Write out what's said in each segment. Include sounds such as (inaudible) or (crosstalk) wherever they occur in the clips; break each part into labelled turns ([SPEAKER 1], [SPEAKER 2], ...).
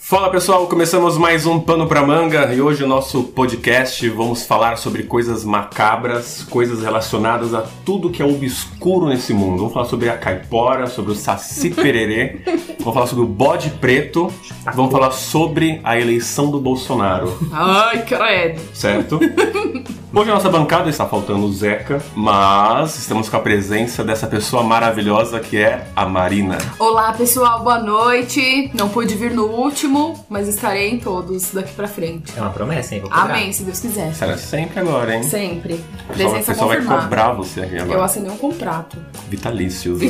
[SPEAKER 1] Fala pessoal, começamos mais um Pano pra Manga e hoje o nosso podcast vamos falar sobre coisas macabras, coisas relacionadas a tudo que é obscuro nesse mundo. Vamos falar sobre a caipora, sobre o
[SPEAKER 2] (laughs)
[SPEAKER 1] saci pererê, vamos falar sobre o bode preto, vamos falar sobre a eleição do Bolsonaro,
[SPEAKER 2] Ai, credo.
[SPEAKER 1] certo? Hoje a nossa bancada está faltando o Zeca, mas estamos com a presença dessa pessoa maravilhosa que é a Marina.
[SPEAKER 2] Olá, pessoal, boa noite. Não pude vir no último, mas estarei em todos daqui pra frente.
[SPEAKER 3] É uma promessa, hein? Vou cobrar.
[SPEAKER 2] Amém, se Deus quiser.
[SPEAKER 1] Será sempre agora, hein?
[SPEAKER 2] Sempre.
[SPEAKER 1] O pessoal, o
[SPEAKER 2] Presença
[SPEAKER 1] pessoal vai
[SPEAKER 2] confirmada.
[SPEAKER 1] cobrar você aqui agora.
[SPEAKER 2] Eu assinei um contrato.
[SPEAKER 1] Vitalícios. né?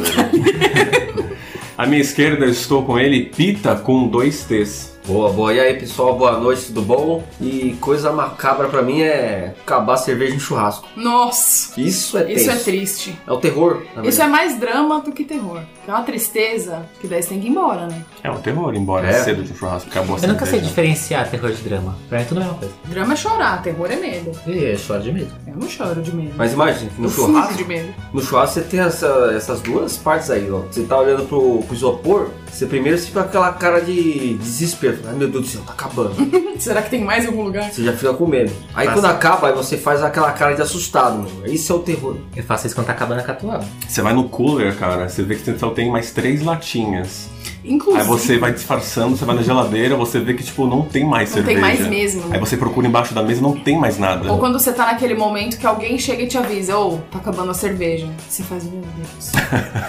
[SPEAKER 1] À minha esquerda eu estou com ele, Pita, com dois T's.
[SPEAKER 4] Boa, boa. E aí, pessoal, boa noite, tudo bom? E coisa macabra pra mim é acabar a cerveja em churrasco.
[SPEAKER 2] Nossa,
[SPEAKER 4] Isso é tenso.
[SPEAKER 2] isso é triste.
[SPEAKER 4] É o terror, na
[SPEAKER 2] Isso é
[SPEAKER 4] verdade.
[SPEAKER 2] mais drama do que terror. É uma tristeza que daí você tem que ir embora, né?
[SPEAKER 1] É um terror, embora
[SPEAKER 4] É.
[SPEAKER 1] cedo de um churrasco acabou a
[SPEAKER 3] Eu nunca sei
[SPEAKER 1] cerveja.
[SPEAKER 3] diferenciar terror de drama. Pra mim é tudo a mesma coisa.
[SPEAKER 2] Drama é chorar, terror é medo.
[SPEAKER 3] E eu choro de medo.
[SPEAKER 2] Eu não choro de medo.
[SPEAKER 4] Mas imagina, no
[SPEAKER 2] (laughs) eu
[SPEAKER 4] churrasco,
[SPEAKER 2] fujo de medo.
[SPEAKER 4] no churrasco você tem essa- essas duas partes aí, ó. Você tá olhando pro, pro isopor, você primeiro fica com aquela cara de desespero. Ai meu Deus do céu, tá acabando.
[SPEAKER 2] Será que tem mais em algum lugar?
[SPEAKER 4] Você já fica com medo. Aí
[SPEAKER 3] Passa.
[SPEAKER 4] quando acaba, aí você faz aquela cara de assustado, mano. Isso é o terror.
[SPEAKER 3] Eu faço isso quando tá acabando a catuaba.
[SPEAKER 1] Você vai no cooler, cara, você vê que só tem mais três latinhas. Aí
[SPEAKER 2] Inclusive.
[SPEAKER 1] você vai disfarçando, você vai na geladeira, você vê que, tipo, não tem mais
[SPEAKER 2] Não tem
[SPEAKER 1] cerveja. É
[SPEAKER 2] mais mesmo. né?
[SPEAKER 1] Aí você procura embaixo da mesa não tem mais nada.
[SPEAKER 2] Ou quando você tá naquele momento que alguém chega e te avisa, ou tá acabando a cerveja. Você faz, meu Deus,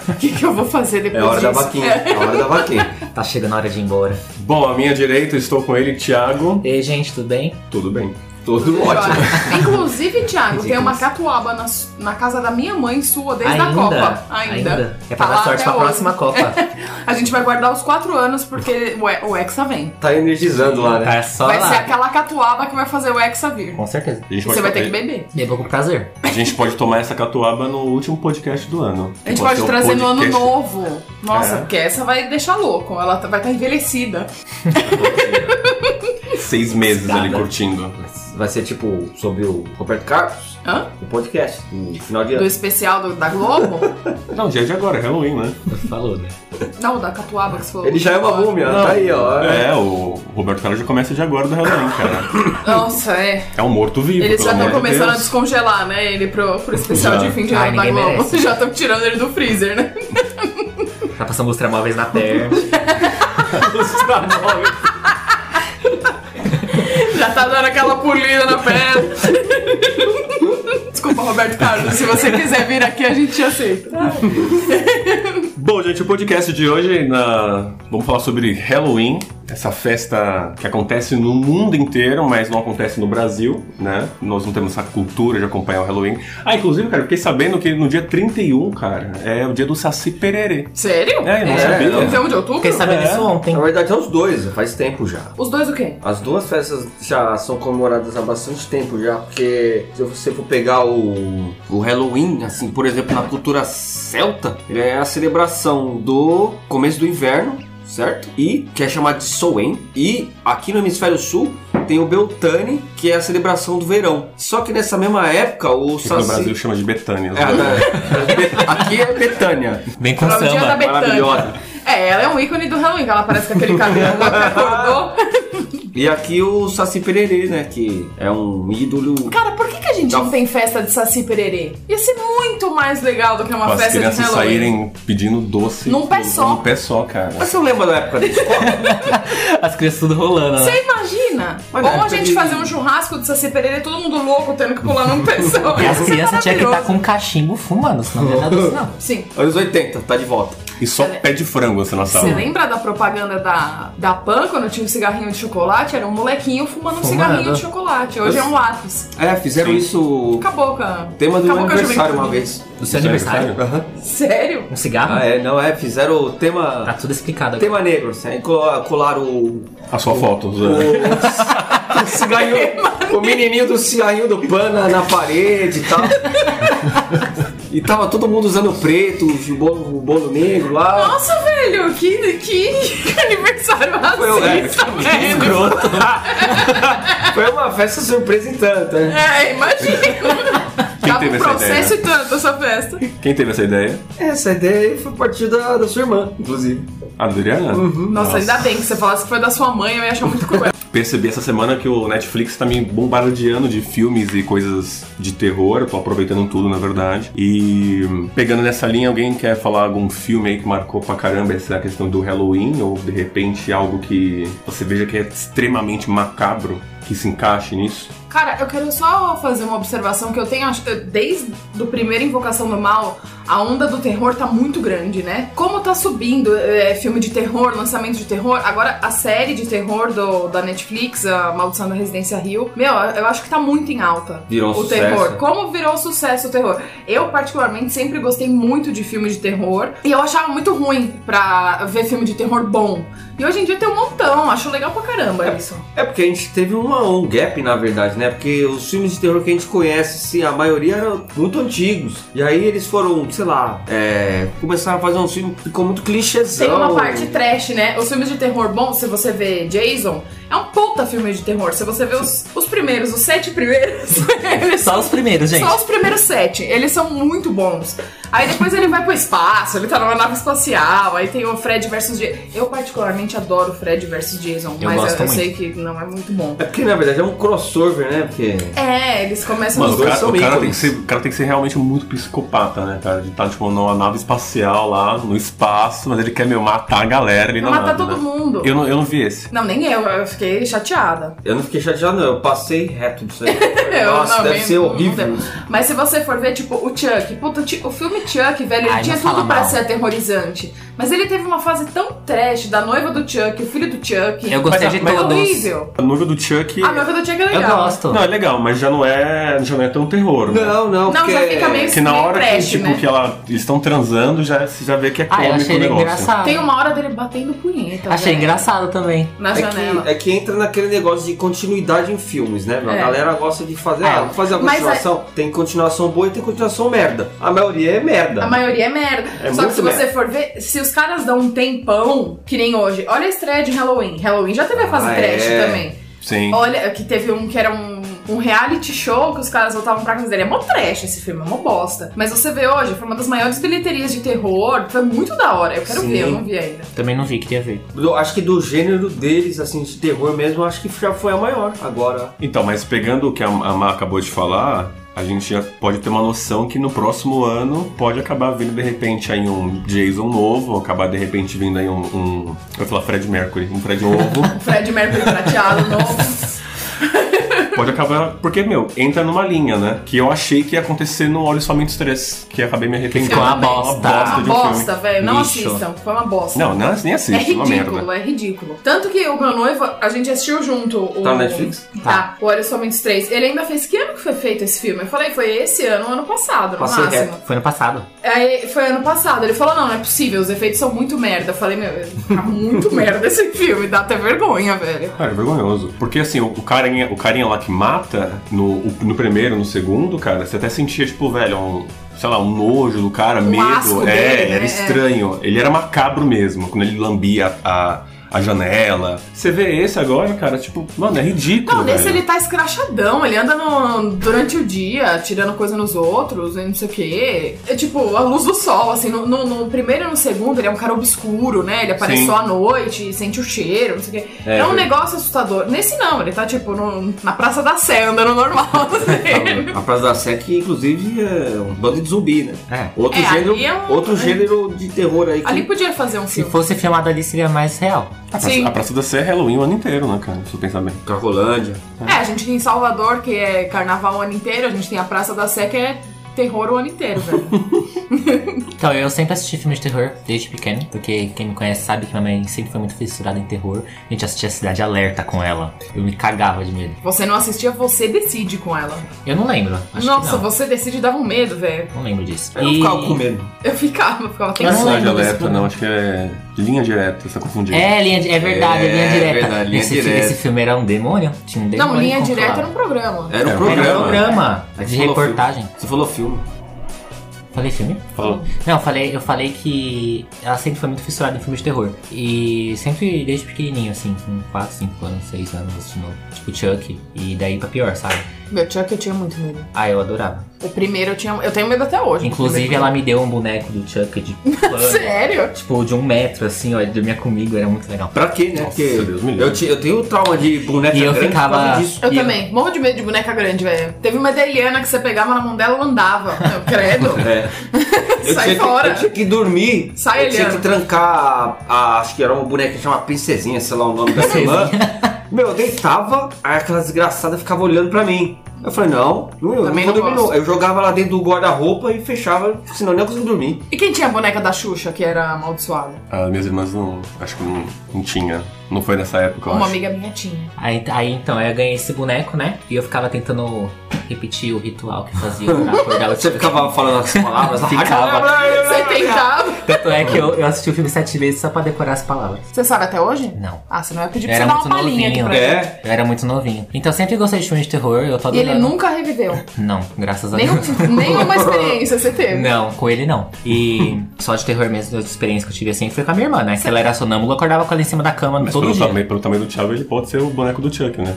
[SPEAKER 2] o que, que eu vou fazer
[SPEAKER 4] É
[SPEAKER 2] depois
[SPEAKER 4] a hora da
[SPEAKER 2] disso?
[SPEAKER 4] vaquinha.
[SPEAKER 2] É.
[SPEAKER 4] É a hora
[SPEAKER 3] (laughs)
[SPEAKER 4] da vaquinha.
[SPEAKER 3] Tá chegando a hora de ir embora.
[SPEAKER 1] Bom, à minha direita eu estou com ele, Thiago.
[SPEAKER 3] Ei, gente, tudo bem?
[SPEAKER 1] Tudo bem.
[SPEAKER 4] Todo ótimo.
[SPEAKER 2] Inclusive, Thiago, tem
[SPEAKER 3] Ridículo.
[SPEAKER 2] uma catuaba na, su- na casa da minha mãe sua desde a Copa. Ainda.
[SPEAKER 3] É pra
[SPEAKER 2] Tá
[SPEAKER 3] dar
[SPEAKER 2] lá
[SPEAKER 3] sorte
[SPEAKER 2] até
[SPEAKER 3] pra
[SPEAKER 2] hoje. (laughs)
[SPEAKER 3] próxima Copa.
[SPEAKER 2] A gente vai guardar os quatro anos porque o, E- o Hexa vem.
[SPEAKER 4] Tá energizando lá, né?
[SPEAKER 3] Tá só
[SPEAKER 2] vai
[SPEAKER 3] lá.
[SPEAKER 2] ser aquela catuaba que vai fazer o Hexa vir.
[SPEAKER 3] Com certeza.
[SPEAKER 1] A gente,
[SPEAKER 2] E você vai ter que
[SPEAKER 1] a-
[SPEAKER 2] beber.
[SPEAKER 3] Bebo com prazer.
[SPEAKER 1] a gente pode tomar essa catuaba no último podcast do ano.
[SPEAKER 2] A gente
[SPEAKER 1] Pode ser
[SPEAKER 2] pode
[SPEAKER 1] o
[SPEAKER 2] trazer no ano
[SPEAKER 1] podcast-
[SPEAKER 2] novo. Nossa,
[SPEAKER 1] É.
[SPEAKER 2] porque essa vai deixar louco. Ela tá- vai estar envelhecida.
[SPEAKER 1] Seis meses ali
[SPEAKER 3] Nada.
[SPEAKER 1] curtindo.
[SPEAKER 4] Vai ser tipo sobre o Roberto Carlos,
[SPEAKER 2] Hã?
[SPEAKER 4] o podcast, no final de
[SPEAKER 2] Do
[SPEAKER 4] ano.
[SPEAKER 2] especial do- da Globo.
[SPEAKER 1] Não, dia de agora, é Halloween, né?
[SPEAKER 3] Falou, né?
[SPEAKER 2] Não, da Catuaba que você falou.
[SPEAKER 4] Ele já é uma múmia,
[SPEAKER 1] Não.
[SPEAKER 4] tá aí, ó.
[SPEAKER 1] É, o Roberto Carlos já começa de agora do Halloween, cara.
[SPEAKER 2] Nossa, é.
[SPEAKER 1] É um morto-vivo.
[SPEAKER 2] Eles já
[SPEAKER 1] pelo
[SPEAKER 2] estão
[SPEAKER 1] amor de
[SPEAKER 2] começando a
[SPEAKER 1] Deus.
[SPEAKER 2] descongelar, né? Ele pro, pro especial
[SPEAKER 1] Já.
[SPEAKER 2] de fim de
[SPEAKER 3] Ai,
[SPEAKER 2] ano da
[SPEAKER 3] ninguém
[SPEAKER 2] Globo.
[SPEAKER 3] merece.
[SPEAKER 2] (laughs) Já estão tirando ele do freezer, né? (laughs)
[SPEAKER 3] Tá passando os tramóveis na perna.
[SPEAKER 2] Já tá dando aquela polida na perna. (laughs) Desculpa, Roberto Carlos. Se você quiser vir aqui, a gente te aceita.
[SPEAKER 1] Bom, gente, o podcast de hoje na- vamos falar sobre Halloween, essa festa que acontece no mundo inteiro, mas não acontece no Brasil, né? Nós não temos essa cultura de acompanhar o Halloween. Ah, inclusive, cara, eu fiquei sabendo que no dia 31, cara, é o dia do Saci Pererê.
[SPEAKER 2] Sério?
[SPEAKER 1] É, eu não
[SPEAKER 4] É,
[SPEAKER 1] sabia.
[SPEAKER 4] então-
[SPEAKER 2] 31 de outubro?
[SPEAKER 3] Fiquei sabendo isso ontem.
[SPEAKER 4] Na verdade, é os dois, faz tempo já.
[SPEAKER 2] Os dois o quê?
[SPEAKER 4] As duas festas já são comemoradas há bastante tempo já, porque se você for pegar o, o Halloween, assim, por exemplo, na cultura celta, ele é a celebração do começo do inverno, certo? E que é chamado de Soen. E aqui no hemisfério sul tem o Beltane, que é a celebração do verão. Só que nessa mesma época, o
[SPEAKER 1] Que no
[SPEAKER 4] Saci...
[SPEAKER 1] Brasil chama de Betânia.
[SPEAKER 4] É, né? aqui é Betânia.
[SPEAKER 3] Vem com
[SPEAKER 2] Pra o dia da
[SPEAKER 3] samba.
[SPEAKER 2] Betânia.
[SPEAKER 4] Maravilhosa.
[SPEAKER 2] É, ela é um ícone do Halloween. que Ela parece com aquele cabelo que acordou.
[SPEAKER 4] E aqui o Saci Pererê, né? Que é um ídolo.
[SPEAKER 2] (laughs) Cara, por que, que a gente não tem festa de Saci Pererê? Ia ser muito mais legal do que uma
[SPEAKER 1] Com as
[SPEAKER 2] festa de
[SPEAKER 1] crianças
[SPEAKER 2] Halloween.
[SPEAKER 1] saírem pedindo doce.
[SPEAKER 2] Num pé
[SPEAKER 1] Num-
[SPEAKER 2] só.
[SPEAKER 1] Num pé só, cara.
[SPEAKER 4] Mas você não lembra da época da escola?
[SPEAKER 3] As crianças tudo rolando né? lá.
[SPEAKER 2] Você imagina?
[SPEAKER 4] Mas
[SPEAKER 2] Ou
[SPEAKER 4] deve
[SPEAKER 2] a
[SPEAKER 4] ter
[SPEAKER 2] gente
[SPEAKER 4] de-
[SPEAKER 2] fazer um churrasco de Saci Pereira e todo mundo louco tendo que pular num pessoal.
[SPEAKER 3] E as crianças tinham que estar com um cachimbo fumando, senão não é nada disso, não.
[SPEAKER 2] Sim.
[SPEAKER 4] Anos 80, tá de volta.
[SPEAKER 1] E só pé de frango essa
[SPEAKER 4] Tá
[SPEAKER 1] nossa
[SPEAKER 2] Você
[SPEAKER 1] aula.
[SPEAKER 2] lembra da propaganda da, da Pan quando tinha um cigarrinho de chocolate? Era um molequinho fumando um
[SPEAKER 3] Fumando.
[SPEAKER 2] cigarrinho de chocolate. Hoje é um lápis.
[SPEAKER 4] É, fizeram
[SPEAKER 1] Sim.
[SPEAKER 4] isso.
[SPEAKER 2] Acabou com a.
[SPEAKER 4] o Tema do
[SPEAKER 2] acabou com a juventude.
[SPEAKER 4] aniversário uma vez.
[SPEAKER 3] O seu é aniversário?
[SPEAKER 2] Sério?
[SPEAKER 3] Um cigarro?
[SPEAKER 4] Ah, é, não, é, fizeram o
[SPEAKER 3] Tá
[SPEAKER 4] tema.
[SPEAKER 3] tudo
[SPEAKER 2] Ah.
[SPEAKER 3] explicado agora.
[SPEAKER 4] Tema negro, assim, aí colo- colaram o.
[SPEAKER 1] A sua foto,
[SPEAKER 4] O,
[SPEAKER 2] Uhum.
[SPEAKER 1] Zé.
[SPEAKER 4] o cigarrinho. o menininho do cigarrinho do pan na, na parede e tal. E tava todo mundo usando preto, o bolo, o bolo negro lá.
[SPEAKER 2] Nossa, velho! Velho, que, que (laughs) aniversário
[SPEAKER 4] é,
[SPEAKER 2] racista, velho.
[SPEAKER 4] Escroto. (laughs) Foi uma festa surpresa em tanto, né?
[SPEAKER 2] É,
[SPEAKER 4] (laughs)
[SPEAKER 2] imagina. Tava
[SPEAKER 1] teve
[SPEAKER 2] um
[SPEAKER 1] essa
[SPEAKER 2] processo e tanto essa festa.
[SPEAKER 1] Quem teve essa ideia?
[SPEAKER 4] Essa ideia aí foi partir da, da sua irmã, inclusive.
[SPEAKER 1] A Adriana?
[SPEAKER 2] Uhum. Nossa, ainda bem que você falasse que foi da sua mãe, eu ia achar muito cruel.
[SPEAKER 1] Percebi essa semana que o Netflix tá me bombardeando de filmes e coisas de terror. Eu tô aproveitando tudo, na verdade. E hum, pegando nessa linha, alguém quer falar algum filme aí que marcou pra caramba essa questão do Halloween? Ou de repente algo que você veja que é extremamente macabro que se encaixe nisso?
[SPEAKER 2] Cara, eu quero só fazer uma observação que eu tenho, acho que desde do primeiro Invocação do Mal, a onda do terror tá muito grande, né? Como tá subindo é, filme de terror, lançamento de terror, agora a série de terror do, da Netflix, a Maldição da Residência Rio, meu, eu acho que tá muito em alta.
[SPEAKER 4] Virou um
[SPEAKER 2] o
[SPEAKER 4] sucesso.
[SPEAKER 2] terror. Como virou sucesso o terror? Eu, particularmente, sempre gostei muito de filme de terror. E eu achava muito ruim pra ver filme de terror bom. E hoje em dia tem um montão, acho legal pra caramba isso.
[SPEAKER 4] É porque a gente teve uma- um gap, na verdade, né? Porque os filmes de terror que a gente conhece, se a maioria eram muito antigos. E aí eles foram, sei lá, é, começaram a fazer um filme que ficou muito clichêzão.
[SPEAKER 2] Tem uma parte trash, né? Os filmes de terror bom, se você vê Jason, é um puta filme de terror. Se você vê os, os primeiros, os sete primeiros, (laughs) eles
[SPEAKER 3] Só os primeiros, gente.
[SPEAKER 2] só os primeiros sete, eles são muito bons. Aí depois ele vai pro espaço, ele tá numa nave espacial, aí tem o Fred versus Jason. Eu particularmente adoro o Fred versus Jason,
[SPEAKER 3] Eu
[SPEAKER 2] mas
[SPEAKER 3] gosto
[SPEAKER 2] eu, eu
[SPEAKER 3] muito.
[SPEAKER 2] sei que não é muito bom.
[SPEAKER 4] É porque, na verdade, é um crossover, né? Porque...
[SPEAKER 2] É, eles começam
[SPEAKER 1] Mano,
[SPEAKER 2] os
[SPEAKER 1] o
[SPEAKER 2] dois.
[SPEAKER 1] cara,
[SPEAKER 4] são
[SPEAKER 1] o cara tem que
[SPEAKER 4] ícones.
[SPEAKER 1] ser, o cara tem que ser realmente um muito psicopata, né, cara? De tá, tipo, numa nave espacial lá, no espaço, mas ele quer, meu, matar a galera ali na
[SPEAKER 2] matar
[SPEAKER 1] nave,
[SPEAKER 2] todo
[SPEAKER 1] né?
[SPEAKER 2] mundo.
[SPEAKER 1] Eu não, eu não vi esse.
[SPEAKER 2] Não, nem eu, eu fiquei chateada.
[SPEAKER 4] Eu não fiquei chateado, não. Eu passei reto disso aí.
[SPEAKER 2] (laughs) Eu
[SPEAKER 4] Nossa,
[SPEAKER 2] não
[SPEAKER 4] deve
[SPEAKER 2] vi,
[SPEAKER 4] ser
[SPEAKER 2] não
[SPEAKER 4] horrível.
[SPEAKER 2] deu. Mas se você for ver, tipo, o Chuck, puta, o Ti- o filme Chuck, velho, ele
[SPEAKER 3] Ai,
[SPEAKER 2] tinha
[SPEAKER 3] não fala
[SPEAKER 2] tudo pra
[SPEAKER 3] mal.
[SPEAKER 2] ser aterrorizante. Mas ele teve uma fase tão trash da noiva do Chuck, o filho do Chuck.
[SPEAKER 3] Eu gostei de
[SPEAKER 2] mas é
[SPEAKER 3] todos.
[SPEAKER 2] horrível.
[SPEAKER 1] A noiva do Chuck...
[SPEAKER 3] Ah,
[SPEAKER 2] A noiva do Chuck é
[SPEAKER 3] Eu
[SPEAKER 2] legal.
[SPEAKER 3] gosto.
[SPEAKER 1] Não, é legal, mas já não é, já não é tão terror, né?
[SPEAKER 4] Não, não,
[SPEAKER 2] Não,
[SPEAKER 4] porque...
[SPEAKER 2] já fica meio
[SPEAKER 1] Que na hora que,
[SPEAKER 2] trash,
[SPEAKER 1] tipo,
[SPEAKER 2] né?
[SPEAKER 1] que ela, eles estão transando, já, você já vê que é
[SPEAKER 3] Ah, eu
[SPEAKER 1] cômico
[SPEAKER 3] achei
[SPEAKER 1] o
[SPEAKER 3] ele
[SPEAKER 1] negócio.
[SPEAKER 3] engraçado.
[SPEAKER 2] Tem uma hora dele batendo punheta.
[SPEAKER 3] Achei
[SPEAKER 2] né?
[SPEAKER 3] engraçado também.
[SPEAKER 2] Na
[SPEAKER 4] É
[SPEAKER 2] janela.
[SPEAKER 4] que, é que entra naquele negócio de continuidade em filmes, né? meu? A
[SPEAKER 2] É.
[SPEAKER 4] galera gosta de fazer,
[SPEAKER 3] É.
[SPEAKER 4] ah, vou fazer a
[SPEAKER 2] Mas
[SPEAKER 4] continuação. Tem continuação boa e tem continuação merda. A maioria é merda.
[SPEAKER 2] A maioria é merda.
[SPEAKER 4] É
[SPEAKER 2] Só que
[SPEAKER 4] muito
[SPEAKER 2] se você
[SPEAKER 4] merda.
[SPEAKER 2] for ver, se os caras dão um tempão, que nem hoje, olha a estreia de Halloween. Halloween já teve a fase
[SPEAKER 4] Ah,
[SPEAKER 2] trash
[SPEAKER 4] é.
[SPEAKER 2] também.
[SPEAKER 1] Sim.
[SPEAKER 2] Olha, que teve um que era um, um reality show que os caras voltavam pra casa dele. É mó trash esse filme, é mó bosta. Mas você vê hoje, foi uma das maiores bilheterias de terror. Foi muito da hora. Eu quero
[SPEAKER 4] Sim.
[SPEAKER 2] ver, eu não vi ainda.
[SPEAKER 3] Também não vi, queria ver.
[SPEAKER 4] Eu acho que do gênero deles, assim, de terror mesmo, eu acho que já foi a maior. Agora.
[SPEAKER 1] Então, mas pegando o que a, a Má acabou de falar, a gente já pode ter uma noção que no próximo ano pode acabar vindo de repente aí um Jason novo, ou acabar de repente vindo aí um. um eu ia falar Fred Mercury, um Fred
[SPEAKER 3] (laughs)
[SPEAKER 1] novo.
[SPEAKER 2] Fred Mercury prateado novo.
[SPEAKER 1] pode acabar. Porque, meu, entra numa linha, né? Que eu achei que ia acontecer no Olhos Somente 3, que acabei me arrependendo.
[SPEAKER 3] ficou uma
[SPEAKER 1] Uma
[SPEAKER 3] bosta.
[SPEAKER 2] Uma
[SPEAKER 1] de um filme.
[SPEAKER 2] bosta, velho. Não
[SPEAKER 3] Lixo.
[SPEAKER 2] assistam. Foi uma bosta.
[SPEAKER 1] Não, não, nem assiste,
[SPEAKER 2] É
[SPEAKER 1] uma merda.
[SPEAKER 2] ridículo, é ridículo. Tanto que o meu noivo, a gente assistiu junto. O,
[SPEAKER 4] Tá no Netflix?
[SPEAKER 2] Tá, o Olhos Somente 3. Ele ainda fez que ano que foi feito esse filme? Eu falei, foi esse ano, ano passado, no
[SPEAKER 4] Passei
[SPEAKER 2] máximo.
[SPEAKER 4] reto.
[SPEAKER 3] Foi no passado.
[SPEAKER 2] Aí foi ano passado, ele falou: não, não é possível, os efeitos são muito merda. Eu falei, meu, tá muito (laughs) merda esse filme, dá até vergonha, velho.
[SPEAKER 1] Cara, é vergonhoso. Porque assim, o, o carinha, o carinha lá que mata, no, o- no primeiro, no segundo, cara, você até sentia, tipo, velho, um, sei lá, um nojo do cara, medo.
[SPEAKER 2] asco
[SPEAKER 1] É,
[SPEAKER 2] dele,
[SPEAKER 1] era
[SPEAKER 2] né?
[SPEAKER 1] estranho. Ele era macabro mesmo, quando ele lambia a, a janela. Você vê esse agora, cara, tipo, mano, é ridículo.
[SPEAKER 2] Não, nesse
[SPEAKER 1] velho.
[SPEAKER 2] ele tá escrachadão, ele anda no- durante o dia, tirando coisa nos outros, e não sei o quê. É tipo, a luz do sol, assim, no, no- no primeiro e no segundo ele é um cara obscuro, né? Ele aparece
[SPEAKER 1] Sim.
[SPEAKER 2] só à noite, sente o cheiro, não sei o quê. É,
[SPEAKER 4] É,
[SPEAKER 2] um
[SPEAKER 4] verdade.
[SPEAKER 2] negócio assustador. Nesse não, ele tá tipo no- na Praça da Sé, andando normal. (laughs)
[SPEAKER 1] Tá
[SPEAKER 2] Assim.
[SPEAKER 4] A Praça da Sé, que inclusive é um bando de zumbi, né?
[SPEAKER 3] É.
[SPEAKER 4] Outro,
[SPEAKER 2] É,
[SPEAKER 4] gênero,
[SPEAKER 2] ali é um-
[SPEAKER 4] outro gênero de terror aí que.
[SPEAKER 2] Ali podia fazer um
[SPEAKER 3] Se
[SPEAKER 2] filme.
[SPEAKER 3] fosse filmado ali, seria mais real.
[SPEAKER 1] A
[SPEAKER 2] Sim.
[SPEAKER 1] Praça, a Praça da Sé é Halloween o ano inteiro, né, cara? Se eu pensar bem.
[SPEAKER 4] Cracolândia.
[SPEAKER 2] É, a gente tem Salvador, que é carnaval o ano inteiro, a gente tem a Praça da Sé, que é terror o ano inteiro, velho.
[SPEAKER 3] Então, eu sempre assisti filmes de terror desde pequeno, porque quem me conhece sabe que minha mãe sempre foi muito fissurada em terror. A gente assistia Cidade Alerta com ela. Eu me cagava de medo.
[SPEAKER 2] Você não assistia, você decide com ela.
[SPEAKER 3] Eu não lembro. Acho
[SPEAKER 2] Nossa,
[SPEAKER 3] que não.
[SPEAKER 2] você decide dava um medo, velho.
[SPEAKER 3] não lembro disso.
[SPEAKER 4] Eu não ficava com medo.
[SPEAKER 2] Eu ficava, ficava
[SPEAKER 1] Não
[SPEAKER 3] Eu
[SPEAKER 1] é
[SPEAKER 3] não
[SPEAKER 2] tenso.
[SPEAKER 3] lembro
[SPEAKER 1] cidade
[SPEAKER 3] desse
[SPEAKER 1] alerta, não.
[SPEAKER 3] programa.
[SPEAKER 1] Acho que é linha direta, você tá confundindo.
[SPEAKER 3] É, linha, de- é verdade, é,
[SPEAKER 4] É,
[SPEAKER 3] linha direta.
[SPEAKER 4] verdade, linha
[SPEAKER 3] esse, fi-
[SPEAKER 4] direta.
[SPEAKER 3] esse filme era um demônio? Tinha um demônio.
[SPEAKER 2] Não, linha
[SPEAKER 3] controlado.
[SPEAKER 2] direta era um programa.
[SPEAKER 4] Era um
[SPEAKER 1] É,
[SPEAKER 3] Era um
[SPEAKER 4] programa.
[SPEAKER 3] programa
[SPEAKER 4] É que
[SPEAKER 3] de
[SPEAKER 4] falou
[SPEAKER 3] reportagem.
[SPEAKER 4] Você falou filme.
[SPEAKER 3] Falei filme?
[SPEAKER 1] Falou.
[SPEAKER 3] Não, eu falei, eu falei que ela sempre foi muito fissurada em filmes de terror. E sempre desde pequenininho, assim, com 4, 5 anos, 6 anos, assistindo tipo Chuck. E daí pra pior, sabe?
[SPEAKER 2] Meu Chuck, eu tinha muito medo.
[SPEAKER 3] Ah, eu adorava.
[SPEAKER 2] O primeiro eu tinha. Eu tenho medo até hoje. (laughs)
[SPEAKER 3] Inclusive, ela me deu um boneco do Chuck de pano.
[SPEAKER 2] Sério?
[SPEAKER 3] Tipo, de um metro, assim, ó, ele dormia comigo, era muito legal.
[SPEAKER 4] Pra quê, né?
[SPEAKER 1] Nossa,
[SPEAKER 4] Porque
[SPEAKER 1] Deus me livre.
[SPEAKER 4] eu, ti- eu tenho trauma de boneca
[SPEAKER 3] E eu
[SPEAKER 4] grande por
[SPEAKER 3] ficava-
[SPEAKER 4] causa disso.
[SPEAKER 2] Eu
[SPEAKER 3] E eu-
[SPEAKER 2] também. Morro de medo de boneca grande, velho. Teve uma da Eliana que você pegava na mão dela e andava. Eu credo.
[SPEAKER 4] É. Eu
[SPEAKER 2] Sai
[SPEAKER 4] tinha que-
[SPEAKER 2] fora.
[SPEAKER 4] eu tinha que dormir.
[SPEAKER 2] Sai,
[SPEAKER 4] eu tinha
[SPEAKER 2] Eliana.
[SPEAKER 4] que trancar a, a- Acho que era uma boneca que chama Princesinha, sei lá o nome da irmã. Meu, eu deitava, aí aquela desgraçada ficava olhando pra mim. Eu falei, não, não eu
[SPEAKER 2] Também
[SPEAKER 4] não vou
[SPEAKER 2] não
[SPEAKER 4] dormir
[SPEAKER 2] gosto.
[SPEAKER 4] não. Eu jogava lá dentro do guarda-roupa e fechava, senão eu nem conseguia dormir.
[SPEAKER 2] E quem tinha a boneca da Xuxa, que era amaldiçoada?
[SPEAKER 1] As Ah, minhas irmãs não. Acho que não, não tinha. Não foi nessa época, eu
[SPEAKER 2] Uma
[SPEAKER 1] acho.
[SPEAKER 2] amiga minha tinha.
[SPEAKER 3] Aí, aí então, eu ganhei esse boneco, né? E eu ficava tentando repetir o ritual que fazia pra acordar o
[SPEAKER 4] Você
[SPEAKER 3] Chuck.
[SPEAKER 4] ficava falando as palavras (laughs) lá.
[SPEAKER 3] Ficava.
[SPEAKER 2] Você tentava.
[SPEAKER 3] Tanto é que eu, eu assisti o filme sete vezes só pra decorar as palavras.
[SPEAKER 2] Você sabe até hoje?
[SPEAKER 3] Não.
[SPEAKER 2] Ah, você não vai pedir pra
[SPEAKER 3] Era
[SPEAKER 2] você dar
[SPEAKER 3] muito
[SPEAKER 2] uma palhinha aqui
[SPEAKER 3] novinho.
[SPEAKER 2] pra mim.
[SPEAKER 4] É.
[SPEAKER 3] Eu era muito novinho. Então eu sempre gostei de filmes de terror, eu tô
[SPEAKER 2] E
[SPEAKER 1] É.
[SPEAKER 3] adorando.
[SPEAKER 2] ele nunca
[SPEAKER 3] (laughs)
[SPEAKER 2] reviveu.
[SPEAKER 3] Não, graças a
[SPEAKER 2] Nenhum,
[SPEAKER 3] Deus.
[SPEAKER 2] nenhuma experiência você teve.
[SPEAKER 1] Né?
[SPEAKER 3] Não, com ele não. E só de terror mesmo, as experiências que eu tive assim foi com a minha irmã, né? Que ela era sonâmbula, eu acordava com ela em cima da cama
[SPEAKER 1] Mas
[SPEAKER 3] todo
[SPEAKER 1] pelo,
[SPEAKER 3] dia.
[SPEAKER 1] tamanho, pelo tamanho do Thiago, ele pode ser o boneco do Chuck, né?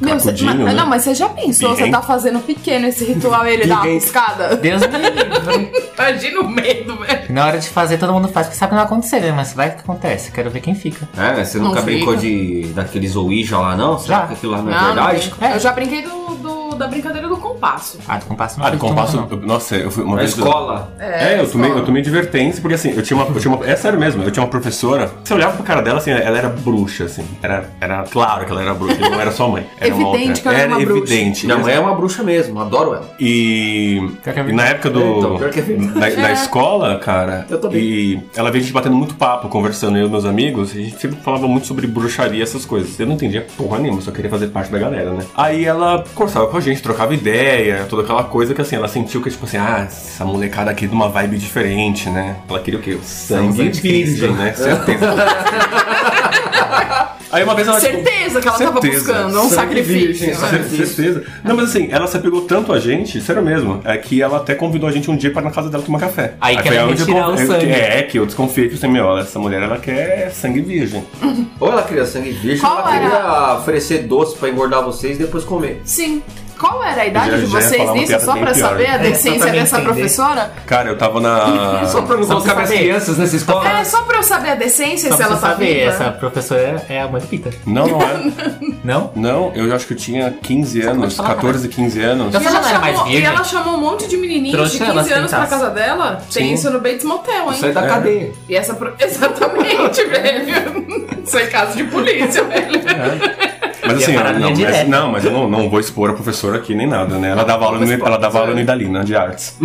[SPEAKER 2] Meu, você-
[SPEAKER 1] Cacudinho,
[SPEAKER 2] mas-
[SPEAKER 1] né?
[SPEAKER 2] Não, mas você já pensou, você
[SPEAKER 1] Ninguém-
[SPEAKER 2] tá fazendo pequeno esse ritual e ele dá uma
[SPEAKER 4] Ninguém-
[SPEAKER 1] (laughs)
[SPEAKER 2] piscada?
[SPEAKER 3] Deus me livre.
[SPEAKER 2] Imagina o medo, velho.
[SPEAKER 3] Na hora de fazer, todo mundo faz, porque sabe que não vai acontecer, né? Mas vai que acontece, quero ver quem fica.
[SPEAKER 4] É, mas você
[SPEAKER 2] Não
[SPEAKER 4] nunca
[SPEAKER 2] fica.
[SPEAKER 4] brincou de, daqueles Ouija lá, não? Será
[SPEAKER 3] Já.
[SPEAKER 4] que aquilo lá não é
[SPEAKER 2] Não, não
[SPEAKER 4] verdade?
[SPEAKER 2] brinco. Eu já brinquei do, do- da brincadeira do compasso.
[SPEAKER 3] Ah, do compasso não
[SPEAKER 1] Ah, de
[SPEAKER 3] acredito
[SPEAKER 1] compasso.
[SPEAKER 3] muito,
[SPEAKER 1] eu- nossa, eu fui uma
[SPEAKER 4] Na
[SPEAKER 1] vez.
[SPEAKER 4] escola.
[SPEAKER 1] É, eu tomei,
[SPEAKER 2] escola.
[SPEAKER 1] eu tomei advertência, porque assim, eu tinha, uma, eu tinha uma. É sério mesmo, eu tinha uma professora. Você olhava pro cara dela, assim, ela era bruxa, assim. Era, era claro que ela era bruxa, não era sua mãe. Era uma
[SPEAKER 2] Evidente
[SPEAKER 1] outra.
[SPEAKER 2] que ela era uma bruxa.
[SPEAKER 1] evidente.
[SPEAKER 4] Minha mãe é uma bruxa mesmo, adoro ela.
[SPEAKER 1] E,
[SPEAKER 3] Pior que é
[SPEAKER 1] e na época do.
[SPEAKER 4] É, então, pior que é
[SPEAKER 1] da,
[SPEAKER 4] verdade.
[SPEAKER 1] da escola, cara.
[SPEAKER 4] Eu também.
[SPEAKER 1] E ela veio a gente batendo muito papo, conversando, eu e meus amigos, e a gente sempre falava muito sobre bruxaria, essas coisas. Eu não entendia porra nenhuma, só queria fazer parte da galera, né? Aí ela conversava com a gente, trocava ideia, toda aquela coisa que assim, ela sentiu que, tipo assim, ah, essa molecada aqui de uma vibe diferente, né? Ela queria o quê? O sangue
[SPEAKER 3] Sangue de
[SPEAKER 1] virgem,
[SPEAKER 3] Cristo.
[SPEAKER 1] né?
[SPEAKER 4] (laughs)
[SPEAKER 1] Certeza. Aí uma vez ela. tipo,
[SPEAKER 2] Certeza que ela tava
[SPEAKER 1] certeza.
[SPEAKER 2] buscando, é um
[SPEAKER 4] Sangue
[SPEAKER 2] sacrifício.
[SPEAKER 4] virgem,
[SPEAKER 2] né?
[SPEAKER 4] sabe?
[SPEAKER 1] Cer- Certeza. Não, mas assim, ela se apegou tanto a gente, sério mesmo, é que ela até convidou a gente um dia para na casa dela tomar café.
[SPEAKER 3] Aí que
[SPEAKER 1] foi
[SPEAKER 3] ela ia
[SPEAKER 1] onde eu
[SPEAKER 3] tirar
[SPEAKER 1] con-
[SPEAKER 3] o
[SPEAKER 1] eu-
[SPEAKER 3] sangue.
[SPEAKER 1] É, que eu desconfiei que o semiol, essa mulher, ela quer sangue virgem.
[SPEAKER 4] Ou ela queria sangue virgem,
[SPEAKER 2] Qual
[SPEAKER 4] ou ela queria oferecer doce pra engordar vocês e depois comer.
[SPEAKER 2] Sim. Qual era a idade
[SPEAKER 1] Já-
[SPEAKER 2] de
[SPEAKER 1] já ia falar
[SPEAKER 2] vocês
[SPEAKER 1] uma
[SPEAKER 2] nisso?
[SPEAKER 1] piada
[SPEAKER 2] Só
[SPEAKER 1] bem
[SPEAKER 2] pra
[SPEAKER 1] pior. né?
[SPEAKER 2] saber a
[SPEAKER 3] É, só
[SPEAKER 2] decência
[SPEAKER 3] pra mim
[SPEAKER 2] dessa
[SPEAKER 3] entender.
[SPEAKER 2] professora?
[SPEAKER 1] Cara, eu tava na.
[SPEAKER 4] Só pra não
[SPEAKER 3] Só pra
[SPEAKER 4] colocar minhas
[SPEAKER 3] saber.
[SPEAKER 4] crianças nessa escola.
[SPEAKER 2] É, só pra eu saber a decência se
[SPEAKER 3] Só pra
[SPEAKER 2] ela
[SPEAKER 3] você
[SPEAKER 2] tá
[SPEAKER 3] saber,
[SPEAKER 2] viva.
[SPEAKER 3] essa professora é a mãe do Peter.
[SPEAKER 1] Não, não é.
[SPEAKER 3] Não?
[SPEAKER 1] Não, eu acho que eu tinha 15 anos,
[SPEAKER 3] falar,
[SPEAKER 1] 14, 15 anos.
[SPEAKER 3] Então-
[SPEAKER 2] E
[SPEAKER 3] Essa
[SPEAKER 2] ela,
[SPEAKER 3] já não era mais
[SPEAKER 2] chamou, e
[SPEAKER 3] virgem?
[SPEAKER 2] ela chamou um monte de menininhos
[SPEAKER 3] Trouxe
[SPEAKER 2] de
[SPEAKER 3] elas
[SPEAKER 2] 15 anos pra assim
[SPEAKER 3] tentasse.
[SPEAKER 2] casa dela. Tem isso no Bates Motel, hein?
[SPEAKER 4] Sai da
[SPEAKER 1] É.
[SPEAKER 4] cadeia.
[SPEAKER 2] E essa pro... (laughs) Exatamente, velho. Isso é caso de polícia, velho.
[SPEAKER 1] Mas assim,
[SPEAKER 3] Ia
[SPEAKER 1] eu-
[SPEAKER 3] parar
[SPEAKER 1] não,
[SPEAKER 3] minha
[SPEAKER 1] mas,
[SPEAKER 3] direta.
[SPEAKER 1] não, mas eu não, não vou expor a professora aqui nem nada, né? Ela dava aula no, ela dava aula no Idalina de
[SPEAKER 3] (laughs)
[SPEAKER 1] artes.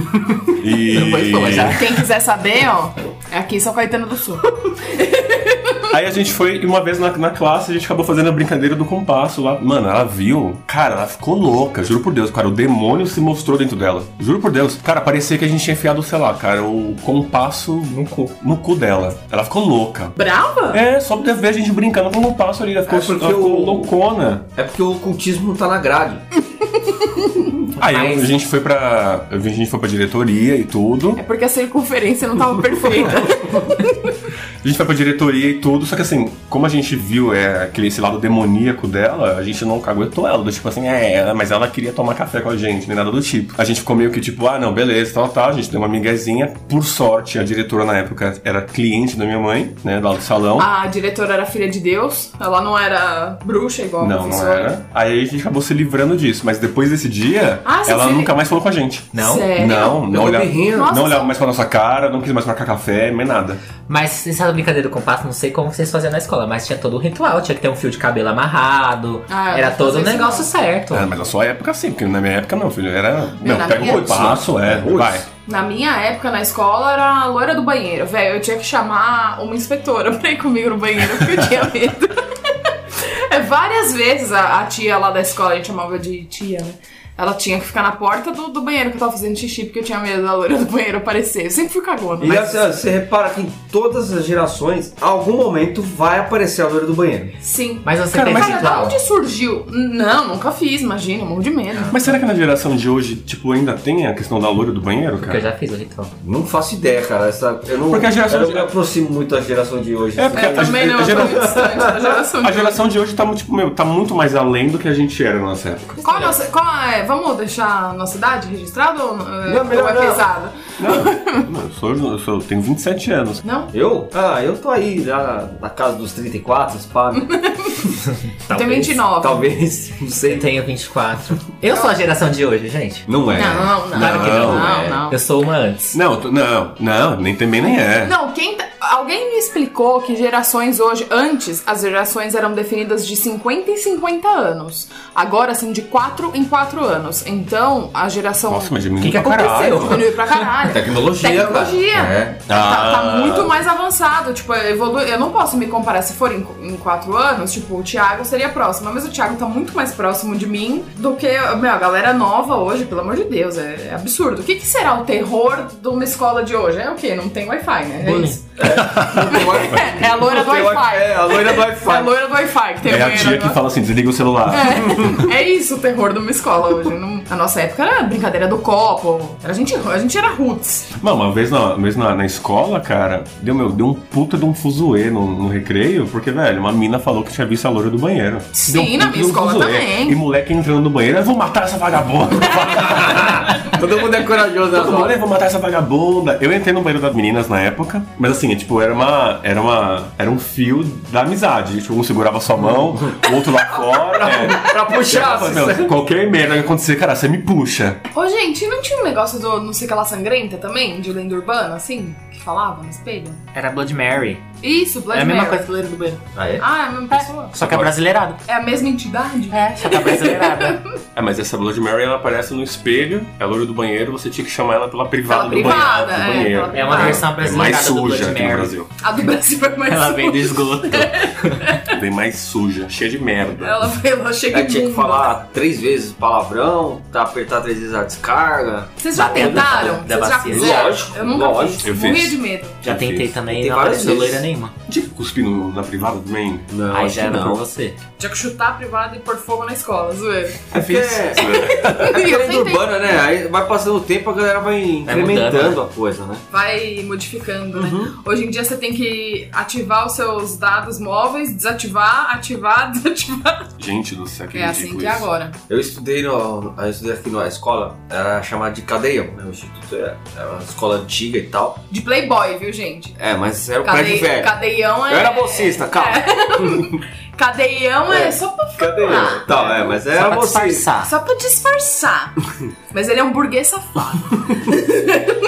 [SPEAKER 1] E.
[SPEAKER 3] Não vou expor,
[SPEAKER 1] É.
[SPEAKER 3] já.
[SPEAKER 2] Quem quiser saber, ó, é aqui em São Caetano do Sul.
[SPEAKER 1] Aí a gente foi, e uma vez na, na classe, a gente acabou fazendo a brincadeira do compasso lá. Mano, ela viu. Cara, ela ficou louca, juro por Deus, cara. O demônio se mostrou dentro dela. Juro por Deus. Cara, parecia que a gente tinha enfiado, sei lá, cara, o compasso
[SPEAKER 3] No cu.
[SPEAKER 1] no cu dela. Ela ficou louca.
[SPEAKER 2] Brava?
[SPEAKER 1] É, só pra ver a gente brincando com o compasso ali. Ela ficou,
[SPEAKER 4] É porque
[SPEAKER 1] ela ficou
[SPEAKER 4] o-
[SPEAKER 1] loucona.
[SPEAKER 4] É porque o ocultismo não tá na grade.
[SPEAKER 1] Aí
[SPEAKER 4] Mas-
[SPEAKER 1] a gente foi pra. A gente foi pra diretoria e tudo.
[SPEAKER 2] É porque a circunferência não tava perfeita.
[SPEAKER 1] (laughs) A gente foi pra diretoria e tudo, só que assim, como a gente viu é, aquele, esse lado demoníaco dela, a gente não caguetou ela, do tipo assim, é, ela- mas ela queria tomar café com a gente, nem nada do tipo. A gente ficou meio que tipo, ah, não, beleza, tal, tal, a gente deu uma miguezinha. Por sorte, a diretora na época era cliente da minha mãe, né, lá do salão.
[SPEAKER 2] A diretora era filha de Deus, ela não era bruxa igual a
[SPEAKER 1] Não, não
[SPEAKER 2] professora.
[SPEAKER 1] era. Aí a gente acabou se livrando disso, mas depois desse dia,
[SPEAKER 2] Ah, você
[SPEAKER 1] ela
[SPEAKER 2] se li-
[SPEAKER 1] nunca mais falou com a gente.
[SPEAKER 3] Não?
[SPEAKER 2] Sério?
[SPEAKER 1] Não, não
[SPEAKER 4] Pegou
[SPEAKER 1] olhava,
[SPEAKER 4] birrinha.
[SPEAKER 2] Nossa,
[SPEAKER 1] não olhava
[SPEAKER 2] só-
[SPEAKER 1] mais pra nossa cara, não quis mais marcar café, nem nada.
[SPEAKER 3] Mas essa brincadeira do compasso, não sei como vocês faziam na escola, mas tinha todo um ritual, tinha que ter um fio de cabelo amarrado,
[SPEAKER 2] Ah, eu
[SPEAKER 3] era
[SPEAKER 2] não
[SPEAKER 3] todo
[SPEAKER 2] fazia
[SPEAKER 3] um
[SPEAKER 2] isso
[SPEAKER 3] negócio
[SPEAKER 2] não.
[SPEAKER 3] certo.
[SPEAKER 1] Ah, mas na sua época sim, porque na minha época não, filho. Era. Não,
[SPEAKER 2] na
[SPEAKER 1] pega
[SPEAKER 2] minha-
[SPEAKER 1] o passo, é,
[SPEAKER 4] Putz.
[SPEAKER 1] vai.
[SPEAKER 2] Na minha época, na escola, era a loira do banheiro. Velho, eu tinha que chamar uma inspetora (laughs) pra ir comigo no banheiro, porque eu tinha (laughs) medo. É, várias vezes a, a tia lá da escola, a gente chamava de tia, né? Ela tinha que ficar na porta do, do banheiro que eu tava fazendo xixi, porque eu tinha medo da loira do banheiro aparecer. Eu sempre fui cagona.
[SPEAKER 4] E assim, ó, você repara que em todas as gerações, algum momento vai aparecer a loira do banheiro.
[SPEAKER 2] Sim.
[SPEAKER 3] Mas você
[SPEAKER 1] Cara,
[SPEAKER 3] tem
[SPEAKER 1] mas- então?
[SPEAKER 2] Cara, da onde surgiu? Não, nunca fiz, imagina, eu morro de medo.
[SPEAKER 1] Mas será que na geração de hoje, tipo, ainda tem a questão da loira do banheiro,
[SPEAKER 3] Porque eu
[SPEAKER 1] cara?
[SPEAKER 3] já fiz o ritual.
[SPEAKER 4] Não faço ideia, cara. Essa, eu não,
[SPEAKER 1] Porque a geração
[SPEAKER 4] eu
[SPEAKER 1] de-
[SPEAKER 4] não me aproximo muito da geração de hoje.
[SPEAKER 1] É,
[SPEAKER 4] assim.
[SPEAKER 1] porque-
[SPEAKER 2] Eu também não, eu tô
[SPEAKER 1] Gera-
[SPEAKER 2] muito distante da geração de
[SPEAKER 1] (laughs) A geração de hoje tá, tipo, meu, tá muito mais além do que a gente era na nossa
[SPEAKER 3] (laughs)
[SPEAKER 1] época.
[SPEAKER 2] Qual a nossa, qual é, vamos deixar a nossa idade registrada ou, é,
[SPEAKER 4] Não, melhor
[SPEAKER 2] ou é
[SPEAKER 4] não.
[SPEAKER 2] pesada?
[SPEAKER 1] Não, não, eu, sou, eu, sou, eu tenho 27 anos.
[SPEAKER 2] Não?
[SPEAKER 4] Eu? Ah, eu tô aí já na casa dos 34,
[SPEAKER 2] (laughs)
[SPEAKER 4] pá.
[SPEAKER 2] Eu tenho 29.
[SPEAKER 4] Talvez, não
[SPEAKER 3] Eu
[SPEAKER 4] sei.
[SPEAKER 3] tenho 24. Eu sou a geração de hoje, gente.
[SPEAKER 4] Não é.
[SPEAKER 2] Não, não,
[SPEAKER 3] Claro que não,
[SPEAKER 2] não,
[SPEAKER 1] é.
[SPEAKER 2] não.
[SPEAKER 3] Eu sou uma antes.
[SPEAKER 1] Não, tu- não, não, nem também nem é.
[SPEAKER 2] Não, quem tá- alguém me explicou que gerações hoje, antes as gerações eram definidas de 50 em 50 anos. Agora são de 4 em 4 anos. Então, a geração
[SPEAKER 1] Nossa, mas diminuiu
[SPEAKER 3] Que que
[SPEAKER 1] pra caralho.
[SPEAKER 3] aconteceu?
[SPEAKER 2] diminui pra caralho.
[SPEAKER 4] Tecnologia,
[SPEAKER 2] Tecnologia.
[SPEAKER 4] cara.
[SPEAKER 2] (laughs)
[SPEAKER 4] É.
[SPEAKER 2] Tá, tá
[SPEAKER 1] Ah.
[SPEAKER 2] muito mais avançado, tipo, evolu... eu não posso me comparar, se for em, em quatro anos, tipo, o Thiago seria próximo, mas o Thiago tá muito mais próximo de mim do que, meu, a galera nova hoje, pelo amor de Deus, é, é absurdo. O que, que será o terror de uma escola de hoje? É o quê? Não tem Wi-Fi, né? É
[SPEAKER 3] Bullying.
[SPEAKER 2] isso. É, é a loira do
[SPEAKER 4] Tem
[SPEAKER 2] Wi-Fi.
[SPEAKER 4] É, a loira do
[SPEAKER 2] É a
[SPEAKER 4] Wi-Fi.
[SPEAKER 2] loira do Wi-Fi que tem
[SPEAKER 1] É a
[SPEAKER 2] banheiro
[SPEAKER 1] tia que
[SPEAKER 2] agora.
[SPEAKER 1] fala assim, desliga o celular.
[SPEAKER 2] É, é isso o terror de uma escola hoje. Não- na nossa época era brincadeira do copo. Era a, gente, a gente era roots.
[SPEAKER 1] Mano, uma vez, na, uma vez na, na escola, cara, deu, meu, deu um puta de um fuzuê no, no recreio, porque, velho, uma mina falou que tinha visto a loira do banheiro.
[SPEAKER 2] Sim,
[SPEAKER 1] Deu um puta
[SPEAKER 2] na minha
[SPEAKER 1] de um
[SPEAKER 2] escola
[SPEAKER 1] fuzuê.
[SPEAKER 2] também.
[SPEAKER 1] E moleque entrando no banheiro, eu vou matar essa
[SPEAKER 2] (laughs)
[SPEAKER 1] vagabunda.
[SPEAKER 4] Todo mundo é corajoso nessa
[SPEAKER 1] Todo mundo,
[SPEAKER 4] hora.
[SPEAKER 1] eu vou matar essa vagabunda. Eu entrei no banheiro das meninas na época, mas assim, é, tipo, era uma. Era uma. Era um fio da amizade. Tipo, um segurava sua mão, o outro lá
[SPEAKER 2] (laughs)
[SPEAKER 1] fora. é.
[SPEAKER 4] Pra puxar,
[SPEAKER 1] Mas, meu, qualquer merda que acontecer, cara, você me puxa.
[SPEAKER 2] Ô, gente, não tinha um negócio do não sei que lá sangrenta também? De lenda urbana, assim? Que falava no espelho?
[SPEAKER 3] Era Blood Mary.
[SPEAKER 2] Isso, Blood
[SPEAKER 3] é a
[SPEAKER 2] Mary.
[SPEAKER 3] mesma coisa que Loira do Banheiro.
[SPEAKER 4] Ah, é?
[SPEAKER 2] Ah, é a mesma pessoa?
[SPEAKER 3] Só que é brasileirado.
[SPEAKER 2] É a mesma entidade?
[SPEAKER 3] É, só que é brasileirada.
[SPEAKER 1] É, mas essa Blood Mary ela aparece no espelho, é a loira do banheiro, você tinha que chamar ela pela privada
[SPEAKER 2] Pela privada,
[SPEAKER 1] do
[SPEAKER 2] é,
[SPEAKER 1] banheiro.
[SPEAKER 2] pela
[SPEAKER 1] do banheiro.
[SPEAKER 3] é uma
[SPEAKER 2] Ah,
[SPEAKER 3] versão
[SPEAKER 1] É
[SPEAKER 3] brasileirada
[SPEAKER 1] mais suja aqui
[SPEAKER 3] do Blood
[SPEAKER 1] no
[SPEAKER 3] Mary.
[SPEAKER 1] Brasil.
[SPEAKER 2] A do Brasil é mais
[SPEAKER 3] Ela vem do
[SPEAKER 2] suja.
[SPEAKER 3] esgoto.
[SPEAKER 1] (laughs) Vem mais suja, cheia de merda.
[SPEAKER 2] Ela, ela chega
[SPEAKER 4] Aí tinha que
[SPEAKER 2] imunda.
[SPEAKER 4] falar três vezes palavrão, tá, apertar três vezes a descarga. Tá
[SPEAKER 2] Vocês já
[SPEAKER 3] Batendo
[SPEAKER 2] tentaram?
[SPEAKER 3] da- da
[SPEAKER 2] Vocês já
[SPEAKER 3] bacia.
[SPEAKER 2] fizeram?
[SPEAKER 4] Lógico,
[SPEAKER 2] Eu nunca
[SPEAKER 4] lógico.
[SPEAKER 2] fiz.
[SPEAKER 1] Eu fiz.
[SPEAKER 2] Morria de medo.
[SPEAKER 3] Já tentei
[SPEAKER 1] Fiz.
[SPEAKER 3] também
[SPEAKER 4] Tentei
[SPEAKER 3] e não
[SPEAKER 4] várias
[SPEAKER 3] apareceu
[SPEAKER 4] vezes.
[SPEAKER 3] loira nenhuma.
[SPEAKER 1] Tinha que cuspir no- na privada também?
[SPEAKER 4] Não,
[SPEAKER 3] Aí
[SPEAKER 4] acho
[SPEAKER 3] já
[SPEAKER 4] que
[SPEAKER 3] era
[SPEAKER 4] não.
[SPEAKER 3] por você.
[SPEAKER 2] Tinha que chutar a privada e pôr fogo na escola, zoeira.
[SPEAKER 4] (laughs) É porque é
[SPEAKER 1] né?
[SPEAKER 2] (laughs) E eu
[SPEAKER 4] lenda
[SPEAKER 2] tentei.
[SPEAKER 4] urbana, né? Aí vai passando o tempo, a galera vai incrementando a coisa, né?
[SPEAKER 2] vai modificando, né?
[SPEAKER 3] Uhum.
[SPEAKER 2] Hoje em dia você tem que ativar os seus dados móveis, desativar, ativar, (laughs) desativar.
[SPEAKER 1] Gente do céu, que
[SPEAKER 2] É assim
[SPEAKER 1] ridículo
[SPEAKER 2] que é
[SPEAKER 1] isso.
[SPEAKER 2] agora.
[SPEAKER 4] Eu estudei, no, eu estudei aqui na escola, era chamada de cadeião, né? O instituto era, era uma escola antiga e tal.
[SPEAKER 2] De Playboy, viu, gente?
[SPEAKER 4] É, mas era o prédio
[SPEAKER 2] Cadei...
[SPEAKER 4] velho.
[SPEAKER 2] Cadeião é.
[SPEAKER 4] Eu era bolsista, calma.
[SPEAKER 2] (laughs) Cadeião é,
[SPEAKER 4] É.
[SPEAKER 2] só pra
[SPEAKER 4] Cadeião.
[SPEAKER 2] Ah.
[SPEAKER 4] Tá, é, mas
[SPEAKER 3] só
[SPEAKER 4] era
[SPEAKER 3] pra
[SPEAKER 4] bolsista.
[SPEAKER 3] disfarçar.
[SPEAKER 2] só pra
[SPEAKER 4] (laughs)
[SPEAKER 2] disfarçar. Mas ele é um burguês safado.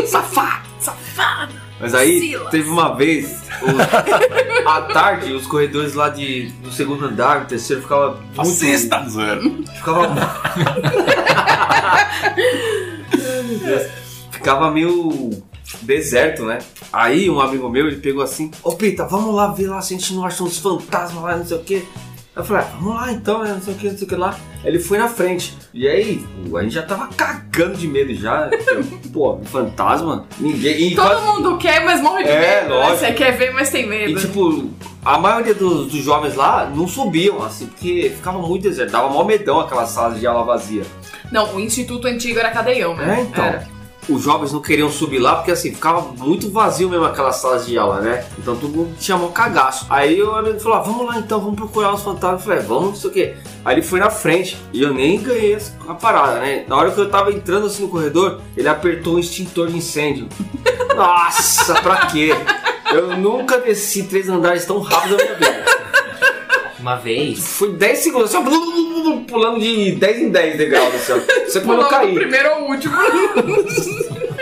[SPEAKER 2] safado, safado.
[SPEAKER 4] Mas aí
[SPEAKER 2] Silas.
[SPEAKER 4] teve uma vez, os- à tarde, os corredores lá de, do segundo andar, do terceiro, ficava muito.
[SPEAKER 1] Fascista! Zoeira.
[SPEAKER 4] Ficava. Meu Deus. ficava meio deserto, né? Aí um amigo meu, ele pegou assim, ô Pita, vamos lá ver lá se a gente não acha uns fantasmas lá, não sei o quê. Eu falei, ah, vamos lá então, né? Não sei o que, não sei o que lá. Ele foi na frente. E aí, a gente já tava cagando de medo já. Pô, fantasma? Ninguém. E
[SPEAKER 2] Todo mundo quer, mas morre de
[SPEAKER 4] É,
[SPEAKER 2] medo. né?
[SPEAKER 4] lógico.
[SPEAKER 2] Você quer ver, mas tem
[SPEAKER 4] e
[SPEAKER 2] medo.
[SPEAKER 4] tipo, a maioria dos, dos jovens lá não subiam, assim, porque ficava muito deserto. Dava mó medão aquela sala de aula vazia.
[SPEAKER 2] Não, o instituto antigo era cadeião, né?
[SPEAKER 4] É, então.
[SPEAKER 2] Era.
[SPEAKER 4] Os jovens não queriam subir lá porque assim, ficava muito vazio mesmo aquelas salas de aula, né? Então todo mundo tinha mó cagaço. Aí o amigo falou: ah, vamos lá então, vamos procurar os fantasmas. Eu falei: "É, vamos, não sei o quê. Aí ele foi na frente e eu nem ganhei as- a parada, né? Na hora que eu tava entrando assim no corredor, ele apertou o extintor de incêndio. (laughs) Nossa, pra quê? Eu nunca desci três andares tão rápido na minha vida.
[SPEAKER 3] Uma vez.
[SPEAKER 4] Foi 10 segundos, só blum, blum, blum, blum, pulando de 10 em 10 degraus, assim, ó. Você
[SPEAKER 2] Pulou Tipo,
[SPEAKER 4] pulou
[SPEAKER 2] do
[SPEAKER 4] cair.
[SPEAKER 2] primeiro ao último.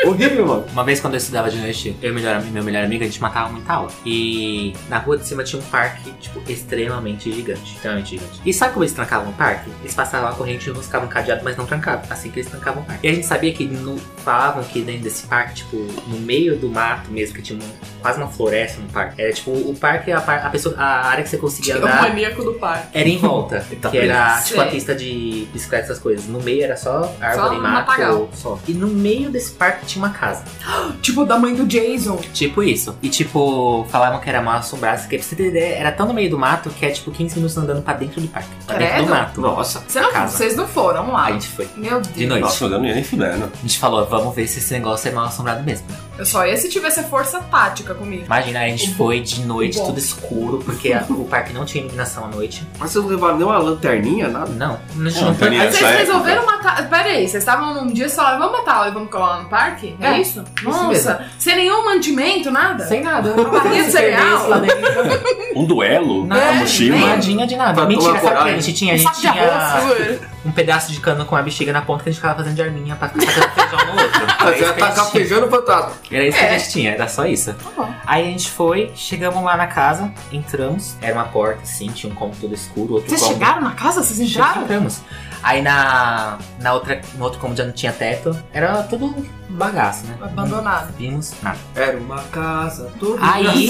[SPEAKER 1] Horrível, mano.
[SPEAKER 3] Uma vez quando eu estudava de noite, eu e melhor, meu melhor amigo, a gente matava muita aula. E na rua de cima tinha um parque, tipo, extremamente gigante. Extremamente gigante. E sabe como eles trancavam o parque? Eles passavam a corrente e enroscavam o cadeado, mas não trancavam. Assim que eles trancavam o parque. E a gente sabia que no- falavam que dentro desse parque, tipo, no meio do mato mesmo, que tinha um- quase uma floresta no parque. Era tipo, o parque, a, par- a pessoa, a área que você conseguia
[SPEAKER 2] É o
[SPEAKER 3] andar.
[SPEAKER 2] maníaco do parque.
[SPEAKER 3] Era em volta,
[SPEAKER 4] Tá
[SPEAKER 3] que era
[SPEAKER 2] preso.
[SPEAKER 3] tipo a
[SPEAKER 2] Sei.
[SPEAKER 3] pista de bicicleta, essas coisas. No meio era só árvore,
[SPEAKER 2] um
[SPEAKER 3] mato,
[SPEAKER 2] matagal.
[SPEAKER 3] só. E no meio desse parque tinha uma casa.
[SPEAKER 2] Tipo da mãe do Jason.
[SPEAKER 3] Tipo isso. E tipo, falavam que era mal assombrado. Porque pra você ter ideia, era tão no meio do mato que é tipo 15 minutos andando pra dentro do parque. Pra dentro do
[SPEAKER 2] Credo.
[SPEAKER 3] mato.
[SPEAKER 4] Nossa.
[SPEAKER 2] Você não-
[SPEAKER 3] Casa.
[SPEAKER 2] vocês não foram
[SPEAKER 3] A
[SPEAKER 2] lá.
[SPEAKER 3] gente foi.
[SPEAKER 2] Meu Deus.
[SPEAKER 3] De noite.
[SPEAKER 1] Nossa, mas eu não ia nem né? fudendo.
[SPEAKER 3] A gente falou, vamos ver se esse negócio é mal assombrado mesmo.
[SPEAKER 2] Eu só ia se tivesse força tática comigo.
[SPEAKER 3] Imagina, a gente
[SPEAKER 2] O
[SPEAKER 3] foi de noite,
[SPEAKER 2] bom.
[SPEAKER 3] tudo escuro, porque a- o parque não tinha iluminação à noite.
[SPEAKER 4] Mas vocês não levaram nem uma lanterninha, nada?
[SPEAKER 3] Não, um a gente
[SPEAKER 1] Não,
[SPEAKER 3] não foi.
[SPEAKER 1] Daniel,
[SPEAKER 2] Vocês
[SPEAKER 1] Nessa época.
[SPEAKER 2] resolveram matar. Pera aí, vocês estavam num dia e falaram, vamos matar ela e vamos colar no parque? É,
[SPEAKER 3] É,
[SPEAKER 2] isso?
[SPEAKER 3] mesmo.
[SPEAKER 2] Nossa, sem nenhum mantimento, nada?
[SPEAKER 3] Sem nada.
[SPEAKER 2] barrinha de cereal.
[SPEAKER 1] Um duelo?
[SPEAKER 3] Nada,
[SPEAKER 1] uma mochila?
[SPEAKER 3] nadinha de nada.
[SPEAKER 4] Pra
[SPEAKER 3] Mentira,
[SPEAKER 4] tomar
[SPEAKER 3] sabe o que a
[SPEAKER 4] coragem.
[SPEAKER 3] gente tinha? A
[SPEAKER 2] Um
[SPEAKER 3] gente
[SPEAKER 2] saco de
[SPEAKER 3] tinha
[SPEAKER 2] arroz.
[SPEAKER 3] um pedaço de cano com a bexiga na ponta que a gente ficava fazendo de arminha pra ficar fazendo feijão no outro. Era
[SPEAKER 4] Mas
[SPEAKER 3] isso
[SPEAKER 4] Ah, ia
[SPEAKER 3] que a gente
[SPEAKER 4] tacar
[SPEAKER 3] tinha.
[SPEAKER 4] feijão no fantasma.
[SPEAKER 3] Era isso que
[SPEAKER 2] É.
[SPEAKER 3] a gente tinha, era só isso.
[SPEAKER 2] Tá bom.
[SPEAKER 3] Aí a gente foi, chegamos lá na casa, entramos, era uma porta assim, tinha um cômodo todo escuro, outro
[SPEAKER 2] Vocês
[SPEAKER 3] cômodo.
[SPEAKER 2] chegaram na casa? Vocês entraram?
[SPEAKER 3] Entramos. Aí na, na outra, no outro cômodo já não tinha teto, era tudo bagaço, né?
[SPEAKER 2] Abandonado.
[SPEAKER 3] Não vimos nada.
[SPEAKER 4] Era uma casa toda.
[SPEAKER 3] Aí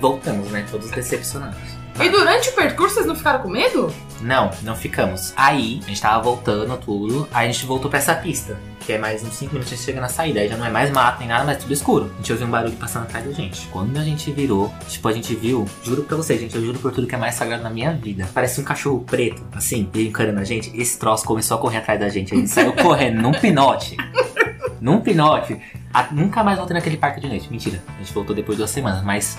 [SPEAKER 3] voltamos, né? Todos decepcionados.
[SPEAKER 2] E durante o percurso vocês não ficaram com medo?
[SPEAKER 3] Não, não ficamos. Aí, a gente tava voltando tudo, aí a gente voltou pra essa pista, que é mais uns 5 minutos a gente chega na saída. Aí já não é mais mato nem nada, mas tudo escuro. A gente ouviu um barulho passando atrás da gente. Quando a gente virou, tipo, a gente viu, juro pra vocês, gente, eu juro por tudo que é mais sagrado na minha vida. Parece um cachorro preto, assim, ele encarando a gente. Esse troço começou a correr atrás da gente. A gente saiu correndo num pinote. Num pinote. A- nunca mais voltei naquele parque de noite. Mentira. A gente voltou depois de duas semanas, mas.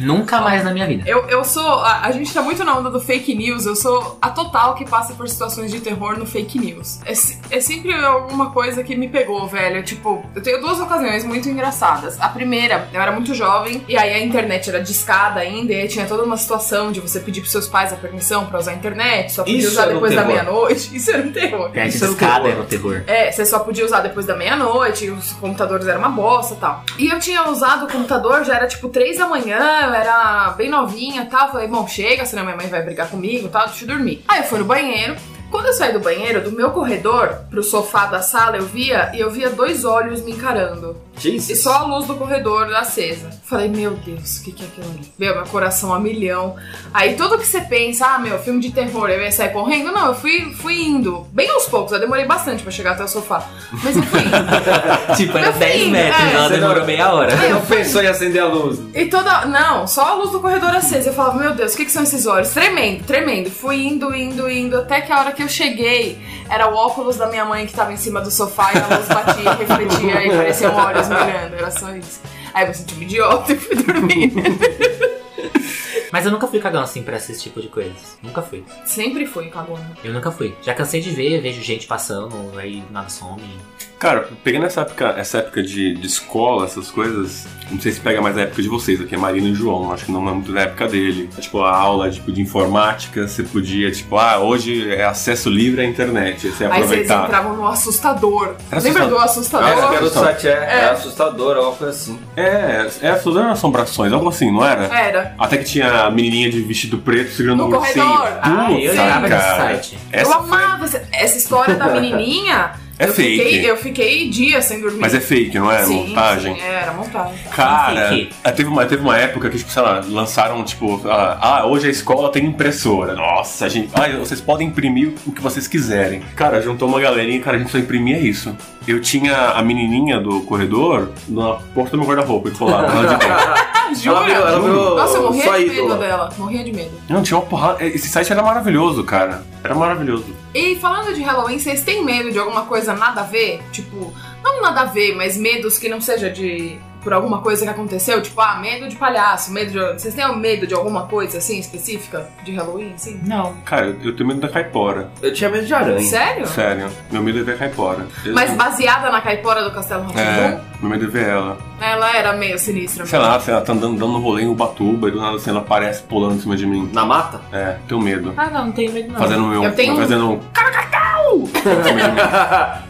[SPEAKER 3] nunca mais na minha vida.
[SPEAKER 2] Eu, eu sou. A, a gente tá muito na onda do fake news. Eu sou a total que passa por situações de terror no fake news. É, se- é sempre alguma coisa que me pegou, velho. Tipo, eu tenho duas ocasiões muito engraçadas. A primeira, eu era muito jovem, e aí a internet era discada ainda, e aí tinha toda uma situação de você pedir pros seus pais a permissão pra usar a internet, só podia
[SPEAKER 4] Isso
[SPEAKER 2] usar
[SPEAKER 4] era um
[SPEAKER 2] depois da
[SPEAKER 4] terror.
[SPEAKER 2] meia-noite. (laughs) Isso era um terror.
[SPEAKER 3] Internet
[SPEAKER 4] Isso é um
[SPEAKER 3] discada
[SPEAKER 4] terror.
[SPEAKER 3] era o terror.
[SPEAKER 2] É, você só podia usar depois da meia-noite, os computadores eram uma bosta e tal. E eu tinha usado o computador, já era tipo três da manhã, eu era bem novinha e tal. Falei, bom, chega, senão minha mãe vai brigar comigo e tal, deixa eu dormir. Aí eu fui no banheiro. Quando eu saí do banheiro, do meu corredor pro sofá da sala, eu via e eu via dois olhos me encarando. E
[SPEAKER 4] Jesus.
[SPEAKER 2] só a luz do corredor acesa. Falei, meu Deus, o que, que é aquilo ali? Meu, meu coração a milhão. Aí tudo que você pensa, ah, meu, filme de terror, eu ia sair correndo. Não, eu fui, fui indo. Bem aos poucos, eu demorei bastante pra chegar até o sofá. Mas eu fui indo.
[SPEAKER 3] Tipo,
[SPEAKER 2] era
[SPEAKER 3] era
[SPEAKER 2] Meu 10
[SPEAKER 3] 10
[SPEAKER 2] filho, metros,
[SPEAKER 3] metros,
[SPEAKER 2] é.
[SPEAKER 3] ela demorou meia hora.
[SPEAKER 4] Você não pensou em acender a luz?
[SPEAKER 2] E toda. Não, só a luz do corredor acesa. Eu falava, meu Deus, o que, que são esses olhos? Tremendo, tremendo. Fui indo, indo, indo. Até que a hora que eu cheguei, era o óculos da minha mãe que tava em cima do sofá e a luz batia e refletia e pareciam olhos me olhando. Era só isso. Aí eu me senti um idiota e fui dormir.
[SPEAKER 3] Mas eu nunca fui cagão assim pra esse tipo de coisas. Nunca fui.
[SPEAKER 2] Sempre fui cagona.
[SPEAKER 3] Eu nunca fui. Já cansei de ver, vejo gente passando, aí nada some.
[SPEAKER 1] Cara, pegando essa época, essa época de, de escola, essas coisas, não sei se pega mais a época de vocês, aqui é Marina e João, acho que não é muito da época dele. É, Tipo, a aula tipo, de informática, você podia, tipo, ah, hoje é acesso livre à internet, você ia
[SPEAKER 2] Aí vocês
[SPEAKER 1] aproveitar.
[SPEAKER 2] entravam no assustador.
[SPEAKER 1] Era
[SPEAKER 2] Lembra do
[SPEAKER 4] Ah, essa
[SPEAKER 2] assustador?
[SPEAKER 1] Era
[SPEAKER 4] pelo
[SPEAKER 1] assustador.
[SPEAKER 4] site é, é assustadora, alguma coisa assim.
[SPEAKER 1] É, é assustador assombrações, algo assim, não era?
[SPEAKER 2] Era.
[SPEAKER 1] Até que tinha a menininha de vestido preto segurando
[SPEAKER 2] No
[SPEAKER 1] um ursinho.
[SPEAKER 2] corredor.
[SPEAKER 1] Puta,
[SPEAKER 3] Ah, eu jogava nesse
[SPEAKER 1] cara.
[SPEAKER 3] site.
[SPEAKER 2] eu
[SPEAKER 1] Essa
[SPEAKER 2] amava essa, essa história da menininha.
[SPEAKER 1] (laughs) É
[SPEAKER 2] eu
[SPEAKER 1] fake.
[SPEAKER 2] Fiquei, eu fiquei dias sem dormir.
[SPEAKER 1] Mas é fake, não é?
[SPEAKER 2] sim,
[SPEAKER 1] Montagem.
[SPEAKER 2] Sim, era montagem.
[SPEAKER 1] Cara,
[SPEAKER 3] Enfim,
[SPEAKER 1] ah, teve uma, teve uma época que, tipo, sei lá, lançaram, tipo, ah, ah, hoje a escola tem impressora. Nossa, a gente. Ah, vocês podem imprimir o que vocês quiserem. Cara, juntou uma galerinha, cara, a gente só imprimia isso. Eu tinha a menininha do corredor na porta do meu guarda-roupa e colava lá de
[SPEAKER 4] (laughs)
[SPEAKER 1] dentro.
[SPEAKER 2] Ah, jura?
[SPEAKER 4] virou- (laughs) ela virou
[SPEAKER 2] Nossa, eu morria
[SPEAKER 4] sua
[SPEAKER 2] de
[SPEAKER 4] ídola.
[SPEAKER 2] medo dela. Morria de medo.
[SPEAKER 1] Não, tinha uma porrada. é, Esse site era maravilhoso, cara. Era maravilhoso.
[SPEAKER 2] E falando de Halloween, vocês têm medo de alguma coisa nada a ver? Tipo, não nada a ver, mas medos que não seja de. Por alguma coisa que aconteceu, tipo, ah, medo de palhaço, medo de. Vocês têm medo de alguma coisa assim específica de Halloween, assim?
[SPEAKER 3] Não.
[SPEAKER 1] Cara, eu, eu tenho medo da caipora.
[SPEAKER 4] Eu tinha medo de aranha.
[SPEAKER 2] Sério?
[SPEAKER 1] Sério. Meu medo é ver a caipora. Eu-
[SPEAKER 2] Tá. Mas baseada na caipora do Castelo
[SPEAKER 1] É,
[SPEAKER 2] Rá-Tim-Bum,
[SPEAKER 1] meu medo é ver ela.
[SPEAKER 2] ela era meio sinistra.
[SPEAKER 1] Sei lá, sei lá, tá andando, dando rolê em Ubatuba e do nada assim ela aparece pulando em cima de mim.
[SPEAKER 4] Na mata?
[SPEAKER 1] É, tenho medo.
[SPEAKER 3] Ah, não, não tenho medo não.
[SPEAKER 1] Fazendo meu.
[SPEAKER 2] Eu tenho um-
[SPEAKER 1] Fazendo um.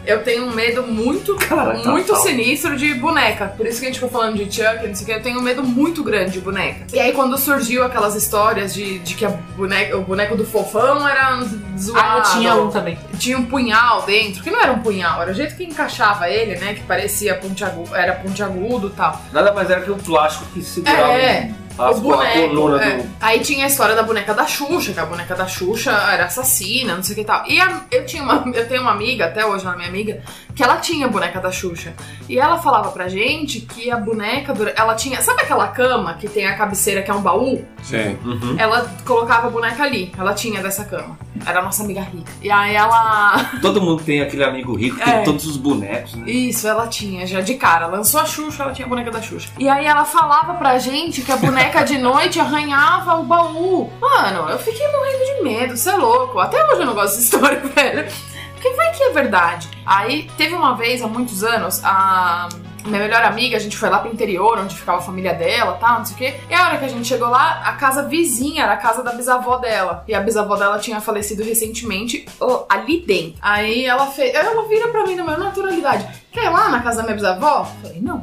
[SPEAKER 2] Eu tenho um medo muito,
[SPEAKER 4] Cara, tá
[SPEAKER 2] muito
[SPEAKER 4] falando.
[SPEAKER 2] sinistro de boneca. Por isso que a gente ficou falando de Chuck, não sei o que. Eu tenho um medo muito grande de boneca. E aí, quando surgiu aquelas histórias de, de que a boneca, o boneco do fofão era zoado.
[SPEAKER 3] Ah, eu tinha um também.
[SPEAKER 2] Tinha um punhal dentro, que não era um punhal, era o jeito que encaixava ele, né? Que parecia pontiagudo, era pontiagudo e tal.
[SPEAKER 4] Nada mais era que o plástico que segurava
[SPEAKER 2] É,
[SPEAKER 4] a,
[SPEAKER 2] o boneco,
[SPEAKER 4] a coluna
[SPEAKER 2] é.
[SPEAKER 4] do.
[SPEAKER 2] Aí tinha a história da boneca da Xuxa, que a boneca da Xuxa era assassina, não sei o que e tal. E a- eu, tinha uma, eu tenho uma amiga, até hoje ela é minha amiga, que ela tinha a boneca da Xuxa. E ela falava pra gente que a boneca, dura- ela tinha. Sabe aquela cama que tem a cabeceira que é um baú?
[SPEAKER 1] (laughs) Sim.
[SPEAKER 4] Uhum.
[SPEAKER 2] Ela colocava a boneca ali. Ela tinha dessa cama. Era a nossa amiga rica. E aí ela.
[SPEAKER 4] Todo mundo tem aquele amigo rico, que
[SPEAKER 2] É.
[SPEAKER 4] tem todos os bonecos, né?
[SPEAKER 2] Isso, ela tinha já de cara. Lançou a Xuxa, ela tinha a boneca da Xuxa. E aí ela falava pra gente que a boneca de noite arranhava o baú. Mano, eu fiquei morrendo de medo, você é louco. Até hoje eu não gosto dessa história, (laughs) velho. Porque vai que é verdade. Aí teve uma vez, há muitos anos, a. Minha melhor amiga, a gente foi lá pro interior, onde ficava a família dela tal, não sei o quê. E a hora que a gente chegou lá, a casa vizinha era a casa da bisavó dela. E a bisavó dela tinha falecido recentemente ó, ali dentro. Aí ela fez. Ela vira pra mim na minha naturalidade. Quer ir lá na casa da minha bisavó? Eu falei, não.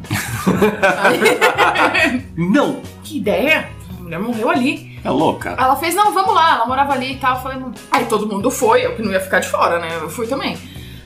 [SPEAKER 2] Aí,
[SPEAKER 4] Não!
[SPEAKER 2] que ideia? A mulher morreu ali.
[SPEAKER 1] É louca.
[SPEAKER 2] Ela fez, não, vamos lá, ela morava ali e tal. Eu falei, não. Aí todo mundo foi, eu que não ia ficar de fora, né? Eu fui também.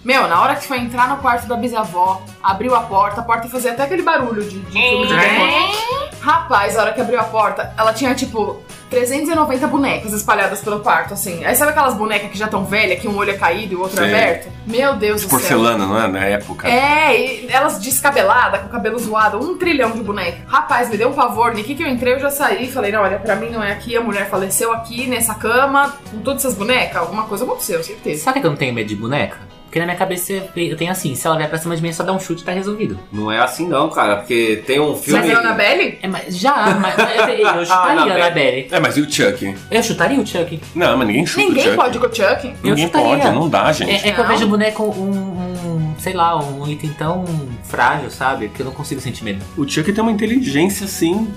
[SPEAKER 2] Meu, na hora que foi entrar no quarto da bisavó, abriu a porta, a porta fazia até aquele barulho de, de filme
[SPEAKER 1] É?
[SPEAKER 2] de terror. Rapaz, a hora que abriu a porta, ela tinha tipo 390 bonecas espalhadas pelo quarto, assim. Aí sabe aquelas bonecas que já estão velhas, que um olho é caído e o outro é
[SPEAKER 1] Sim.
[SPEAKER 2] aberto? Meu Deus
[SPEAKER 1] De
[SPEAKER 2] do céu.
[SPEAKER 1] porcelana, não é? Na época.
[SPEAKER 2] É, e elas descabeladas, com o cabelo zoado, um trilhão de boneca. Rapaz, me deu um pavor, Niki, que eu entrei, eu já saí. Falei, não, olha, pra mim não é aqui, a mulher faleceu aqui, nessa cama, com todas essas bonecas, alguma coisa aconteceu, certeza.
[SPEAKER 3] Sabe que eu não tenho medo de boneca? Porque na minha cabeça eu tenho assim, se ela vier pra cima de mim, é só dar um chute e tá resolvido.
[SPEAKER 4] Não é assim não, cara, porque tem um filme.
[SPEAKER 2] Mas a Annabelle?
[SPEAKER 3] É, mas já, mas eu, eu
[SPEAKER 4] Ah,
[SPEAKER 3] chutaria
[SPEAKER 4] Anabelle.
[SPEAKER 3] a Anabelle.
[SPEAKER 1] É, mas e o Chuck?
[SPEAKER 3] Eu chutaria o Chuck.
[SPEAKER 1] Não, mas ninguém chuta o
[SPEAKER 2] Ninguém
[SPEAKER 1] Chuck.
[SPEAKER 2] pode com o Chuck.
[SPEAKER 1] Ninguém
[SPEAKER 3] Eu chutaria.
[SPEAKER 1] pode, não dá, gente.
[SPEAKER 3] É, é que eu
[SPEAKER 2] Não.
[SPEAKER 3] vejo o boneco um, um, sei lá, um item tão frágil, sabe? Que eu não consigo sentir medo.
[SPEAKER 1] O Chuck tem uma inteligência,
[SPEAKER 2] (laughs)
[SPEAKER 1] assim,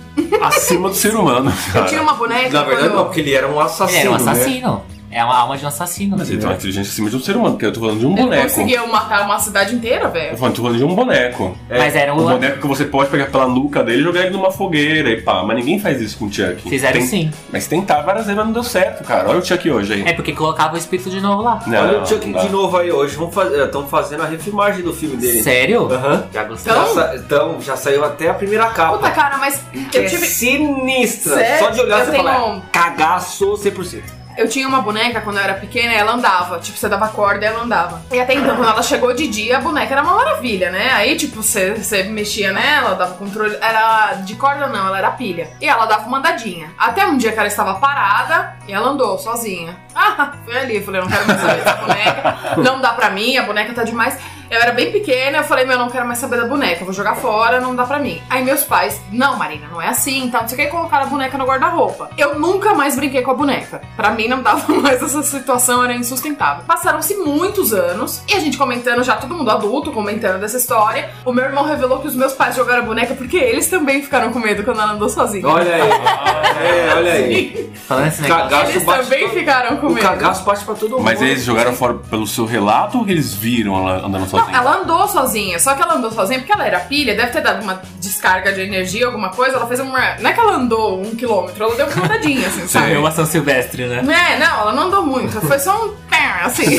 [SPEAKER 1] acima do ser humano.
[SPEAKER 2] Eu
[SPEAKER 1] Cara.
[SPEAKER 2] tinha uma boneca.
[SPEAKER 4] Na verdade não,
[SPEAKER 2] quando...
[SPEAKER 4] porque ele era um assassino.
[SPEAKER 3] Ele era um
[SPEAKER 4] né?
[SPEAKER 3] assassino. É uma alma de um assassino.
[SPEAKER 1] Mas ele tem uma inteligência acima de um ser humano, porque eu tô falando de um
[SPEAKER 2] Ele
[SPEAKER 1] boneco.
[SPEAKER 2] conseguia matar uma cidade inteira,
[SPEAKER 1] Eu
[SPEAKER 2] velho.
[SPEAKER 1] falo, tô falando de um boneco.
[SPEAKER 3] Mas era
[SPEAKER 1] Um
[SPEAKER 3] o.
[SPEAKER 1] boneco que você pode pegar pela nuca dele e jogar ele numa fogueira e pá. Mas ninguém faz isso com o Chuck.
[SPEAKER 3] Fizeram
[SPEAKER 1] Tem-
[SPEAKER 3] sim.
[SPEAKER 1] Mas tentar várias vezes, mas não deu certo, cara. Olha o Chuck hoje aí.
[SPEAKER 3] É porque colocava o espírito de novo lá.
[SPEAKER 1] Não,
[SPEAKER 4] Olha o Chuck
[SPEAKER 1] não dá.
[SPEAKER 4] de novo aí hoje. Estão fazendo a refilmagem do filme dele.
[SPEAKER 3] Sério?
[SPEAKER 4] Aham.
[SPEAKER 3] é Já gostei.
[SPEAKER 4] Já
[SPEAKER 2] Então?
[SPEAKER 4] sa- Então, já saiu até a primeira capa.
[SPEAKER 2] Puta cara, mas
[SPEAKER 4] que
[SPEAKER 2] eu
[SPEAKER 4] é
[SPEAKER 2] tive.
[SPEAKER 4] sinistra.
[SPEAKER 2] Sério?
[SPEAKER 4] Só de olhar
[SPEAKER 2] Eu
[SPEAKER 4] você
[SPEAKER 2] tenho
[SPEAKER 4] fala,
[SPEAKER 2] um-
[SPEAKER 4] é, cagaço 100%.
[SPEAKER 2] Eu tinha uma boneca quando eu era pequena, ela andava. Tipo, você dava corda e ela andava. E até então, quando ela chegou de dia, a boneca era uma maravilha, né? Aí, tipo, você, você mexia nela, dava controle. Era de corda não, ela era pilha. E ela dava uma andadinha. Até um dia que ela estava parada e ela andou sozinha. Ah, foi ali. Eu falei, eu não quero mais saber dessa boneca. Não dá pra mim, a boneca tá demais. Eu era bem pequena, eu falei, meu, eu não quero mais saber da boneca, eu vou jogar fora, não dá pra mim. Aí meus pais, não, Marina, não é assim, tá? Não sei o que, colocaram a boneca no guarda-roupa. Eu nunca mais brinquei com a boneca. Pra mim não dava (laughs) mais essa situação, era insustentável. Passaram-se muitos anos e a gente comentando, já todo mundo adulto comentando dessa história. O meu irmão revelou que os meus pais jogaram a boneca porque eles também ficaram com medo quando ela andou sozinha.
[SPEAKER 4] Olha
[SPEAKER 1] Ah,
[SPEAKER 4] aí. é, olha aí.
[SPEAKER 3] Falando esse negócio.
[SPEAKER 4] Cagaço
[SPEAKER 2] Eles
[SPEAKER 4] bate
[SPEAKER 2] também
[SPEAKER 4] todo-
[SPEAKER 2] ficaram com
[SPEAKER 4] O
[SPEAKER 2] medo.
[SPEAKER 4] cagaço parte pra todo mundo.
[SPEAKER 1] Mas eles jogaram fora pelo seu relato ou que eles viram ela andando
[SPEAKER 2] Não,
[SPEAKER 1] sozinha?
[SPEAKER 2] ela andou sozinha, só que ela andou sozinha porque ela era pilha, deve ter dado uma descarga de energia, alguma coisa. Ela fez uma. Não é que ela andou um quilômetro, ela deu uma andadinha, assim, sabe?
[SPEAKER 3] Sabe, uma São Ah, Silvestre, né?
[SPEAKER 2] É, não, ela não andou muito, foi só um. pé,
[SPEAKER 1] (laughs)
[SPEAKER 2] assim.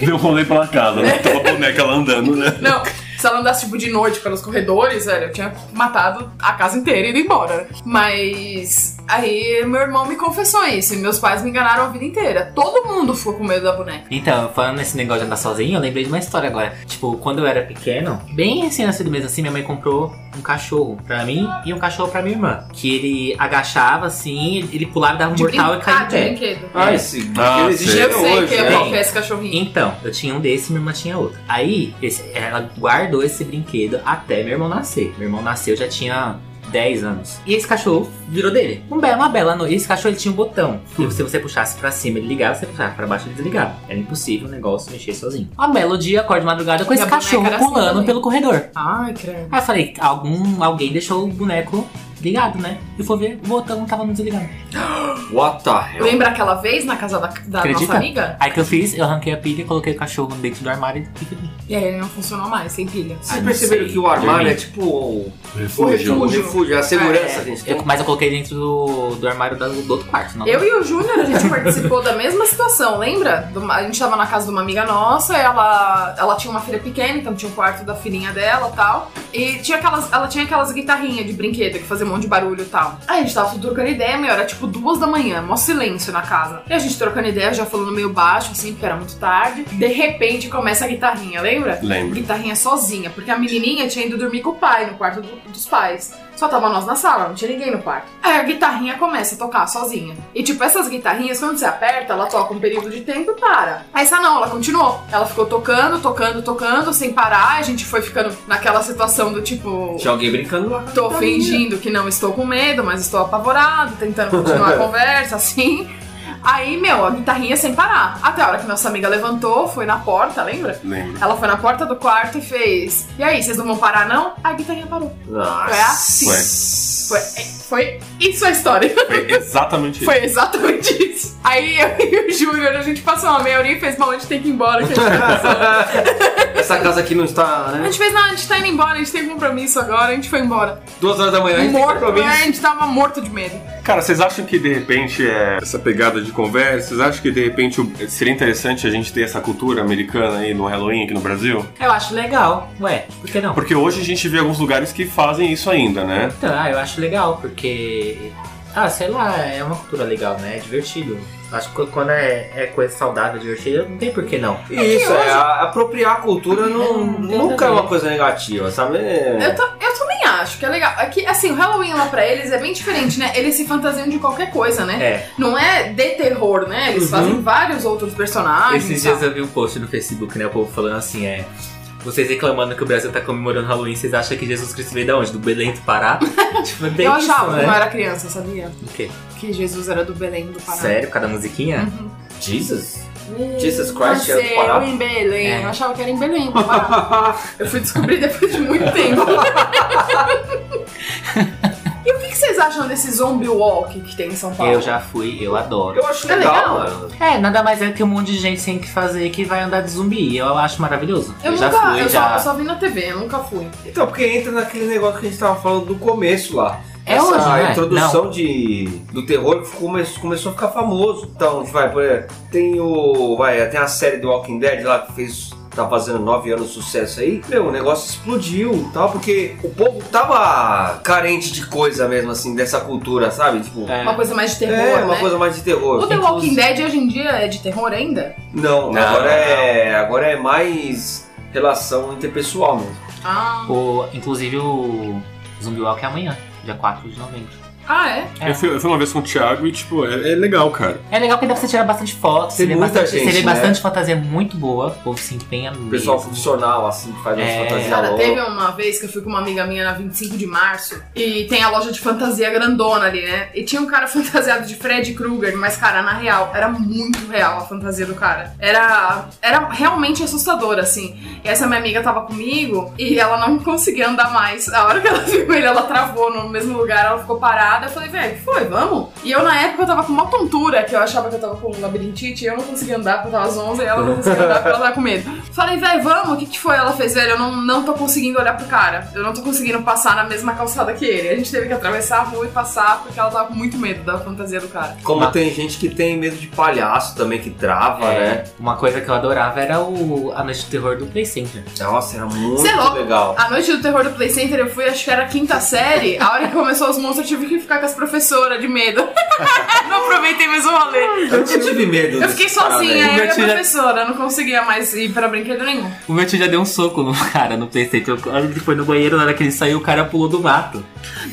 [SPEAKER 1] Deu um rolê pela casa, né? Tava a boneca lá andando, né?
[SPEAKER 2] Não, se ela andasse tipo de noite pelos corredores, velho, eu tinha matado a casa inteira e ido embora. Mas aí meu irmão me confessou isso, e meus pais me enganaram a vida inteira. Todo mundo ficou com medo da boneca.
[SPEAKER 3] Então, falando nesse negócio de andar sozinho, eu lembrei de uma história agora. Tipo, quando eu era pequeno, bem recém-nascido mesmo assim, minha mãe comprou um cachorro pra mim e um cachorro pra minha irmã. Que ele agachava assim, ele pulava, dava um
[SPEAKER 2] De
[SPEAKER 3] mortal e
[SPEAKER 2] brincar
[SPEAKER 3] caía em
[SPEAKER 2] de
[SPEAKER 3] pé.
[SPEAKER 2] brinquedo.
[SPEAKER 4] Ah, esse.
[SPEAKER 1] Ah,
[SPEAKER 4] ele
[SPEAKER 1] sei.
[SPEAKER 4] existe
[SPEAKER 2] Eu
[SPEAKER 4] até
[SPEAKER 2] sei
[SPEAKER 4] hoje,
[SPEAKER 2] que é
[SPEAKER 4] né?
[SPEAKER 2] qual que é esse cachorrinho.
[SPEAKER 3] Então, eu tinha um desse e minha irmã tinha outro. Aí, esse- ela guardou esse brinquedo até meu irmão nascer. Meu irmão nasceu, já tinha 10 anos. E esse cachorro virou dele. Um belo, uma bela noite. Esse cachorro ele tinha um botão. Que se você puxasse pra cima, ele ligava. Se você puxasse pra baixo, ele desligava. Era impossível o negócio mexer sozinho. Um belo dia, acordo de madrugada com
[SPEAKER 2] E
[SPEAKER 3] esse
[SPEAKER 2] a boneca
[SPEAKER 3] cachorro
[SPEAKER 2] era assim
[SPEAKER 3] pulando Ah.
[SPEAKER 2] também.
[SPEAKER 3] pelo corredor.
[SPEAKER 2] Ai, credo.
[SPEAKER 3] Aí eu falei, algum, alguém deixou o boneco ligado, né? Eu fui ver, o botão tava no desligado.
[SPEAKER 4] né? What the hell?
[SPEAKER 2] Lembra aquela vez na casa da, da
[SPEAKER 3] Acredita?
[SPEAKER 2] nossa amiga?
[SPEAKER 3] Aí que eu fiz, eu arranquei a pilha, coloquei o cachorro dentro do armário e fui.
[SPEAKER 2] E aí ele não funcionou mais, sem pilha.
[SPEAKER 4] Vocês
[SPEAKER 3] Ah, não
[SPEAKER 4] perceberam
[SPEAKER 3] sei.
[SPEAKER 4] que o armário
[SPEAKER 3] Dormi.
[SPEAKER 4] é tipo
[SPEAKER 2] um
[SPEAKER 4] o
[SPEAKER 1] Refúgio.
[SPEAKER 4] o refúgio, a segurança,
[SPEAKER 2] É,
[SPEAKER 4] gente.
[SPEAKER 3] Eu- mas eu coloquei dentro do, do armário da- do outro quarto, não.
[SPEAKER 2] Eu e o Júnior, a gente participou da mesma situação, lembra? De uma- A gente tava na casa de uma amiga nossa, ela, ela tinha uma filha pequena, então tinha o quarto da filhinha dela e tal. E tinha aquelas, ela tinha aquelas guitarrinhas de brinquedo que fazia um monte de barulho e tal. Aí a gente tava trocando ideia, meu, era tipo duas da manhã, mó silêncio na casa. E a gente trocando ideia, já falando meio baixo, assim, porque era muito tarde. De repente começa a guitarrinha, lembra?
[SPEAKER 1] Lembro.
[SPEAKER 2] guitarrinha sozinha, porque a menininha tinha ido dormir com o pai no quarto do- dos pais. Só tava nós na sala, não tinha ninguém no quarto. Aí a guitarrinha começa a tocar sozinha. E tipo, essas guitarrinhas, quando você aperta, ela toca um período de tempo e para. Aí essa não, ela continuou. Ela ficou tocando, tocando, tocando, sem parar. A gente foi ficando naquela situação do tipo.
[SPEAKER 4] Tinha alguém brincando lá.
[SPEAKER 2] Tô fingindo que não estou com medo, mas estou apavorado, tentando continuar a conversa, assim. Aí, meu, a guitarrinha sem parar. Até a hora que nossa amiga levantou, foi na porta, lembra?
[SPEAKER 1] Lembro.
[SPEAKER 2] Ela foi na porta do quarto e fez. E aí, vocês não vão parar, não? A guitarrinha parou. Foi assim. Foi, foi isso a história. (laughs)
[SPEAKER 1] Foi exatamente isso.
[SPEAKER 2] Foi exatamente isso. Aí eu (laughs) e o Júnior, a gente passou uma meia hora e fez, bom, a gente tem que ir embora. que a gente tá cansado."
[SPEAKER 4] (laughs) Essa casa aqui não está,
[SPEAKER 2] a
[SPEAKER 4] né?
[SPEAKER 2] gente fez, não, a gente tá indo embora, a gente tem compromisso agora, a gente foi embora.
[SPEAKER 4] Duas horas da manhã, É, a gente tem
[SPEAKER 2] Morto, né?
[SPEAKER 4] compromisso.
[SPEAKER 2] a gente tava morto de medo.
[SPEAKER 1] Cara, vocês acham que de repente é essa pegada de conversa? Vocês acham que de repente o- seria interessante a gente ter essa cultura americana aí no Halloween aqui no Brasil?
[SPEAKER 3] Eu acho legal. Ué, por que não?
[SPEAKER 1] Porque hoje a gente vê alguns lugares que fazem isso ainda, né?
[SPEAKER 3] Então, ah, eu acho legal, porque. Ah, sei lá, é uma cultura legal, né? É divertido. Acho que quando é, é coisa saudável, divertida, não tem por que não.
[SPEAKER 4] E Isso, é, a- apropriar a cultura não, nunca é uma coisa negativa, sabe?
[SPEAKER 3] É.
[SPEAKER 2] Eu, ta- eu também acho que é legal. É que, assim, o Halloween lá pra eles é bem diferente, né? Eles se fantasiam de qualquer coisa, né?
[SPEAKER 3] É.
[SPEAKER 2] Não é de terror, né? Eles
[SPEAKER 4] Uhum.
[SPEAKER 2] fazem vários outros personagens.
[SPEAKER 3] Esses
[SPEAKER 2] e
[SPEAKER 3] dias eu vi um post no Facebook, né? O povo falando assim, é. Vocês reclamando que o Brasil tá comemorando Halloween, vocês acham que Jesus Cristo veio da onde? Do Belém do
[SPEAKER 2] (laughs)
[SPEAKER 3] Pará? tipo, não tem
[SPEAKER 2] eu
[SPEAKER 3] isso,
[SPEAKER 2] achava
[SPEAKER 3] né?
[SPEAKER 2] quando eu era criança, sabia?
[SPEAKER 3] O quê?
[SPEAKER 2] Que Jesus era do Belém do Pará. Uhum.
[SPEAKER 3] Sério, por causa da musiquinha?
[SPEAKER 4] Jesus?
[SPEAKER 2] Hum,
[SPEAKER 4] Jesus Christ era do
[SPEAKER 2] nasceu
[SPEAKER 4] Pará?
[SPEAKER 2] em Belém.
[SPEAKER 3] É.
[SPEAKER 2] Eu achava que era em Belém do
[SPEAKER 3] (laughs)
[SPEAKER 2] Pará. eu fui descobrir depois de muito tempo. e o que, que vocês acham desse zombie walk que tem em São Paulo?
[SPEAKER 3] Eu já fui, eu adoro.
[SPEAKER 4] Eu acho
[SPEAKER 2] É
[SPEAKER 4] legal,
[SPEAKER 2] legal.
[SPEAKER 4] mano.
[SPEAKER 3] É, nada mais é que um monte de gente sem o que fazer que vai andar de zumbi. Eu acho maravilhoso.
[SPEAKER 2] Eu,
[SPEAKER 3] já
[SPEAKER 2] nunca,
[SPEAKER 3] fui,
[SPEAKER 2] eu,
[SPEAKER 3] já.
[SPEAKER 2] Só, eu só vi na TV, eu nunca fui.
[SPEAKER 4] Então, porque entra naquele negócio que a gente tava falando do começo lá.
[SPEAKER 3] É
[SPEAKER 4] Essa
[SPEAKER 3] hoje, né?
[SPEAKER 4] introdução de, do terror que come- começou a ficar famoso. Então, vai, por exemplo, tem o. Vai, tem a série do Walking Dead lá que fez. Tá fazendo nove anos de sucesso aí. Meu, o negócio explodiu e tal, porque o povo tava carente de coisa mesmo, assim, dessa cultura, sabe? Tipo,
[SPEAKER 3] É.
[SPEAKER 2] Uma coisa mais de terror,
[SPEAKER 4] é, uma
[SPEAKER 2] né?
[SPEAKER 4] coisa mais de
[SPEAKER 2] O
[SPEAKER 4] terror.
[SPEAKER 2] The Walking
[SPEAKER 3] Inclusive-
[SPEAKER 2] Dead hoje em dia é de terror ainda?
[SPEAKER 4] Não,
[SPEAKER 3] Não,
[SPEAKER 4] agora, É, agora é mais relação interpessoal mesmo.
[SPEAKER 2] Ah,
[SPEAKER 3] é, O, inclusive o Zumbi Walk é amanhã, dia 4 de novembro.
[SPEAKER 2] ah é?
[SPEAKER 3] É.
[SPEAKER 1] Eu, fui, eu fui uma vez com o Thiago e, tipo, é, é legal, cara.
[SPEAKER 3] É legal que dá pra você tirar bastante fotos,
[SPEAKER 4] Tem
[SPEAKER 3] você vê
[SPEAKER 4] muita
[SPEAKER 3] bastante,
[SPEAKER 4] gente,
[SPEAKER 3] você vê
[SPEAKER 4] né?
[SPEAKER 3] bastante fantasia muito boa, o povo se empenha
[SPEAKER 4] O
[SPEAKER 3] mesmo.
[SPEAKER 4] pessoal profissional, assim, que faz umas
[SPEAKER 3] É.
[SPEAKER 4] fantasias
[SPEAKER 2] Cara,
[SPEAKER 4] loucas.
[SPEAKER 2] teve um uma vez que eu fui com uma amiga minha na 25 de março e tem a loja de fantasia grandona ali, né? E tinha um cara (laughs) fantasiado de Fred Krueger, mas, cara, na real, era muito real a fantasia do cara. Era, era realmente assustador, assim. E essa minha amiga tava comigo e ela não conseguia andar mais. A hora que ela (laughs) viu ele, ela travou no mesmo lugar, ela ficou parada. Eu falei, velho, que foi? Vamos? E eu, na época, eu tava com uma tontura, que eu achava que eu tava com um labirintite e eu não conseguia andar porque eu tava zonza e ela não conseguia andar porque ela tava com medo. Falei, velho, vamos, o que, que foi? Ela fez, velho, eu não, não tô conseguindo olhar pro cara. Eu não tô conseguindo passar na mesma calçada que ele. A gente teve que atravessar a rua e passar porque ela tava com muito medo da fantasia do cara.
[SPEAKER 4] Como
[SPEAKER 3] Mas-
[SPEAKER 4] tem gente que tem medo de palhaço também, que trava, né?
[SPEAKER 3] É, uma coisa que eu adorava era o A Noite do Terror do Play Center.
[SPEAKER 4] Nossa, era muito
[SPEAKER 2] Sei lá. (laughs)
[SPEAKER 4] legal.
[SPEAKER 2] A noite do terror do Play Center eu fui, acho que era a quinta série. A hora que começou os monstros, eu tive que ficar com as professoras de medo. (laughs) não aproveitei mais o rolê.
[SPEAKER 4] Eu nunca tive medo
[SPEAKER 2] Eu
[SPEAKER 4] desse
[SPEAKER 2] fiquei
[SPEAKER 4] cara,
[SPEAKER 2] sozinha,
[SPEAKER 4] velho.
[SPEAKER 2] eu e a
[SPEAKER 3] Gatilha-
[SPEAKER 2] professora, não conseguia mais ir pra brinquedo nenhum.
[SPEAKER 3] O meu tio já deu um soco no (laughs) cara no Play Center. Na hora que ele foi no banheiro, na hora que ele saiu, o cara pulou do mato.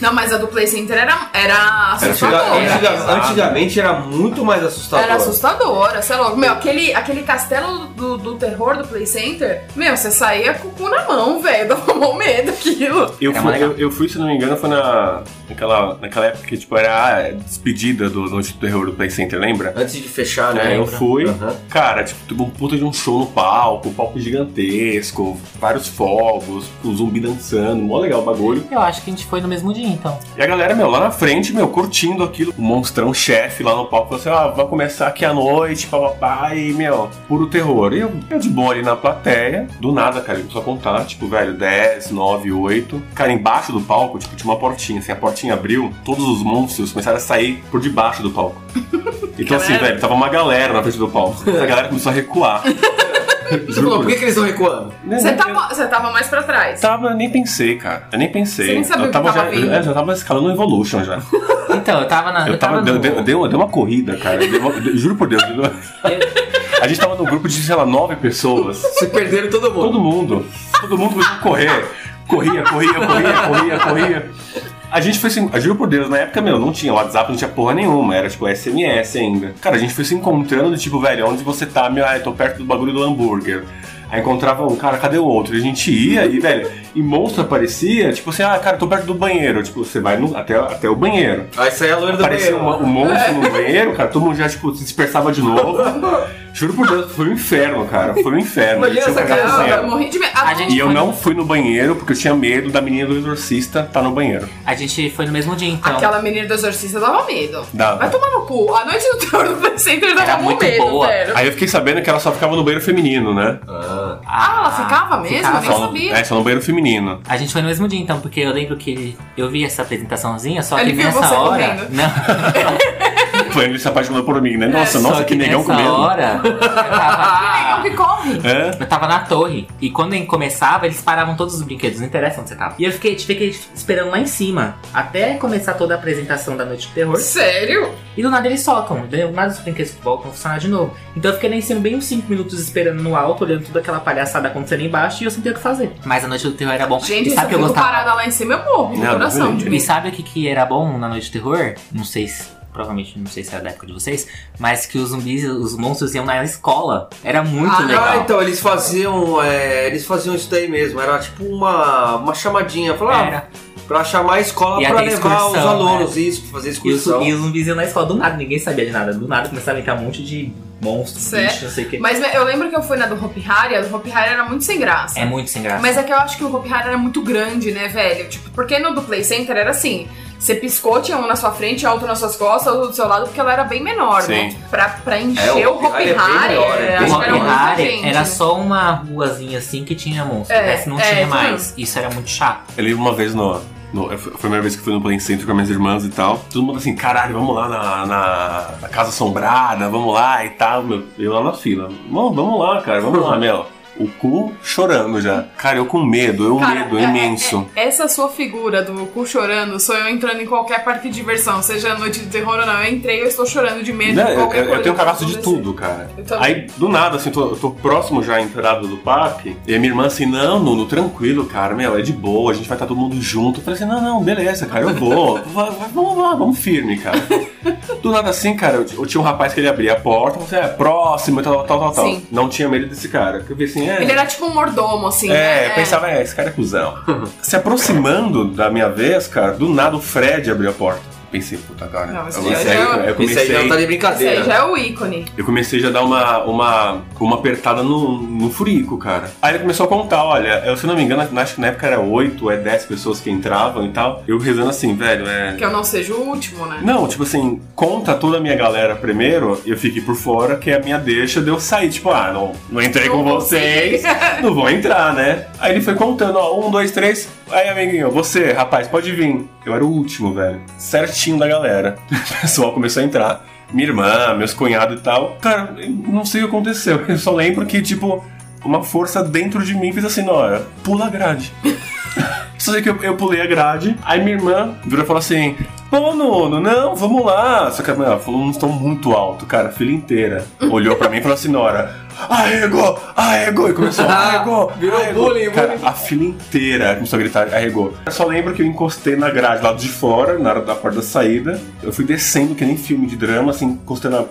[SPEAKER 2] Não, mas a do Play Center era, era
[SPEAKER 4] Antiga-
[SPEAKER 2] assustadora. Era,
[SPEAKER 4] antiga- antigamente era muito mais assustador.
[SPEAKER 2] assustadora, sei lá. é Meu, aquele, aquele castelo do, do terror do Play Center, meu, você saía com o cu na mão, velho. (laughs) Dava mó medo aquilo.
[SPEAKER 1] Eu
[SPEAKER 3] Era
[SPEAKER 1] fui,
[SPEAKER 3] legal.
[SPEAKER 1] eu, eu fui, se não me engano, foi na, naquela, naquela naquela época que tipo, era a despedida do Noite do Terror do Play Center, lembra?
[SPEAKER 4] Antes de fechar, né?
[SPEAKER 1] É, eu
[SPEAKER 4] Lembra?
[SPEAKER 1] fui.
[SPEAKER 4] Aham.
[SPEAKER 1] Cara, tipo, teve um puta de um show no palco, um palco gigantesco, vários fogos, o zumbi dançando, mó legal o bagulho.
[SPEAKER 3] Eu acho que a gente foi no mesmo dia, então.
[SPEAKER 1] E a galera, meu, lá na frente, meu, curtindo aquilo. O monstrão chefe lá no palco falou assim: ah, vai começar aqui à noite, papapá, e, meu, puro terror. E eu, eu de boa ali na plateia, do nada, cara, eu só contar, tipo, velho, 10, 9, 8. Cara, embaixo do palco, tipo, tinha uma portinha, assim, a portinha abriu, todos os monstros começaram a sair por debaixo do
[SPEAKER 2] (laughs)
[SPEAKER 1] palco. Então, assim,
[SPEAKER 2] Galera.
[SPEAKER 1] velho, tava uma galera na frente do
[SPEAKER 2] (laughs)
[SPEAKER 1] palco. A galera começou a recuar.
[SPEAKER 4] Você falou, por que, que eles estão recuando?
[SPEAKER 1] Uhum.
[SPEAKER 2] Você tava, você tava mais pra trás.
[SPEAKER 1] Tava, eu nem pensei, cara. Eu nem pensei.
[SPEAKER 2] Você nem
[SPEAKER 1] eu
[SPEAKER 2] sabia o que
[SPEAKER 1] tava,
[SPEAKER 2] tava
[SPEAKER 1] já,
[SPEAKER 2] vindo.
[SPEAKER 1] eu já tava escalando o Evolution já.
[SPEAKER 3] Então, eu tava na.
[SPEAKER 1] Eu tava,
[SPEAKER 3] no...
[SPEAKER 1] deu, deu, deu- deu uma corrida, cara. Deu uma- deu- juro por Deus. deu uma- A gente tava num grupo de, sei lá, nove pessoas.
[SPEAKER 4] Vocês perderam todo mundo.
[SPEAKER 1] Todo mundo. Todo mundo começou a correr. Corria, corria, corria, corria, corria. A gente foi se. eu Juro por Deus, na época, meu, não tinha WhatsApp, não tinha porra nenhuma. Era tipo SMS ainda. Cara, a gente foi se encontrando do tipo, velho, onde você tá? Meu, ah, eu tô perto do bagulho do hambúrguer. Aí encontrava um, cara, cadê o outro? E a gente ia e, velho, e monstro aparecia, tipo assim, ah, cara, eu tô perto do banheiro. Tipo, você vai no- até, até o banheiro.
[SPEAKER 4] Aí saiu a loira do
[SPEAKER 1] Apareceu
[SPEAKER 4] banheiro.
[SPEAKER 1] uma- um monstro no banheiro, cara, todo mundo já, tipo, se dispersava de novo. Juro por Deus, foi um inferno, cara. Foi um inferno.
[SPEAKER 4] Imagina
[SPEAKER 1] Tinha um
[SPEAKER 4] essa
[SPEAKER 1] cara
[SPEAKER 4] cara,
[SPEAKER 1] no
[SPEAKER 2] Eu,
[SPEAKER 1] banheiro.
[SPEAKER 2] eu morri de medo.
[SPEAKER 3] A gente-
[SPEAKER 1] E eu não fui no banheiro porque eu tinha medo da menina do exorcista tá no banheiro.
[SPEAKER 3] A gente foi no mesmo dia, então.
[SPEAKER 2] Aquela menina do exorcista dava medo.
[SPEAKER 1] Dava.
[SPEAKER 2] Vai tomar no cu. A noite do terror do Play Center dava
[SPEAKER 3] Era
[SPEAKER 2] mó
[SPEAKER 3] muito
[SPEAKER 2] medo,
[SPEAKER 3] boa.
[SPEAKER 2] velho.
[SPEAKER 1] Aí eu fiquei sabendo que ela só ficava no banheiro feminino, né?
[SPEAKER 4] Ah,
[SPEAKER 2] Ah, ela ficava mesmo?
[SPEAKER 3] ficava.
[SPEAKER 2] Nem
[SPEAKER 1] Só no,
[SPEAKER 2] sabia.
[SPEAKER 1] é, só no banheiro feminino.
[SPEAKER 3] A gente foi no mesmo dia, então, porque eu lembro que eu vi essa apresentaçãozinha, só
[SPEAKER 2] Ele
[SPEAKER 3] que
[SPEAKER 2] viu
[SPEAKER 3] nessa
[SPEAKER 2] você
[SPEAKER 3] hora.
[SPEAKER 2] correndo.
[SPEAKER 3] (laughs) Não,
[SPEAKER 1] Foi ele se apaixonou por mim, né? Nossa,
[SPEAKER 2] É,
[SPEAKER 1] nossa,
[SPEAKER 3] só
[SPEAKER 1] que negão com
[SPEAKER 3] nessa
[SPEAKER 1] medo.
[SPEAKER 2] (laughs)
[SPEAKER 3] hora. Eu
[SPEAKER 2] Que legal
[SPEAKER 3] tava,
[SPEAKER 2] que corre.
[SPEAKER 1] É?
[SPEAKER 3] eu tava na torre. E quando ele começava, eles paravam todos os brinquedos, não interessa onde você tava. E eu fiquei, fiquei esperando lá em cima, até começar toda a apresentação da Noite do Terror.
[SPEAKER 2] Sério?
[SPEAKER 3] E do nada eles soltam, do nada os brinquedos voltam a funcionar de novo. Então eu fiquei lá em cima bem uns 5 minutos esperando no alto, olhando toda aquela palhaçada acontecendo embaixo e eu senti o que fazer. Mas a noite do terror era bom.
[SPEAKER 2] Gente, se
[SPEAKER 3] e
[SPEAKER 2] eu
[SPEAKER 3] sabe que eu
[SPEAKER 2] fico
[SPEAKER 3] gostava?
[SPEAKER 2] parada lá em cima, eu morro do
[SPEAKER 1] Não,
[SPEAKER 2] coração de
[SPEAKER 3] E
[SPEAKER 2] medo.
[SPEAKER 3] sabe o que, que era bom na noite do terror? Não sei se. Provavelmente não sei se era da época de vocês, mas que os zumbis, os monstros iam na escola. Era muito
[SPEAKER 1] um
[SPEAKER 2] Ah,
[SPEAKER 3] legal.
[SPEAKER 4] Ah, então eles faziam. é, eles faziam isso daí mesmo. Era tipo uma, uma chamadinha. Falava,
[SPEAKER 3] Era.
[SPEAKER 4] pra chamar a escola
[SPEAKER 3] E
[SPEAKER 4] pra
[SPEAKER 3] até
[SPEAKER 4] levar os
[SPEAKER 3] excursão,
[SPEAKER 4] alunos, isso, pra fazer
[SPEAKER 3] E os,
[SPEAKER 4] excursão.
[SPEAKER 3] e os zumbis iam na escola do nada, ninguém sabia de nada. Do nada começava a entrar um monte de monstros,
[SPEAKER 2] Certo.
[SPEAKER 3] bichos, não sei o que.
[SPEAKER 2] Mas eu lembro que eu fui na do Hopi Hari, a do Hopi Hari era muito sem graça.
[SPEAKER 3] É muito sem graça.
[SPEAKER 2] Mas é que eu acho que o Hopi Hari era muito grande, né, velho? Tipo, porque no do Play Center era assim. Você piscou, tinha um na sua frente, outro nas suas costas, outro do seu lado, porque ela era bem menor,
[SPEAKER 1] Sim.
[SPEAKER 2] né? Pra, pra
[SPEAKER 4] É,
[SPEAKER 2] encher
[SPEAKER 4] o
[SPEAKER 2] o
[SPEAKER 4] Hopi Hari
[SPEAKER 2] Hopi
[SPEAKER 4] é bem
[SPEAKER 2] Hari,
[SPEAKER 4] maior, é
[SPEAKER 2] é,
[SPEAKER 4] bem
[SPEAKER 2] acho
[SPEAKER 3] O
[SPEAKER 2] que era
[SPEAKER 3] Hopi
[SPEAKER 2] muita
[SPEAKER 3] Hari
[SPEAKER 2] gente.
[SPEAKER 3] era só uma ruazinha assim que tinha monstro,
[SPEAKER 2] É,
[SPEAKER 3] o resto não
[SPEAKER 2] é,
[SPEAKER 3] tinha
[SPEAKER 2] isso
[SPEAKER 3] mais. Isso era muito chato.
[SPEAKER 1] Eu lembro uma vez no. no- foi a primeira vez que eu fui no Play Center com as minhas irmãs e tal. Todo mundo assim, caralho, vamos lá na, na, na Casa Assombrada, vamos lá e tal. Meu, eu lá na fila. Vamos, vamos lá, cara, vamos
[SPEAKER 2] (laughs)
[SPEAKER 1] lá, meu. O cu chorando já. Cara, eu com medo, eu
[SPEAKER 2] Cara,
[SPEAKER 1] medo
[SPEAKER 2] é-
[SPEAKER 1] imenso.
[SPEAKER 2] é- essa sua figura do cu chorando, sou eu entrando em qualquer parque de diversão, seja noite de terror ou não. Eu entrei, eu estou chorando de medo.
[SPEAKER 1] Não,
[SPEAKER 2] de
[SPEAKER 1] Né, eu,
[SPEAKER 2] qualquer
[SPEAKER 1] eu- eu
[SPEAKER 2] coisa
[SPEAKER 1] tenho um
[SPEAKER 2] que
[SPEAKER 1] cagaço de
[SPEAKER 2] acontecer.
[SPEAKER 1] tudo, cara.
[SPEAKER 2] Eu também.
[SPEAKER 1] Aí, do nada, assim, tô, eu tô próximo já, entrado do parque, e a minha irmã assim, não, Nuno, tranquilo, cara, meu, é de boa, a gente vai estar todo mundo junto. Eu falei assim, não, não, beleza, cara, eu vou, (laughs) Va- va- vamos lá, vamos firme, cara. Do nada assim, cara, eu, t- eu tinha um rapaz que ele abria a porta, você é próximo, e tal, tal, tal, tal.
[SPEAKER 2] Sim.
[SPEAKER 1] Não tinha medo desse cara. Eu vi assim, é.
[SPEAKER 2] Ele era tipo um mordomo, assim.
[SPEAKER 1] É,
[SPEAKER 2] né?
[SPEAKER 1] pensava, é, esse cara é cuzão. Se aproximando da minha vez, cara, do nada o Fred abriu a porta. Pensei, puta, cara.
[SPEAKER 2] Não, esse
[SPEAKER 1] eu,
[SPEAKER 2] já-
[SPEAKER 1] comecei-
[SPEAKER 2] já- é
[SPEAKER 1] eu
[SPEAKER 4] Isso aí
[SPEAKER 1] comecei-
[SPEAKER 4] não tá de
[SPEAKER 2] Esse aí
[SPEAKER 4] brincadeira.
[SPEAKER 2] já é o ícone.
[SPEAKER 1] eu comecei já a dar uma, uma, uma apertada no, no furico, cara. Aí ele começou a contar, olha, eu, se não me engano, acho que na época era 8 ou é 10 pessoas que entravam e tal. Eu rezando assim, velho, é.
[SPEAKER 2] Que eu não seja o último, né?
[SPEAKER 1] Não, tipo assim, conta toda a minha galera primeiro, eu fiquei por fora, que é a minha deixa de eu sair. Tipo, ah, não, não entrei
[SPEAKER 2] Não
[SPEAKER 1] com vocês, não vou entrar, né? Aí ele foi contando, ó, um, dois, três. Aí, amiguinho, você, rapaz, pode vir. Eu era o último, velho. Certinho da galera. (laughs) O pessoal começou a entrar. Minha irmã, meus cunhados e tal. Cara, eu não sei o que aconteceu. (laughs) Eu só lembro que, tipo, uma força dentro de mim fez assim, ó, pula a grade. Só sei que eu, eu pulei a grade, aí minha irmã virou e falou assim: Pô, Nuno, não, vamos lá. Só que ela falou um tom muito alto, cara, a filha inteira. Olhou pra mim e falou assim: Nora, arregou, arregou. E começou,
[SPEAKER 4] (laughs)
[SPEAKER 1] arregou.
[SPEAKER 4] Virou
[SPEAKER 1] arregou.
[SPEAKER 4] bullying,
[SPEAKER 1] cara,
[SPEAKER 4] bullying.
[SPEAKER 1] A filha inteira começou a gritar, arregou. Eu só lembro que eu encostei na grade lá de fora, na hora da porta da saída. Eu fui descendo, que nem filme de drama, assim, encostei na.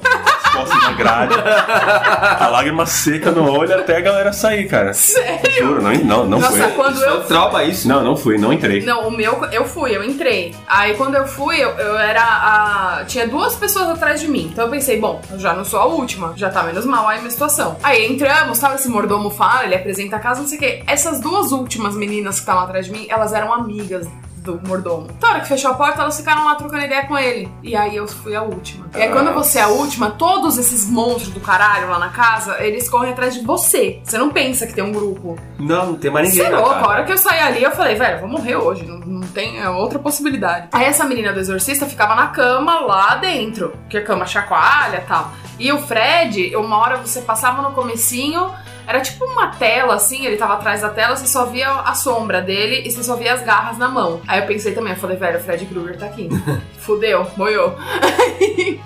[SPEAKER 1] costas de grade. A lágrima seca no olho até a galera sair, cara.
[SPEAKER 2] Sério?
[SPEAKER 1] Juro, não, não, não
[SPEAKER 2] Nossa,
[SPEAKER 1] foi.
[SPEAKER 2] quando eu
[SPEAKER 4] Trauma isso.
[SPEAKER 1] Não, não fui, não entrei.
[SPEAKER 2] Não, o meu, eu fui, eu entrei. Aí quando eu fui, eu, eu era a. Tinha duas pessoas atrás de mim. Então eu pensei, bom, eu já não sou a última, já tá menos mal aí a minha situação. Aí entramos, sabe? Esse mordomo fala, ele apresenta a casa, não sei o quê. Essas duas últimas meninas que estavam atrás de mim, elas eram amigas. Do mordomo. Então, a hora que fechou a porta, elas ficaram lá trocando ideia com ele. E aí eu fui a última. E aí, quando você é a última, todos esses monstros do caralho lá na casa, eles correm atrás de você. Você não pensa que tem um grupo.
[SPEAKER 4] Não, não tem mais ninguém.
[SPEAKER 2] Você é
[SPEAKER 4] na
[SPEAKER 2] louco, a
[SPEAKER 4] cara.
[SPEAKER 2] hora que eu saí ali, eu falei, velho, eu vou morrer hoje, não, não tem é outra possibilidade. Aí essa menina do exorcista ficava na cama lá dentro, que a cama chacoalha e tal. E o Fred, uma hora você passava no comecinho, era tipo uma tela, assim, ele tava atrás da tela, você só via a sombra dele e você só via as garras na mão. Aí eu pensei também, eu falei, velho, o Fred Krueger tá
[SPEAKER 4] (laughs)
[SPEAKER 2] aqui. Fudeu, moiou. (laughs)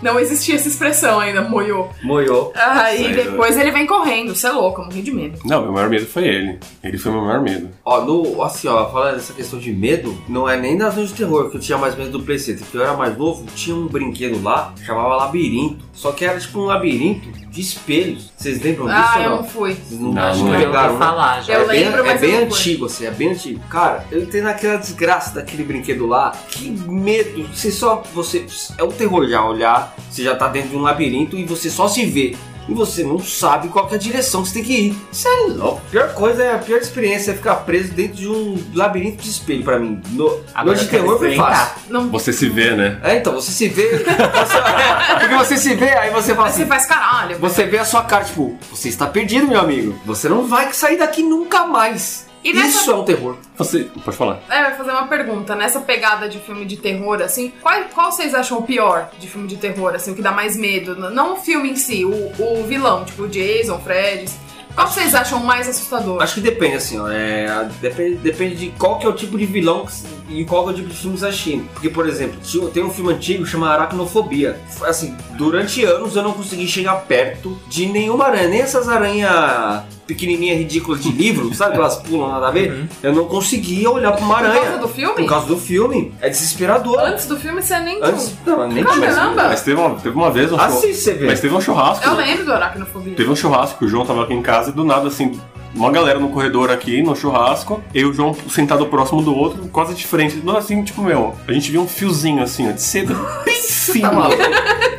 [SPEAKER 2] não existia essa expressão ainda, moiou.
[SPEAKER 4] Moiou.
[SPEAKER 2] Aí
[SPEAKER 1] Sei,
[SPEAKER 2] depois ele vem correndo, você é louco, eu morri de medo.
[SPEAKER 1] Não, meu maior medo foi ele. Ele foi meu maior medo.
[SPEAKER 4] Ó, no, assim, ó, falando dessa questão de medo, não é nem das noites de terror que eu tinha mais medo do Play Center. Que eu era mais novo, tinha um brinquedo lá, chamava labirinto. Só que era tipo um labirinto de espelhos. Vocês lembram disso
[SPEAKER 2] Ah,
[SPEAKER 4] ou
[SPEAKER 2] eu
[SPEAKER 4] não?
[SPEAKER 2] não fui.
[SPEAKER 4] Vocês não,
[SPEAKER 1] Não,
[SPEAKER 4] acho
[SPEAKER 1] não
[SPEAKER 4] que
[SPEAKER 1] lembro.
[SPEAKER 4] pegaram,
[SPEAKER 3] Eu
[SPEAKER 4] né?
[SPEAKER 3] falar já.
[SPEAKER 2] Eu
[SPEAKER 4] é bem,
[SPEAKER 2] lembro,
[SPEAKER 4] é
[SPEAKER 2] mas
[SPEAKER 4] bem
[SPEAKER 2] eu não fui.
[SPEAKER 4] antigo, assim, é bem antigo. Cara, eu entrei naquela desgraça daquele brinquedo lá. Que medo! Você só. Você. É um terror já olhar. Você já tá dentro de um labirinto e você só se vê. E você não sabe qual que é a direção que você tem que ir. Isso é louco. A pior coisa é a pior experiência é ficar preso dentro de um labirinto de espelho pra mim. No,
[SPEAKER 3] Agora
[SPEAKER 4] noite
[SPEAKER 3] eu
[SPEAKER 4] de
[SPEAKER 3] quero
[SPEAKER 4] terror foi
[SPEAKER 3] experimentar.
[SPEAKER 4] fácil.
[SPEAKER 2] Não
[SPEAKER 1] Você se vê, né?
[SPEAKER 4] É, então, você se vê. (laughs) você- porque você se vê, aí você fala
[SPEAKER 2] Aí você
[SPEAKER 4] assim.
[SPEAKER 2] faz caralho.
[SPEAKER 4] Você vê a sua cara, tipo, você está perdido, meu amigo. Você não vai sair daqui nunca mais.
[SPEAKER 2] E nessa-
[SPEAKER 4] Isso é um terror.
[SPEAKER 1] Você. Pode falar.
[SPEAKER 2] É, eu ia fazer uma pergunta. Nessa pegada de filme de terror, assim, qual, qual vocês acham o pior de filme de terror, assim, o que dá mais medo? N- Não o filme em si, o, o vilão, tipo o Jason, o Fred. Qual vocês acham mais assustador?
[SPEAKER 4] Acho que depende, assim, ó. é, a- depende, depende de qual que é o tipo de vilão que se- e qual que é o tipo de filme que você tá assistindo. Porque, por exemplo, tinha- tem um filme antigo chamado Aracnofobia. Foi Assim, durante anos eu não consegui chegar perto de nenhuma aranha. Nem essas aranhas pequenininhas ridículas de (laughs) livro, sabe? Que elas pulam nada a ver.
[SPEAKER 3] Uhum.
[SPEAKER 4] Eu não conseguia olhar pra uma
[SPEAKER 2] Por causa
[SPEAKER 4] aranha.
[SPEAKER 2] do filme?
[SPEAKER 4] Por causa do filme. É desesperador.
[SPEAKER 2] Antes então. do filme você nem.
[SPEAKER 4] Antes, não, nem tinha.
[SPEAKER 2] Caramba!
[SPEAKER 1] Mas teve uma, teve uma vez um churrasco.
[SPEAKER 4] Assiste, Ah, você vê.
[SPEAKER 1] Mas teve um churrasco.
[SPEAKER 2] Eu lembro do Aracnofobia.
[SPEAKER 1] Teve um churrasco que o João tava aqui em casa e do nada, assim, uma galera no corredor aqui, no churrasco, eu e o João sentado próximo do outro, quase de frente. Do nada, assim, tipo, meu, a gente viu um fiozinho assim, ó, de
[SPEAKER 4] (laughs)
[SPEAKER 1] seda. fino,
[SPEAKER 4] tá maluco.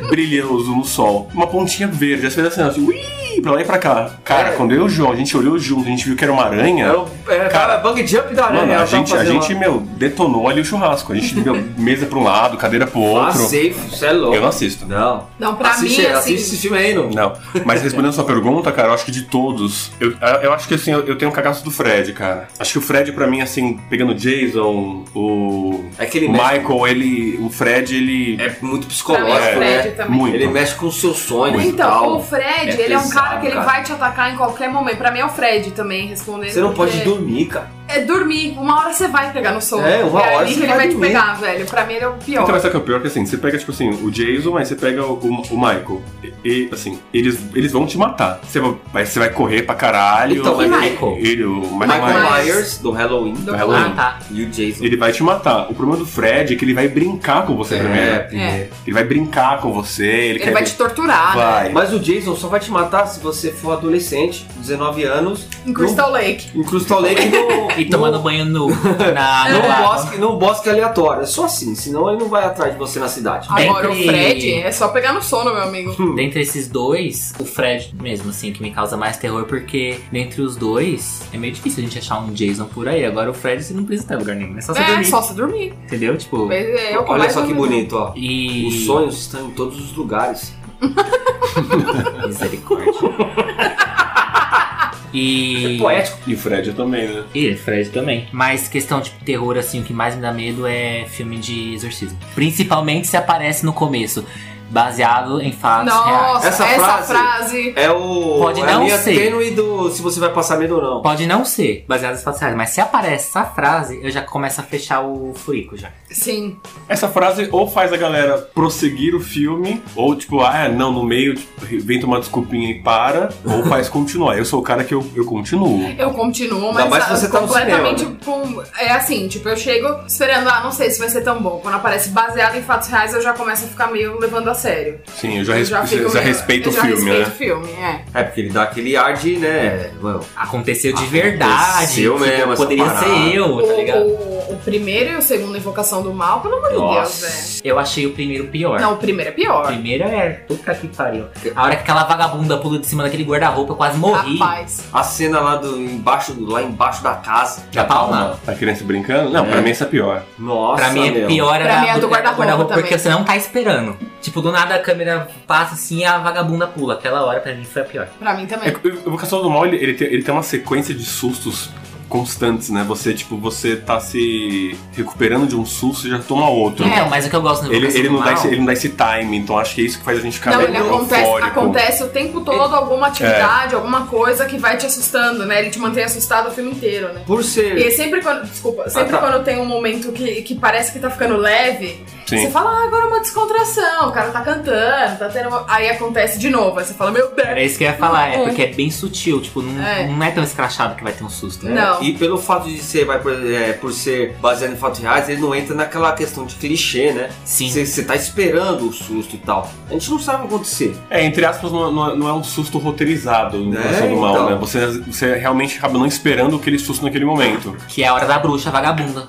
[SPEAKER 1] brilhoso no sol. Uma pontinha verde. Aí você fez assim, ó, assim, ui, pra lá e pra cá. Cara,
[SPEAKER 4] É.
[SPEAKER 1] quando eu e o João, a gente olhou junto, a gente viu que era uma aranha.
[SPEAKER 4] Era, É o- era
[SPEAKER 1] Cara,
[SPEAKER 4] cara, bang jump da aranha.
[SPEAKER 1] Mano, a
[SPEAKER 4] ela tava
[SPEAKER 1] gente, a
[SPEAKER 4] fazendo
[SPEAKER 1] gente, meu, detonou ali o churrasco. A gente
[SPEAKER 4] (laughs)
[SPEAKER 1] deu mesa pra um lado, cadeira pro
[SPEAKER 4] lá. Ah,
[SPEAKER 1] outro.
[SPEAKER 4] safe, você é louco.
[SPEAKER 1] eu não assisto.
[SPEAKER 4] Não.
[SPEAKER 2] Não, pra
[SPEAKER 4] um assiste,
[SPEAKER 2] mim, assim.
[SPEAKER 4] assiste esse filme aí, não.
[SPEAKER 1] Não. Mas respondendo a sua pergunta, cara, eu acho que de todos. Eu, eu acho que assim, eu, eu tenho um cagaço do Fred, cara. Acho que o Fred, pra mim, assim, pegando o Jason, o.
[SPEAKER 4] É que ele
[SPEAKER 1] o
[SPEAKER 4] mexe,
[SPEAKER 1] Michael, ele. O Fred, ele.
[SPEAKER 4] é muito
[SPEAKER 2] Pra mim,
[SPEAKER 4] psicológico,
[SPEAKER 2] o
[SPEAKER 1] É,
[SPEAKER 2] Fred
[SPEAKER 4] né?
[SPEAKER 2] também.
[SPEAKER 1] muito.
[SPEAKER 4] Ele mexe com os seus sonhos e
[SPEAKER 2] Então,
[SPEAKER 4] tal.
[SPEAKER 2] o Fred,
[SPEAKER 4] É
[SPEAKER 2] ele é um
[SPEAKER 4] pesado,
[SPEAKER 2] cara que ele
[SPEAKER 4] cara.
[SPEAKER 2] vai te atacar em qualquer momento. Pra mim é o Fred também, respondendo.
[SPEAKER 4] Você não pode
[SPEAKER 2] porque-
[SPEAKER 4] dormir, cara.
[SPEAKER 2] É dormir. Uma hora você vai pegar no sono.
[SPEAKER 4] É, uma
[SPEAKER 2] é
[SPEAKER 4] hora
[SPEAKER 2] ali
[SPEAKER 4] você
[SPEAKER 2] que ele
[SPEAKER 4] vai
[SPEAKER 2] vai te
[SPEAKER 4] dormir.
[SPEAKER 2] pegar, velho. Pra mim ele é o pior.
[SPEAKER 1] Então, mas sabe o que é o pior? Que assim, você pega, tipo assim, o Jason, aí você pega o, o Michael. E, e, assim, eles, eles vão te matar. Você vai, mas você vai correr pra caralho.
[SPEAKER 4] Então,
[SPEAKER 1] ele,
[SPEAKER 4] mas
[SPEAKER 3] Michael.
[SPEAKER 1] ele, o Michael,
[SPEAKER 4] Michael é
[SPEAKER 2] Myers.
[SPEAKER 4] Myers, do Halloween,
[SPEAKER 2] Do
[SPEAKER 1] Halloween.
[SPEAKER 3] Ah, tá.
[SPEAKER 4] e o Jason.
[SPEAKER 1] ele vai te matar. O problema do Fred é que ele vai brincar com você primeiro.
[SPEAKER 4] primeiro.
[SPEAKER 1] Ele vai brincar com você, ele,
[SPEAKER 2] É. Ele
[SPEAKER 1] quer
[SPEAKER 2] vai
[SPEAKER 1] ver-
[SPEAKER 2] te torturar, né?
[SPEAKER 1] Vai.
[SPEAKER 4] Mas o Jason só vai te matar se você for adolescente, 19 anos,
[SPEAKER 2] Em Crystal Lake.
[SPEAKER 4] em Crystal Lake no,
[SPEAKER 3] E tomando banho
[SPEAKER 4] (laughs)
[SPEAKER 3] nu. Na, no
[SPEAKER 4] num,
[SPEAKER 3] lago.
[SPEAKER 4] bosque, num bosque aleatório. É só assim, senão ele não vai atrás de você na cidade.
[SPEAKER 3] Bem
[SPEAKER 2] Agora, o
[SPEAKER 3] que-
[SPEAKER 2] Fred é só pegar no sono, meu amigo.
[SPEAKER 3] Dentre esses dois, o Fred mesmo, assim, que me causa mais terror, porque dentre os dois, é meio difícil a gente achar um Jason por aí. Agora o Fred, você não precisa estar em lugar nenhum, é só você
[SPEAKER 2] é,
[SPEAKER 3] dormir,
[SPEAKER 2] só se dormir.
[SPEAKER 3] entendeu? Tipo,
[SPEAKER 2] Mas é o
[SPEAKER 4] Olha
[SPEAKER 2] mais
[SPEAKER 4] só que
[SPEAKER 2] dormir.
[SPEAKER 4] bonito, ó.
[SPEAKER 3] e...
[SPEAKER 4] Os sonhos estão em todos os lugares. (laughs)
[SPEAKER 3] Misericórdia. e...
[SPEAKER 4] Poético.
[SPEAKER 1] E o Fred também, né?
[SPEAKER 3] E Fred também. Mas questão de terror, assim, o que mais me dá medo é filme de exorcismo. Principalmente se aparece no começo, baseado em fatos reais.
[SPEAKER 2] Nossa,
[SPEAKER 4] Essa
[SPEAKER 2] essa,
[SPEAKER 4] frase-
[SPEAKER 2] frase...
[SPEAKER 4] É o.
[SPEAKER 3] Pode
[SPEAKER 4] é a
[SPEAKER 3] não
[SPEAKER 4] linha
[SPEAKER 3] ser.
[SPEAKER 4] tênue do se você vai passar medo ou não.
[SPEAKER 3] Pode não ser baseado em fatos reais, mas se aparece essa frase, eu já começo a fechar o furico já.
[SPEAKER 2] Sim.
[SPEAKER 1] Essa frase ou faz a galera prosseguir o filme, ou tipo, ah, não, no meio, tipo, inventa uma desculpinha e para, ou faz continuar. Eu sou o cara que eu, eu continuo.
[SPEAKER 2] Eu continuo,
[SPEAKER 4] Ainda
[SPEAKER 2] mas
[SPEAKER 4] mais se você tá no
[SPEAKER 2] completamente
[SPEAKER 4] cinema,
[SPEAKER 2] pum, é assim, tipo, eu chego esperando, ah, não sei se vai ser tão bom. Quando aparece baseado em fatos reais, eu já começo a ficar meio levando a sério.
[SPEAKER 1] Sim, eu já,
[SPEAKER 2] Eu
[SPEAKER 1] respe-
[SPEAKER 2] fico
[SPEAKER 1] já
[SPEAKER 2] meio-
[SPEAKER 1] respeito
[SPEAKER 2] eu
[SPEAKER 1] o filme,
[SPEAKER 2] já respeito
[SPEAKER 1] né?
[SPEAKER 2] o filme, é.
[SPEAKER 4] É porque ele dá aquele ar de, né? Well,
[SPEAKER 3] Aconteceu de verdade.
[SPEAKER 4] Aconteceu
[SPEAKER 3] tipo,
[SPEAKER 4] mesmo essa
[SPEAKER 3] Poderia
[SPEAKER 4] parada.
[SPEAKER 3] ser eu,
[SPEAKER 2] Uhum.
[SPEAKER 3] tá ligado?
[SPEAKER 2] O, o- o primeiro e o segundo Invocação do Mal, pelo amor de Deus, velho.
[SPEAKER 3] Eu achei o primeiro pior.
[SPEAKER 2] Não, o primeiro é
[SPEAKER 3] O
[SPEAKER 2] pior.
[SPEAKER 3] primeiro é. Puta que pariu. A hora que aquela vagabunda pula de cima daquele guarda-roupa, eu quase morri.
[SPEAKER 2] Rapaz.
[SPEAKER 4] a cena lá do embaixo, do- lá embaixo da casa.
[SPEAKER 3] Da palma.
[SPEAKER 1] A criança brincando? Não,
[SPEAKER 4] É.
[SPEAKER 1] pra mim essa é pior.
[SPEAKER 4] Nossa,
[SPEAKER 3] Pra mim é
[SPEAKER 4] meu.
[SPEAKER 3] pior
[SPEAKER 2] Pra mim é do guarda-roupa
[SPEAKER 3] porque
[SPEAKER 2] também.
[SPEAKER 3] você não tá esperando. Tipo, do nada a câmera passa assim e a vagabunda pula. Aquela hora pra mim foi a pior.
[SPEAKER 2] Pra mim
[SPEAKER 1] É,
[SPEAKER 2] também.
[SPEAKER 1] o Vocação do Mal, ele, ele tem, ele tem uma sequência de sustos constantes, né? Você, tipo, você tá se recuperando de um susto e já toma
[SPEAKER 2] É,
[SPEAKER 1] outro.
[SPEAKER 3] Então, mas o que eu gosto no
[SPEAKER 1] Ele,
[SPEAKER 3] Invocação
[SPEAKER 1] ele,
[SPEAKER 3] do
[SPEAKER 1] não dá
[SPEAKER 3] Mal-
[SPEAKER 1] esse, ele não dá esse time, então acho que é isso que faz a gente ficar
[SPEAKER 2] Não,
[SPEAKER 1] meio
[SPEAKER 2] ele acontece,
[SPEAKER 1] eufórico.
[SPEAKER 2] acontece o tempo todo alguma atividade, alguma coisa que vai te assustando, né? Ele te mantém assustado o filme inteiro, né?
[SPEAKER 4] Por
[SPEAKER 2] E
[SPEAKER 4] ser.
[SPEAKER 2] aí sempre quando. Desculpa, sempre
[SPEAKER 4] tá.
[SPEAKER 2] quando tem um momento que, que parece que tá ficando leve, você
[SPEAKER 1] Sim.
[SPEAKER 2] fala, ah, agora é uma descontração, o cara tá cantando, tá tendo. uma- Aí acontece de novo. Aí você fala, meu Deus!
[SPEAKER 3] Era isso que eu ia falar, é
[SPEAKER 2] Hum.
[SPEAKER 3] porque é bem sutil, tipo, não
[SPEAKER 2] É.
[SPEAKER 3] não é tão escrachado que vai ter um susto.
[SPEAKER 4] né?
[SPEAKER 2] Não.
[SPEAKER 4] E pelo fato de ser, vai por, é, por ser baseado em fatos reais, ele não entra naquela questão de clichê, né?
[SPEAKER 3] Sim.
[SPEAKER 4] Você tá esperando o susto e tal. A gente não sabe o que acontecer.
[SPEAKER 1] É, entre aspas, não, não- não é um susto roteirizado no
[SPEAKER 4] É,
[SPEAKER 1] Vocação do Mal,
[SPEAKER 4] então.
[SPEAKER 1] né? Você, você realmente acaba não esperando aquele susto naquele momento.
[SPEAKER 3] Que é a hora da bruxa vagabunda.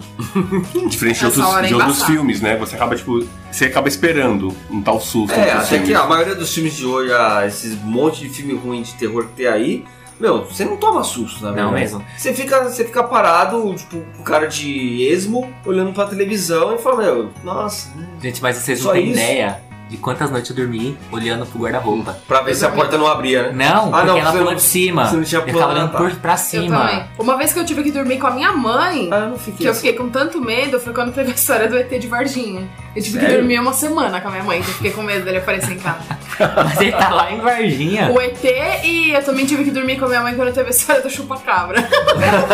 [SPEAKER 1] Diferente de
[SPEAKER 2] Essa
[SPEAKER 1] outros,
[SPEAKER 2] hora é
[SPEAKER 1] de outros
[SPEAKER 2] embaçada.
[SPEAKER 1] filmes, né? Você acaba, tipo, você acaba esperando um tal susto. assim.
[SPEAKER 4] É,
[SPEAKER 1] outros
[SPEAKER 4] até
[SPEAKER 1] filmes.
[SPEAKER 4] que a maioria dos filmes de hoje, ah, esses monte de filme ruim de terror que tem aí, meu, você não toma susto, na
[SPEAKER 3] Não
[SPEAKER 4] verdade.
[SPEAKER 3] mesmo.
[SPEAKER 4] Você fica, você fica parado, tipo, um cara de esmo, olhando pra televisão e fala, meu, nossa,
[SPEAKER 3] Gente, mas vocês
[SPEAKER 4] Só
[SPEAKER 3] não têm
[SPEAKER 4] isso?
[SPEAKER 3] ideia de quantas noites eu dormi olhando pro guarda-roupa.
[SPEAKER 4] pra ver se a porta não abria, né?
[SPEAKER 3] Não,
[SPEAKER 4] Ah,
[SPEAKER 3] porque
[SPEAKER 4] não,
[SPEAKER 3] ela
[SPEAKER 4] você
[SPEAKER 3] pula
[SPEAKER 4] não-
[SPEAKER 3] de cima.
[SPEAKER 4] você não tinha
[SPEAKER 3] eu ficava
[SPEAKER 4] pulado,
[SPEAKER 3] olhando
[SPEAKER 4] tá.
[SPEAKER 3] por, pra
[SPEAKER 2] Eu
[SPEAKER 3] cima.
[SPEAKER 2] também. Uma vez que eu tive que dormir com a minha mãe,
[SPEAKER 4] Ah, eu não
[SPEAKER 2] que
[SPEAKER 4] fiquei
[SPEAKER 2] eu
[SPEAKER 4] assim.
[SPEAKER 2] fiquei com tanto medo, foi quando teve a história do ET de Varginha. Eu tive que
[SPEAKER 4] Sério?
[SPEAKER 2] dormir uma semana com a minha mãe, que eu fiquei com medo dele aparecer em casa.
[SPEAKER 3] Mas ele tá lá em Varginha.
[SPEAKER 2] O ET e eu também tive que dormir com a minha mãe quando teve a história do chupa-cabra. (laughs)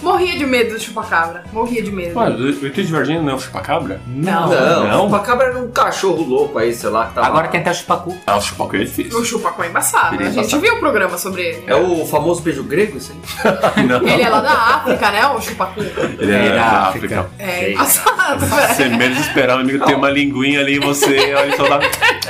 [SPEAKER 2] Morria de medo do chupa-cabra. Morria de medo.
[SPEAKER 1] Ué, o ET de Varginha não é o chupacabra?
[SPEAKER 3] Não.
[SPEAKER 1] Não?
[SPEAKER 4] Não, o cabra era um cachorro louco aí, sei lá, que tava...
[SPEAKER 3] Agora tem até o chupacu.
[SPEAKER 1] Ah, o chupacabra é
[SPEAKER 2] O (laughs)
[SPEAKER 1] difícil.
[SPEAKER 2] chupa-cu é embaçado.
[SPEAKER 1] Ele é
[SPEAKER 2] A gente
[SPEAKER 1] embaçado.
[SPEAKER 2] viu o programa sobre ele.
[SPEAKER 4] É o famoso beijo grego, isso aí?
[SPEAKER 1] não.
[SPEAKER 2] Ele é lá da África, né? O chupa-cu.
[SPEAKER 1] Ele é da África.
[SPEAKER 2] É embaçado, (laughs) é. velho.
[SPEAKER 1] Você menos esperava, amigo, ter uma linguinha ali em você, olha só dá.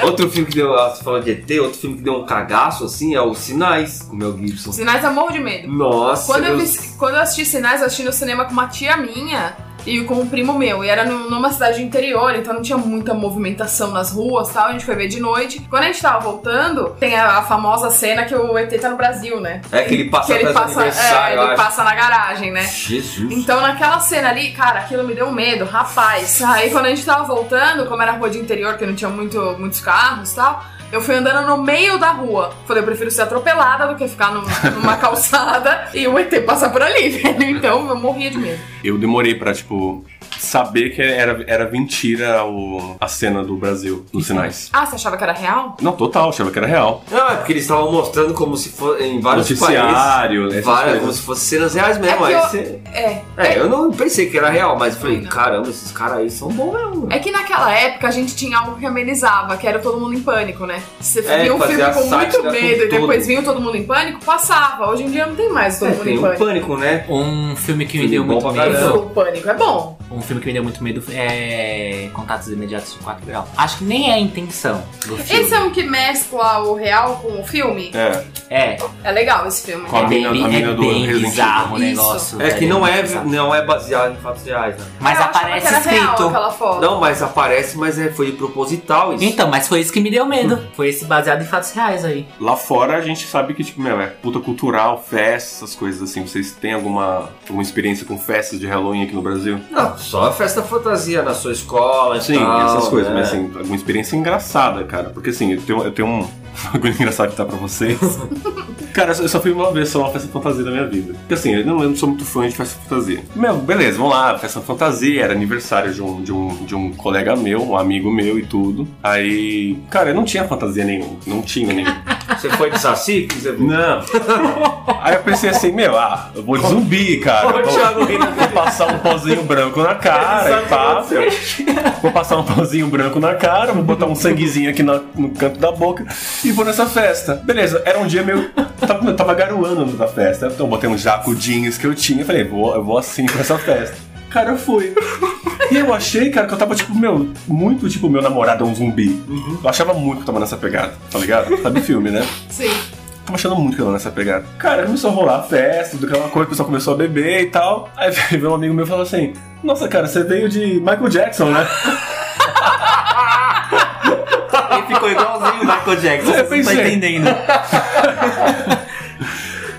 [SPEAKER 4] É Outro filme que deu, ah, você falou de ET, outro filme que deu um cagaço, assim, é o Sinais, com o Mel Gibson.
[SPEAKER 2] Sinais eu morro de medo.
[SPEAKER 4] Nossa,
[SPEAKER 2] Quando eu,
[SPEAKER 4] eu-
[SPEAKER 2] vi- quando eu assisti Sinais, eu assisti no cinema com uma tia minha e com um primo meu. E era num- numa cidade interior, então não tinha muita movimentação nas ruas tal. A gente foi ver de noite. Quando a gente tava voltando, tem a, a famosa cena que o ET tá no Brasil, né?
[SPEAKER 4] É que ele passa
[SPEAKER 2] que ele
[SPEAKER 4] atrás do
[SPEAKER 2] passa, é,
[SPEAKER 4] aniversário, eu
[SPEAKER 2] ele
[SPEAKER 4] acho.
[SPEAKER 2] passa na garagem, né?
[SPEAKER 4] Jesus.
[SPEAKER 2] Então naquela cena ali, cara, aquilo me deu um medo, rapaz. Aí quando a gente tava voltando, como era rua de interior, que não tinha muito, muitos carros e tal, eu fui andando no meio da rua. Falei, eu prefiro ser atropelada do que ficar num- numa (laughs) calçada e o ET passar por ali, (laughs) velho. Então eu morria de medo.
[SPEAKER 1] Eu demorei pra, tipo, saber que era, era mentira o, a cena do Brasil nos sinais.
[SPEAKER 2] Ah, você achava que era real?
[SPEAKER 1] Não, total, achava que era real.
[SPEAKER 2] Então
[SPEAKER 4] Não, é porque eles estavam mostrando como se fosse em vários países.
[SPEAKER 1] Noticiário, essas
[SPEAKER 4] Várias, como
[SPEAKER 1] coisas.
[SPEAKER 4] se fossem cenas reais mesmo.
[SPEAKER 2] É que
[SPEAKER 4] aí
[SPEAKER 2] eu-
[SPEAKER 4] você-
[SPEAKER 2] É.
[SPEAKER 4] É, eu não pensei que era real, mas eu falei,
[SPEAKER 2] Não.
[SPEAKER 4] caramba, esses caras aí são bons mesmo.
[SPEAKER 2] É que naquela época a gente tinha algo que amenizava, que era todo mundo em pânico, né? Você
[SPEAKER 4] É,
[SPEAKER 2] via um
[SPEAKER 4] fazia
[SPEAKER 2] filme com
[SPEAKER 4] sátira
[SPEAKER 2] muito
[SPEAKER 4] com
[SPEAKER 2] medo e
[SPEAKER 4] tudo.
[SPEAKER 2] depois vinha o todo mundo em pânico, passava. Hoje em dia não tem mais o todo
[SPEAKER 4] É,
[SPEAKER 2] mundo
[SPEAKER 4] tem
[SPEAKER 2] em
[SPEAKER 4] um
[SPEAKER 2] pânico.
[SPEAKER 4] pânico, né?
[SPEAKER 3] Um filme que me
[SPEAKER 4] Filme
[SPEAKER 3] deu
[SPEAKER 4] bom
[SPEAKER 3] muito
[SPEAKER 4] pra caramba.
[SPEAKER 3] medo.
[SPEAKER 2] O pânico é bom.
[SPEAKER 3] Um filme que me deu muito medo é Contatos Imediatos de 4 Grau. Acho que nem é a intenção do filme.
[SPEAKER 2] Esse é um que mescla o real com o filme?
[SPEAKER 1] É,
[SPEAKER 3] É,
[SPEAKER 2] É legal esse filme.
[SPEAKER 1] Com a
[SPEAKER 3] é
[SPEAKER 1] mina-
[SPEAKER 3] bem,
[SPEAKER 1] a mina
[SPEAKER 3] é
[SPEAKER 1] do
[SPEAKER 3] bem
[SPEAKER 1] Resident Evil.
[SPEAKER 3] bizarro o
[SPEAKER 2] Isso.
[SPEAKER 3] negócio.
[SPEAKER 4] É que
[SPEAKER 3] velho,
[SPEAKER 4] não é,
[SPEAKER 3] bizarro.
[SPEAKER 4] não é baseado em fatos reais, né?
[SPEAKER 3] Mas
[SPEAKER 2] Eu achava
[SPEAKER 3] aparece
[SPEAKER 2] que era Real,
[SPEAKER 3] escrito.
[SPEAKER 2] aquela foto.
[SPEAKER 4] Não, mas aparece, mas é, foi proposital isso.
[SPEAKER 3] Então, mas foi isso que me deu
[SPEAKER 1] Hum.
[SPEAKER 3] medo. Foi esse baseado em fatos reais aí.
[SPEAKER 1] lá fora a gente sabe que, tipo, meu, é puta cultural, festas, essas coisas assim. Vocês têm alguma, alguma experiência com festas de Halloween aqui no Brasil?
[SPEAKER 4] Não, só a festa fantasia na sua escola e
[SPEAKER 1] Sim,
[SPEAKER 4] tal,
[SPEAKER 1] essas coisas,
[SPEAKER 4] né?
[SPEAKER 1] mas assim, alguma experiência engraçada, cara. Porque assim, eu tenho, eu tenho um (laughs) bagulho engraçado que tá pra
[SPEAKER 4] (laughs)
[SPEAKER 1] vocês. cara, eu só- eu só fui uma vez só uma festa fantasia da minha vida. Porque assim, eu não, eu não sou muito fã de festa fantasia. Meu, beleza, vamos lá, festa fantasia, era aniversário de um, de, um, de um colega meu, um amigo meu e tudo. Aí, cara, eu não tinha fantasia nenhuma, não tinha nenhuma.
[SPEAKER 4] Você foi de saci? que Você...
[SPEAKER 3] (laughs)
[SPEAKER 1] Não.
[SPEAKER 4] (laughs)
[SPEAKER 1] Aí eu pensei assim, meu, ah, eu vou de zumbi, cara.
[SPEAKER 4] Ô,
[SPEAKER 1] Vou,
[SPEAKER 4] Thiago.
[SPEAKER 1] vou passar um pozinho branco na cara
[SPEAKER 4] Ele
[SPEAKER 1] e
[SPEAKER 4] sabe
[SPEAKER 1] pá.
[SPEAKER 4] o que aconteceu.
[SPEAKER 1] Vou passar um pozinho branco na cara, vou botar um sanguezinho aqui na- no canto da boca e vou nessa festa. Beleza, era um dia meio. Tava, tava garoando na festa. Então eu botei uns jaco jeans que eu tinha e falei, vou, eu vou assim pra essa festa. Cara, eu fui. E eu achei, cara, que eu tava, tipo, meu, muito tipo, meu namorado é um zumbi.
[SPEAKER 4] Uhum.
[SPEAKER 1] Eu achava muito que eu tava nessa pegada, tá ligado? Sabe filme, né?
[SPEAKER 2] Sim.
[SPEAKER 1] Tava achando muito que eu tava nessa pegada. Cara, começou a rolar festa, do que é uma coisa, o pessoal começou a beber e tal. Aí (laughs) veio um amigo meu e falou assim: Nossa, cara, você veio de Michael Jackson, né?
[SPEAKER 3] Ele ficou igualzinho o Michael Jackson.
[SPEAKER 1] Eu
[SPEAKER 3] Você não tá
[SPEAKER 1] pensei.
[SPEAKER 3] entendendo.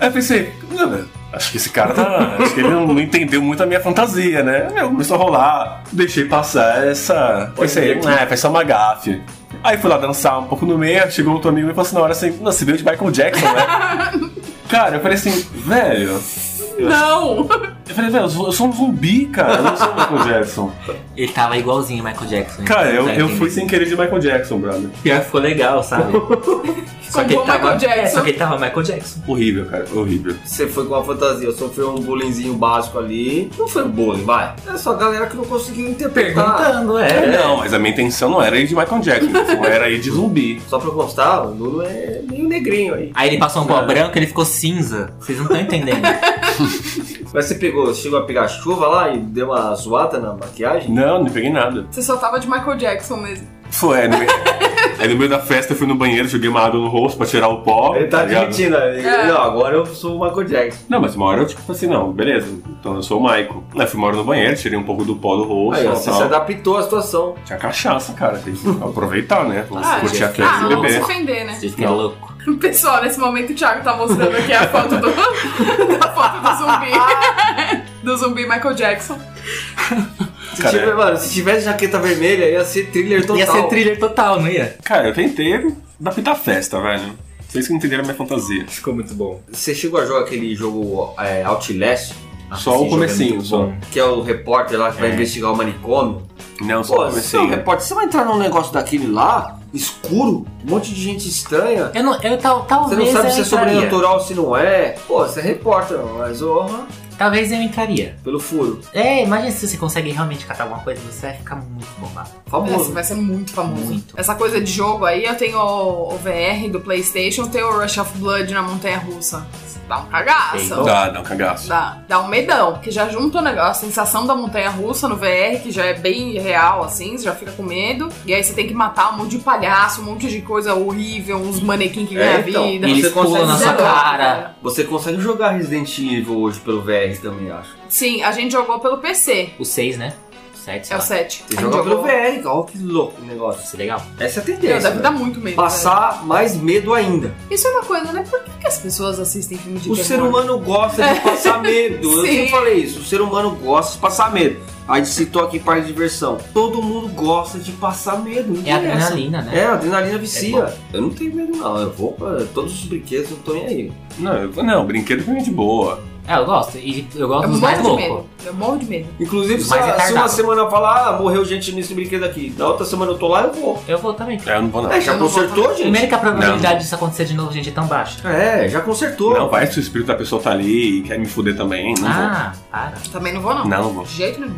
[SPEAKER 1] Aí eu pensei, "Não, meu, acho que esse cara tá. Acho que ele não não entendeu muito a minha fantasia, né? Meu, começou a rolar, deixei passar essa. Pensei, ah, foi só uma gafe. Aí fui lá dançar um pouco no meio, chegou outro amigo e falou assim na hora assim, nossa, você veio de Michael Jackson, né? cara, eu falei assim, velho.
[SPEAKER 2] Não!
[SPEAKER 1] Eu falei, velho, eu sou eu sou um zumbi, cara, eu não sou o Michael Jackson.
[SPEAKER 3] Ele tava igualzinho o Michael Jackson.
[SPEAKER 1] Cara, eu,
[SPEAKER 3] Tá
[SPEAKER 1] eu
[SPEAKER 3] entendendo?
[SPEAKER 1] fui sem querer de Michael Jackson, brother.
[SPEAKER 3] Pior que É, ficou legal, sabe?
[SPEAKER 2] Com
[SPEAKER 3] ele
[SPEAKER 2] bom Michael Jackson.
[SPEAKER 3] É, só que ele tava Michael Jackson.
[SPEAKER 1] Horrível, cara, horrível.
[SPEAKER 4] Você foi com uma fantasia, eu sofri um bullyingzinho básico ali. Não foi um bullying, vai. É só a galera que não conseguiu
[SPEAKER 2] Ah.
[SPEAKER 4] interpretar.
[SPEAKER 3] Perguntando,
[SPEAKER 1] É,
[SPEAKER 3] é.
[SPEAKER 1] não, mas a minha intenção não era ir de Michael Jackson, a intenção era ir de zumbi.
[SPEAKER 4] Só pra constar, o Nuno é meio negrinho aí.
[SPEAKER 3] Aí ele passou um pó branco e ele ficou cinza. Vocês não estão entendendo.
[SPEAKER 1] (laughs)
[SPEAKER 4] Mas você pegou, chegou a pegar chuva lá e deu uma zoada na maquiagem?
[SPEAKER 1] Não, não peguei nada.
[SPEAKER 2] Você só tava de Michael Jackson mesmo.
[SPEAKER 1] Foi, é, no meio, aí no meio da festa eu fui no banheiro, joguei uma água no rosto pra tirar o pó.
[SPEAKER 4] Ele tá
[SPEAKER 1] ligado?
[SPEAKER 4] admitindo, ele-
[SPEAKER 2] É.
[SPEAKER 4] não, agora eu sou o Michael Jackson.
[SPEAKER 1] Não, mas uma hora eu tipo falei assim, não, beleza, então eu sou o Maico. Aí fui uma hora no banheiro, tirei um pouco do pó do rosto.
[SPEAKER 4] Aí, ó,
[SPEAKER 1] tal,
[SPEAKER 4] você
[SPEAKER 1] tal.
[SPEAKER 4] se adaptou à situação.
[SPEAKER 1] Tinha cachaça, cara. Tem
[SPEAKER 4] (laughs)
[SPEAKER 1] que aproveitar, né? Vamos
[SPEAKER 2] Ah,
[SPEAKER 1] curtir
[SPEAKER 2] gente.
[SPEAKER 1] a festa
[SPEAKER 2] ah,
[SPEAKER 1] e
[SPEAKER 2] não vamos se
[SPEAKER 1] beber.
[SPEAKER 2] ofender, né?
[SPEAKER 3] Vocês ficam
[SPEAKER 1] Não.
[SPEAKER 3] louco.
[SPEAKER 2] (laughs) Pessoal, nesse momento o Thiago tá mostrando aqui a foto do, da foto do (laughs) zumbi. Do zumbi (laughs) Michael Jackson.
[SPEAKER 4] Se,
[SPEAKER 1] Cara,
[SPEAKER 4] tiver, mano, se tivesse jaqueta vermelha, ia ser thriller total.
[SPEAKER 3] Ia ser thriller total, não ia?
[SPEAKER 1] Cara, eu tentei adaptar a festa, velho. Vocês que não entenderam a minha fantasia.
[SPEAKER 3] Ficou muito bom.
[SPEAKER 4] Você chegou a jogar aquele jogo é, Outlast?
[SPEAKER 3] Ah,
[SPEAKER 1] Só o comecinho, só.
[SPEAKER 4] Que é o repórter lá que vai
[SPEAKER 3] É.
[SPEAKER 4] investigar o manicômio.
[SPEAKER 1] Não, só
[SPEAKER 4] Pô, você é um
[SPEAKER 1] comecei.
[SPEAKER 4] repórter, você vai entrar num negócio daquele lá, escuro, um monte de gente estranha.
[SPEAKER 3] Eu não, eu tal,
[SPEAKER 4] Você
[SPEAKER 3] talvez
[SPEAKER 4] não sabe
[SPEAKER 3] eu
[SPEAKER 4] se
[SPEAKER 3] entraria.
[SPEAKER 4] é sobrenatural ou se não é. Pô, você é repórter, mas honra
[SPEAKER 3] Talvez eu entraria.
[SPEAKER 4] pelo furo.
[SPEAKER 3] É, imagina se você consegue realmente catar alguma coisa, você vai ficar muito bombado.
[SPEAKER 2] Esse
[SPEAKER 4] Famoso.
[SPEAKER 2] vai ser muito famoso.
[SPEAKER 3] Muito.
[SPEAKER 2] Essa coisa de jogo aí, eu tenho o o VR do Playstation, tenho o Rush of Blood na Montanha Russa. Dá um cagaço.
[SPEAKER 3] Sei.
[SPEAKER 1] Dá, dá um cagaço.
[SPEAKER 2] Dá, dá um medão, que já junta o negócio, a sensação da montanha russa no VR, que já é bem real, assim, você já fica com medo. E aí você tem que matar um monte de palhaço, um monte de coisa horrível, uns manequim que
[SPEAKER 4] É,
[SPEAKER 2] ganha
[SPEAKER 4] então.
[SPEAKER 2] vida.
[SPEAKER 4] E
[SPEAKER 3] Eles
[SPEAKER 4] você consegue
[SPEAKER 3] pulam na
[SPEAKER 2] Isso é
[SPEAKER 3] sua
[SPEAKER 2] louco,
[SPEAKER 3] cara.
[SPEAKER 4] Você consegue jogar Resident Evil hoje pelo VR também, acho.
[SPEAKER 2] Sim, a gente jogou pelo PC.
[SPEAKER 3] O 6, né? O 7, sei
[SPEAKER 2] É o
[SPEAKER 3] lá.
[SPEAKER 2] 7.
[SPEAKER 4] Você
[SPEAKER 2] a gente
[SPEAKER 4] joga pelo
[SPEAKER 2] jogou.
[SPEAKER 4] VR, olha que louco o negócio.
[SPEAKER 3] Isso é legal.
[SPEAKER 4] Essa é a
[SPEAKER 2] Meu,
[SPEAKER 4] tendência.
[SPEAKER 2] deve
[SPEAKER 4] né?
[SPEAKER 2] dar muito medo.
[SPEAKER 4] Passar mais medo ainda.
[SPEAKER 2] velho. Isso é uma coisa, né? Por que, que as pessoas assistem filme de
[SPEAKER 4] O
[SPEAKER 2] terror?
[SPEAKER 4] ser humano gosta de passar medo. Eu
[SPEAKER 2] Sim.
[SPEAKER 4] sempre falei isso. O ser humano gosta de passar medo. A gente citou aqui parte de diversão. Todo mundo gosta de passar medo. não
[SPEAKER 3] É a
[SPEAKER 4] interessa.
[SPEAKER 3] adrenalina, né?
[SPEAKER 4] É, a adrenalina vicia.
[SPEAKER 3] É
[SPEAKER 4] eu não tenho medo, não. Eu vou pra todos os brinquedos, eu não tô nem aí.
[SPEAKER 1] Não, eu, não, brinquedo pra mim é de boa.
[SPEAKER 3] É, eu gosto. E eu gosto
[SPEAKER 4] é
[SPEAKER 2] Eu
[SPEAKER 4] um
[SPEAKER 3] dos
[SPEAKER 2] morro
[SPEAKER 3] mais
[SPEAKER 2] de
[SPEAKER 3] loucos.
[SPEAKER 2] É medo. Eu morro de medo.
[SPEAKER 4] Inclusive, se,
[SPEAKER 3] Mas é
[SPEAKER 4] a- se uma
[SPEAKER 3] tardado.
[SPEAKER 4] semana eu falar, ah, morreu gente nesse brinquedo aqui. Na outra semana eu tô lá, eu vou.
[SPEAKER 3] Eu vou também.
[SPEAKER 1] É, eu não vou não.
[SPEAKER 4] É, já
[SPEAKER 2] Eu não vou
[SPEAKER 4] consertou, gente?
[SPEAKER 3] Primeiro que a probabilidade
[SPEAKER 1] Não.
[SPEAKER 3] disso acontecer de novo, gente, é tão baixa.
[SPEAKER 4] É, já consertou.
[SPEAKER 1] Não, vai se o espírito da pessoa tá ali e quer me fuder também. Não
[SPEAKER 3] Ah, para.
[SPEAKER 2] Também não vou, não.
[SPEAKER 1] vou. Não, não vou.
[SPEAKER 2] De jeito nenhum.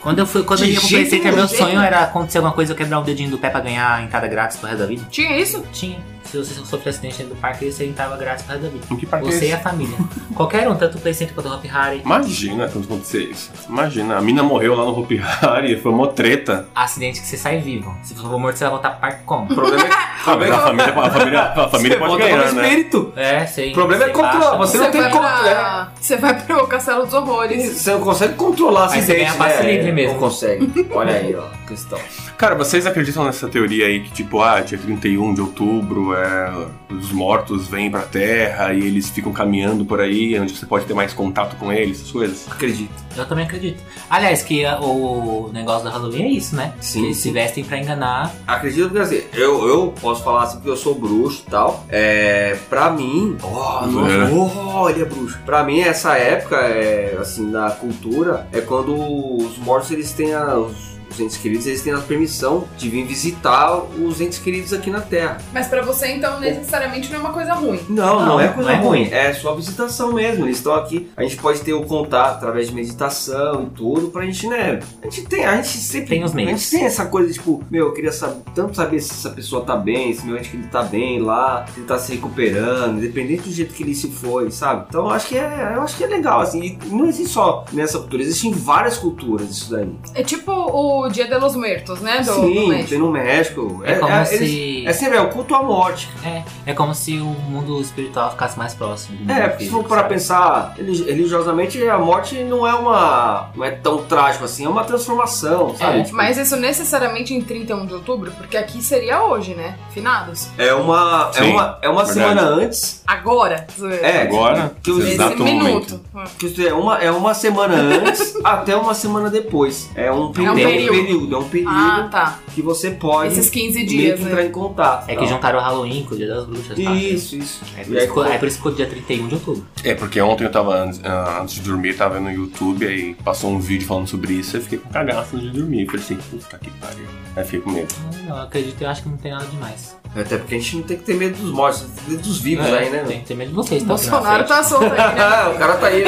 [SPEAKER 3] Quando eu fui, quando eu
[SPEAKER 4] De
[SPEAKER 3] ia pro
[SPEAKER 4] jeito
[SPEAKER 3] PC, que é
[SPEAKER 4] nenhum,
[SPEAKER 3] meu
[SPEAKER 2] jeito
[SPEAKER 3] sonho
[SPEAKER 2] nenhum.
[SPEAKER 3] era acontecer alguma coisa, eu quebrar o dedinho do pé pra ganhar entrada grátis pro resto da vida.
[SPEAKER 2] Tinha isso?
[SPEAKER 3] Tinha. Se você sofrer acidente dentro do parque, você entrava grátis pro resto da vida.
[SPEAKER 1] Em que parte é
[SPEAKER 3] Você e
[SPEAKER 1] esse?
[SPEAKER 3] a família. Qualquer um, tanto o Play Center quanto o Hop Harry.
[SPEAKER 1] Imagina quando acontecer isso. Imagina, a mina morreu lá no Hopi Hari, foi uma treta.
[SPEAKER 3] Acidente que você sai vivo. Se você for morto, você vai voltar pro parque como?
[SPEAKER 4] O problema (laughs) é que
[SPEAKER 1] Ah, mas a família, a família, a família
[SPEAKER 4] você
[SPEAKER 1] pode
[SPEAKER 4] volta
[SPEAKER 1] ganhar,
[SPEAKER 4] pro
[SPEAKER 1] né?
[SPEAKER 4] espírito.
[SPEAKER 3] É, sei.
[SPEAKER 4] O problema é
[SPEAKER 3] sei
[SPEAKER 4] controlar,
[SPEAKER 3] baixa,
[SPEAKER 4] você- não tem né?
[SPEAKER 2] vai
[SPEAKER 4] como,
[SPEAKER 2] pra... Você vai pro Castelo dos Horrores.
[SPEAKER 4] Você não consegue controlar
[SPEAKER 3] Aí você
[SPEAKER 4] acidente,
[SPEAKER 3] ganha passe
[SPEAKER 4] né?
[SPEAKER 3] livre mesmo.
[SPEAKER 4] Não (laughs) consegue. Olha aí, ó, questão.
[SPEAKER 1] Cara, vocês acreditam nessa teoria aí que, tipo, ah, dia 31 de outubro, é, os mortos vêm pra terra e eles ficam caminhando por aí, onde você pode ter mais contato com eles, essas coisas?
[SPEAKER 4] Acredito.
[SPEAKER 3] Eu também acredito. Aliás, que a- o negócio do Halloween é isso, né?
[SPEAKER 4] Sim,
[SPEAKER 3] Eles se
[SPEAKER 4] sim.
[SPEAKER 3] vestem pra enganar.
[SPEAKER 4] Acredito que assim, eu, eu posso falar assim porque eu sou bruxo e tal. É. Pra mim. Ó, nossa,
[SPEAKER 1] É.
[SPEAKER 4] ó, olha, bruxo. Pra mim, essa época, é, assim, na cultura, é quando os mortos eles têm a- os, os os entes queridos, eles têm a permissão de vir visitar os entes queridos aqui na Terra.
[SPEAKER 2] Mas pra você, então, necessariamente não é uma coisa ruim.
[SPEAKER 4] Não, não,
[SPEAKER 3] Não,
[SPEAKER 4] é coisa
[SPEAKER 3] não é
[SPEAKER 4] ruim.
[SPEAKER 3] ruim.
[SPEAKER 4] É só visitação mesmo. Eles estão aqui. A gente pode ter o contato através de meditação e tudo pra gente, né? A gente tem, a gente sempre
[SPEAKER 3] Tem os meios.
[SPEAKER 4] A gente tem essa coisa tipo, meu, eu queria sab- tanto saber se essa pessoa tá bem, se meu ente querido tá bem lá, se ele tá se recuperando, independente do jeito que ele se foi, sabe? Então eu acho que é, eu acho que é legal assim. E não existe só nessa cultura, existem várias culturas isso daí.
[SPEAKER 2] É tipo o Dia de los Muertos, né? Do, do
[SPEAKER 4] Sim,
[SPEAKER 2] México.
[SPEAKER 4] tem no México.
[SPEAKER 3] É, como se.
[SPEAKER 4] eles- é sempre é o culto à morte.
[SPEAKER 3] É, é como se o mundo espiritual ficasse mais próximo. do mundo
[SPEAKER 4] É, porque se
[SPEAKER 3] físico,
[SPEAKER 4] for para
[SPEAKER 3] sabe?
[SPEAKER 4] pensar religi- religiosamente, a morte não é uma. não é tão trágico assim, é uma transformação, sabe?
[SPEAKER 3] É,
[SPEAKER 4] Tipo,
[SPEAKER 2] Mas isso necessariamente em 31 de outubro, porque aqui seria hoje, né? Finados.
[SPEAKER 4] é uma. é
[SPEAKER 1] Sim,
[SPEAKER 4] uma, é uma
[SPEAKER 1] verdade.
[SPEAKER 4] semana antes.
[SPEAKER 2] Agora. zoeira.
[SPEAKER 4] É,
[SPEAKER 1] Agora,
[SPEAKER 4] que eu-
[SPEAKER 1] esse
[SPEAKER 2] Nesse
[SPEAKER 1] exato
[SPEAKER 2] minuto.
[SPEAKER 1] momento.
[SPEAKER 4] que isso é uma, é uma semana antes até uma semana depois. É um,
[SPEAKER 2] É um período.
[SPEAKER 4] É um período
[SPEAKER 2] Ah, tá.
[SPEAKER 4] que você pode
[SPEAKER 2] Esses 15
[SPEAKER 4] meio
[SPEAKER 2] dias,
[SPEAKER 4] que entrar
[SPEAKER 2] né?
[SPEAKER 4] em contato.
[SPEAKER 3] É
[SPEAKER 4] tal.
[SPEAKER 3] que juntaram o Halloween com o Dia das Bruxas, tá?
[SPEAKER 4] Isso, isso.
[SPEAKER 3] É por,
[SPEAKER 4] E aí
[SPEAKER 3] isso que, é
[SPEAKER 4] ficou-
[SPEAKER 3] por isso que ficou dia 31 de outubro.
[SPEAKER 1] É, porque ontem eu tava, antes, ah, antes de dormir, tava no YouTube, aí passou um vídeo falando sobre isso, eu fiquei com cagaço antes de dormir. Falei assim, puta que pariu. Aí fiquei com medo.
[SPEAKER 3] Não, não, eu acredito, eu acho que não tem nada demais.
[SPEAKER 4] Até porque a gente não tem que ter medo dos mortos, tem que ter medo dos vivos
[SPEAKER 3] É,
[SPEAKER 4] aí, né?
[SPEAKER 3] Tem, tem medo de vocês, tá?
[SPEAKER 2] Bolsonaro tá solto aí, (laughs) né?
[SPEAKER 4] (laughs) Ah, o cara tá aí.